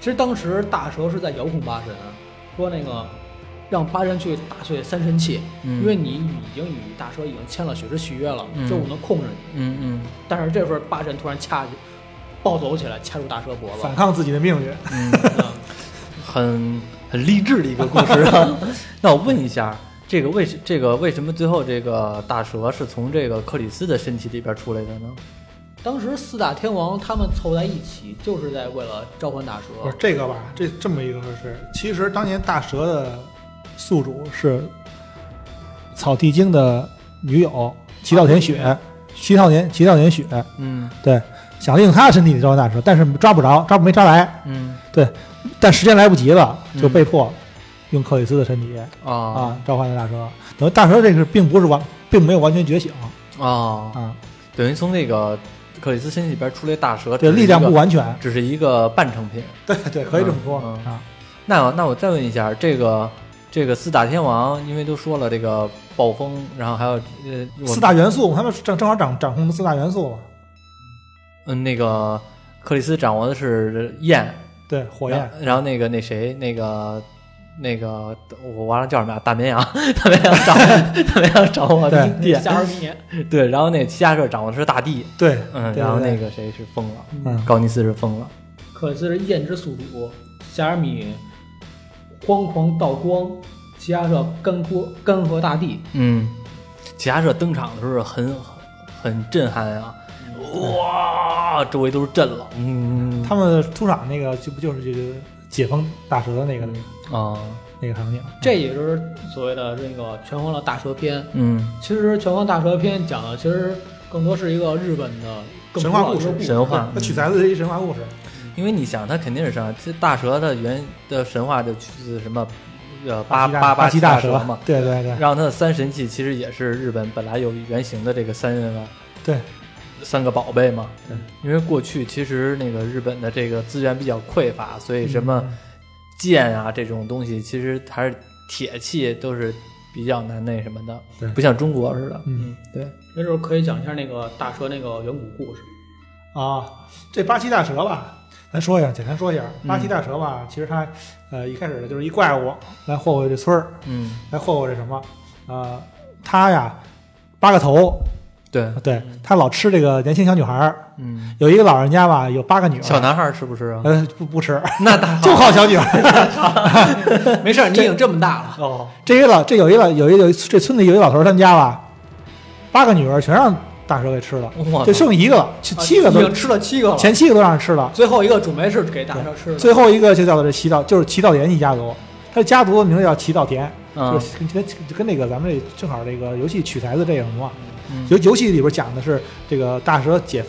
Speaker 2: 其实当时大蛇是在遥控八神，说那个让八神去打碎三神器，
Speaker 1: 嗯，
Speaker 2: 因为你已经与大蛇已经签了血之续约了，
Speaker 1: 嗯
Speaker 2: 就是我能控制你。
Speaker 1: 嗯嗯
Speaker 2: 但是这时候八神突然掐起，暴走起来，掐住大蛇脖子
Speaker 3: 反。抗自己的命运，
Speaker 1: 嗯，
Speaker 2: 嗯
Speaker 1: 很很励志的一个故事 (laughs) 啊。那我问一下，这个为什这个为什么最后这个大蛇是从这个克里斯的身体里边出来的呢？
Speaker 2: 当时四大天王他们凑在一起，就是在为了召唤大
Speaker 3: 不是
Speaker 2: 蛇。
Speaker 3: 这个吧？这这么一个是，其实当年大蛇的宿主是草地精的女友齐道田
Speaker 1: 啊
Speaker 3: 雪，齐道田齐道田雪
Speaker 1: 嗯
Speaker 3: 想利用她的身体召唤大蛇，但是抓不着，抓没抓来，
Speaker 1: 嗯
Speaker 3: 但时间来不及了，就被迫用克里斯的身体、
Speaker 1: 啊
Speaker 3: 啊召唤了大蛇。等于大蛇这个并不是完，并没有完全觉醒
Speaker 1: 啊，
Speaker 3: 啊，
Speaker 1: 等于从那个克里斯身体里边出来大蛇，
Speaker 3: 对力量不，完全，
Speaker 1: 只是一个半成品。
Speaker 3: 对对，可以这么说
Speaker 1: 嗯
Speaker 3: 啊。
Speaker 1: 那那我再问一下，这个这个四大天王，因为都说了这个暴风，然后还有呃我
Speaker 3: 四大元素，他们正正好掌掌控的四大元素嘛，
Speaker 1: 嗯那个克里斯掌握的是焰，
Speaker 3: 对，火
Speaker 1: 然
Speaker 3: 焰。
Speaker 1: 然后那个那谁那个。那个我忘了叫什么呀？大绵羊， (laughs) 大绵羊
Speaker 3: (laughs)
Speaker 1: 掌握，大绵羊掌握的是
Speaker 2: 对，
Speaker 1: 电，
Speaker 2: 加尔米，
Speaker 1: 对，然后那七侠社掌握的是大地，
Speaker 3: 对，
Speaker 1: 嗯，
Speaker 3: 对
Speaker 1: 然后
Speaker 3: 对
Speaker 1: 那个谁是疯了，
Speaker 3: 嗯
Speaker 1: 高尼斯是疯了，
Speaker 2: 克里斯是焰之宿主，加尔米荒狂道光，其他是干枯干涸大地。
Speaker 1: 嗯，七侠社登场的时候很很震撼啊，
Speaker 3: 嗯
Speaker 1: 哇，周围都是震了，嗯，
Speaker 3: 他们出场那个就不就是这个解放大蛇的那个、哦
Speaker 1: 啊，
Speaker 3: 那个场景？
Speaker 2: 这也就是所谓的这个拳皇的大蛇篇。
Speaker 1: 嗯，
Speaker 2: 其实拳皇大蛇篇讲的其实更多是一个日本的更
Speaker 3: 神话嗯
Speaker 2: 古老的
Speaker 3: 故事
Speaker 2: 一个
Speaker 1: 神话
Speaker 3: 它取材自一神话故事，
Speaker 1: 因为你想，它肯定是神话，这大蛇的原的神话就取自什么，呃，八
Speaker 3: 巴
Speaker 1: 八
Speaker 3: 巴
Speaker 1: 七
Speaker 3: 西大
Speaker 1: 蛇
Speaker 3: 蛇
Speaker 1: 嘛，，
Speaker 3: 对对对
Speaker 1: 然后它的三神器其实也是日本本来有原型的这个三个
Speaker 3: 对，
Speaker 1: 三个宝贝嘛
Speaker 3: 对。
Speaker 1: 因为过去其实那个日本的这个资源比较匮乏，所以什么
Speaker 3: 嗯
Speaker 1: 剑啊这种东西，其实还是铁器都是比较难那什么的
Speaker 3: 对，
Speaker 1: 不像中国似的。
Speaker 3: 嗯，
Speaker 1: 对，
Speaker 2: 没准儿可以讲一下那个大蛇那个远古故
Speaker 3: (laughs)
Speaker 2: 事。
Speaker 3: 啊，这巴西大蛇吧，咱说一下，简单说一下，巴西大蛇吧，其实它呃一开始就是一怪物来霍霍这村儿，
Speaker 1: 嗯，
Speaker 3: 来霍霍这什么呃，它呀八个头，
Speaker 1: 对，
Speaker 3: 对，它老吃这个年轻小女孩儿，
Speaker 1: 嗯，
Speaker 3: 有一个老人家吧，有八个女儿，
Speaker 1: 小男孩吃不吃啊？
Speaker 3: 呃不不吃，
Speaker 1: 那
Speaker 3: (laughs)
Speaker 1: 大
Speaker 3: 就靠小女孩儿。
Speaker 2: 没事儿，你已经这么大了，
Speaker 1: 哦，
Speaker 3: 这些老这有一老有一有一这村里有一老头儿他们家吧，八个女儿全让大蛇给吃了，
Speaker 1: (laughs) 我操
Speaker 3: 就剩一个了，七
Speaker 2: 啊
Speaker 3: 七个
Speaker 2: 已经
Speaker 3: 都
Speaker 2: 吃了七个了，
Speaker 3: 前七个都让人吃了，
Speaker 2: 最后一个准备是给大蛇吃的。
Speaker 3: 最后一个就叫做这齐道，就是齐道田一家族，他的家族的名字叫齐道田，就
Speaker 1: 嗯
Speaker 3: 是跟跟跟那个咱们这正好这个游戏取材的这个什么，
Speaker 1: 嗯
Speaker 3: 游游戏里边讲的是这个大蛇解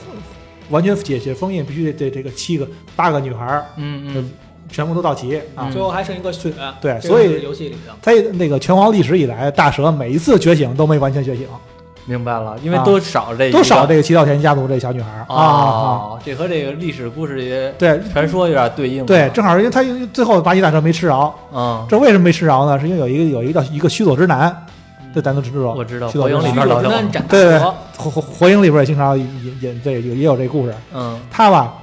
Speaker 3: 完全解解封印，必须得这个七个八个女孩儿
Speaker 1: 嗯嗯
Speaker 3: 全部都到齐啊
Speaker 1: 嗯。
Speaker 2: 最后还剩一个血，
Speaker 3: 对
Speaker 2: 这个
Speaker 3: 所以
Speaker 2: 是游戏里的
Speaker 3: 在那个拳皇历史以来，大蛇每一次觉醒都没完全觉醒，
Speaker 1: 哎明白了，因为都少这一个
Speaker 3: 都啊少这个齐道田家族这小女孩儿啊。啊
Speaker 1: 哦，这和这个历史故事也
Speaker 3: 对
Speaker 1: 传说有点对应。
Speaker 3: 对，，正好是因为他因为最后巴西大蛇没吃着，
Speaker 1: 嗯，
Speaker 3: 这为什么没吃着呢？是因为有一个有一个叫一个须佐之男，这咱都知道。
Speaker 1: 嗯我知道
Speaker 3: 须佐
Speaker 1: 火
Speaker 3: 之
Speaker 1: 影里
Speaker 3: 男
Speaker 1: 边老有
Speaker 2: 有斩大
Speaker 3: 对对
Speaker 2: 蛇，
Speaker 3: 火火火影里边也经常引引这也也有这故事。
Speaker 1: 嗯
Speaker 3: 他吧，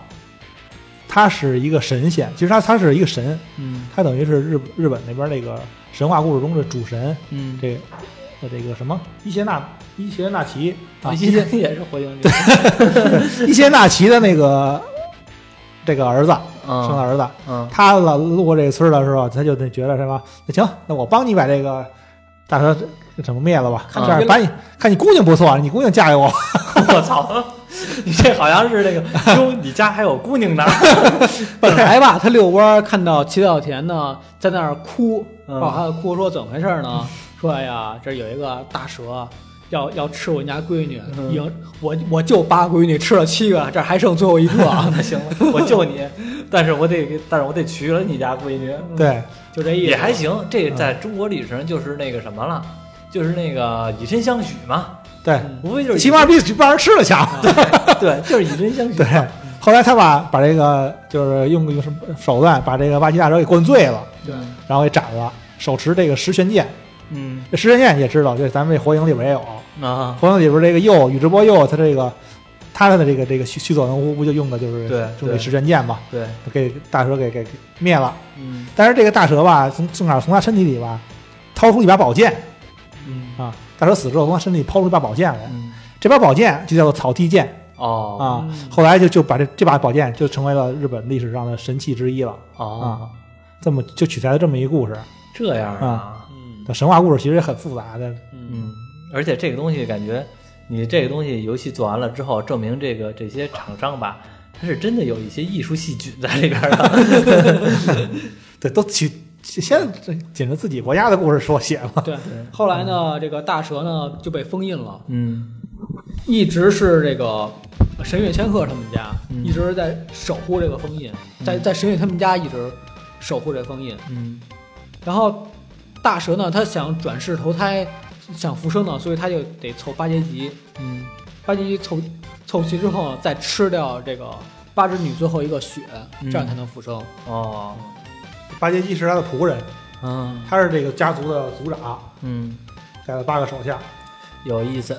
Speaker 3: 他是一个神仙，其实他他是一个神，
Speaker 1: 嗯
Speaker 3: 他等于是日本日本那边那个神话故事中的主神，
Speaker 1: 嗯，
Speaker 3: 这呃这个什么伊邪那伊邪那岐啊，
Speaker 1: 啊，
Speaker 3: 伊
Speaker 1: 今
Speaker 3: 邪
Speaker 1: 天也是火影里边，
Speaker 3: 伊邪那岐的那个这个儿子生了
Speaker 1: 嗯
Speaker 3: 儿子，
Speaker 1: 嗯
Speaker 3: 他老路过这村儿的时候，他就得觉得什么，那行，那我帮你把这个大蛇这怎么灭了吧？
Speaker 1: 看
Speaker 3: 这
Speaker 1: 你
Speaker 3: 样
Speaker 2: 晕了
Speaker 3: 把你看你姑娘不错，你姑娘嫁
Speaker 1: (laughs)
Speaker 3: 给我，
Speaker 1: 我操， (laughs) 你这好像是那
Speaker 3: (laughs)
Speaker 1: 个，哟，你家还有姑娘呢，
Speaker 2: (laughs) 本来吧，他遛弯儿看到齐道田呢在那儿哭，
Speaker 1: 嗯
Speaker 2: 抱孩子哭说怎么回事呢？说哎呀，这有一个大蛇要要吃我们家闺女，
Speaker 1: 嗯
Speaker 2: 已经我我就八个闺女吃了七个，这儿还剩最后一个啊，
Speaker 1: (laughs) 那行了，
Speaker 3: (laughs)
Speaker 1: 我救你，但是我得给，但是我得娶了你家闺女。
Speaker 3: 对，
Speaker 2: 就这意思。
Speaker 1: 也还，
Speaker 3: 嗯
Speaker 1: 行，这在中国历史上就是那个什么了，就是那个以身相许嘛，
Speaker 3: 对，
Speaker 2: 嗯
Speaker 1: 无非就是以
Speaker 3: 起码比比让人吃了强。
Speaker 1: 对，就是以身相许
Speaker 3: 对。，后来他把把这个就是用用什么手段把这个瓦西大蛇给灌醉了，
Speaker 2: (laughs) 对，
Speaker 3: 然后给斩了，手持这个十玄剑。
Speaker 1: 嗯
Speaker 3: 这十玄剑也知道，这咱们这火影里边也有，
Speaker 1: 啊，
Speaker 3: 火影里边这个鼬宇智波鼬，他这个他的这个这个须须佐能乎不就用的就是
Speaker 1: 对
Speaker 3: 就
Speaker 1: 对
Speaker 3: 是十玄剑嘛，
Speaker 1: 对，
Speaker 3: 给大蛇给给给灭了。
Speaker 1: 嗯
Speaker 3: 但是这个大蛇吧，从从哪儿从他身体里吧，掏出一把宝剑
Speaker 1: 嗯
Speaker 3: 啊。大蛇死之后，从他身体抛出一把宝剑来，
Speaker 1: 嗯，
Speaker 3: 这把宝剑就叫做草剃剑
Speaker 1: 哦
Speaker 3: 啊
Speaker 2: 嗯。
Speaker 3: 后来就就把这这把宝剑就成为了日本历史上的神器之一了，啊
Speaker 1: 哦，
Speaker 3: 这么就取材了这么一个故事。
Speaker 1: 这样啊，
Speaker 2: 嗯
Speaker 3: 神话故事其实也很复杂的，
Speaker 2: 嗯，
Speaker 1: 嗯，而且这个东西感觉，你这个东西游戏做完了之后，证明这个这些厂商吧，它是真的有一些艺术细菌在里边的。
Speaker 3: 对，都取现在这紧着自己国家的故事说写
Speaker 1: 嗯
Speaker 3: 嘛。
Speaker 2: 对。后来呢，这个大蛇呢就被封印了，
Speaker 1: 嗯
Speaker 2: 一直是这个神月千鹤他们家
Speaker 1: 嗯
Speaker 2: 一直在守护这个封印，在
Speaker 1: 嗯
Speaker 2: 在神月他们家一直守护这封印。
Speaker 1: 嗯
Speaker 2: 然后大蛇呢，他想转世投胎，想复生呢，所以他就得凑八结集，
Speaker 1: 嗯
Speaker 2: 八结集凑凑齐之后呢，再吃掉这个八只女最后一个血，
Speaker 1: 嗯
Speaker 2: 这样才能复生。
Speaker 1: 哦
Speaker 3: 八结基是他的仆人，
Speaker 1: 嗯
Speaker 3: 他是这个家族的族长，
Speaker 1: 嗯。
Speaker 3: 带了八个手下。
Speaker 1: 有意思。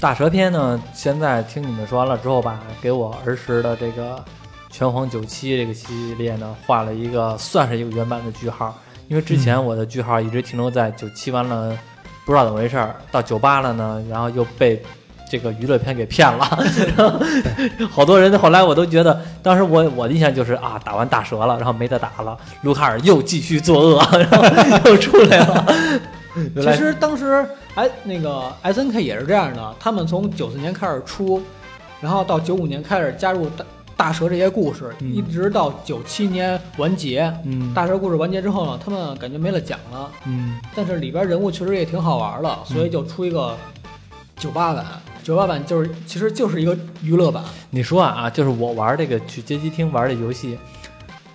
Speaker 1: 大蛇篇呢，现在听你们说完了之后吧，给我儿时的这个拳皇九七这个系列呢，画了一个算是一个圆满的句号。因为之前
Speaker 2: 嗯
Speaker 1: 我的句号一直停留在九七完了，不知道怎么回事儿，到九八了呢，然后又被这个娱乐片给骗
Speaker 2: (laughs)
Speaker 1: 了。然后好多人后来我都觉得，当时我我的印象就是啊，打完大蛇了，然后没得打了，卢卡尔又继续作恶，然后又出来了。原
Speaker 2: (laughs) 其
Speaker 1: 来
Speaker 2: 实当时哎，那个 S N K 也是这样的，他们从九四年开始出，然后到九五年开始加入大大蛇这些故事，
Speaker 1: 嗯
Speaker 2: 一直到九七年完结。
Speaker 1: 嗯
Speaker 2: 大蛇故事完结之后呢，他们感觉没了奖了，
Speaker 1: 嗯
Speaker 2: 但是里边人物确实也挺好玩的，
Speaker 3: 嗯
Speaker 2: 所以就出一个九八版。九八版就是其实就是一个娱乐版，
Speaker 1: 你说啊，就是我玩这个去街机厅玩的游戏，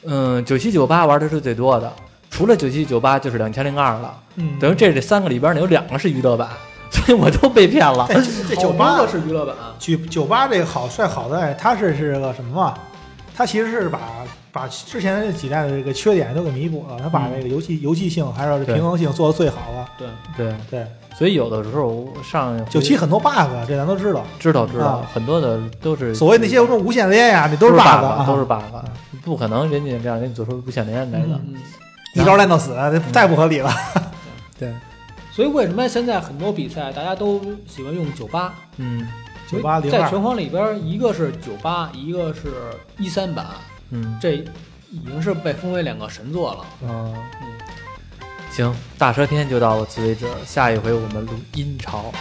Speaker 1: 嗯，九七九八玩的是最多的，除了九七九八就是两千零二了，
Speaker 3: 嗯
Speaker 1: 等于这这三个里边呢有两个是娱乐版， (laughs) 所以我都被骗
Speaker 3: (laughs)
Speaker 1: 了。
Speaker 3: 这酒
Speaker 2: 好
Speaker 3: 吧
Speaker 2: 多个是娱乐版。啊
Speaker 3: 酒酒吧这个好帅好在，它是是个什么啊？它其实是把把之前这几代的这个缺点都给弥补了，它把
Speaker 1: 嗯
Speaker 3: 这个游戏、游戏性还有
Speaker 1: 对
Speaker 3: 平衡性做得最好了。
Speaker 2: 对，
Speaker 1: 对，
Speaker 3: 对，
Speaker 1: 所以有的时候上回
Speaker 3: 九七很多 bug，这咱都知道。
Speaker 1: 知道知道，
Speaker 3: 啊
Speaker 1: 很多的都是
Speaker 3: 所谓那些什么无线连呀、那都
Speaker 1: 都
Speaker 3: 是 bug，
Speaker 1: bug，
Speaker 3: 啊
Speaker 1: 都是 bug，不可能人家这样给你做出无线连来的。
Speaker 2: 嗯，
Speaker 3: 一招烂到死，这太不合理
Speaker 1: 嗯
Speaker 3: 了。
Speaker 1: 对，
Speaker 2: 所以为什么现在很多比赛大家都喜欢用九八？
Speaker 1: 嗯
Speaker 3: 九八零
Speaker 2: 在
Speaker 3: 二
Speaker 2: 拳皇里边，一个是九八，一个是一三版，
Speaker 1: 嗯
Speaker 2: 这已经是被封为两个神作了。
Speaker 1: 嗯
Speaker 2: 嗯，
Speaker 1: 行，大蛇篇就到此为止，下一回我们录阴潮，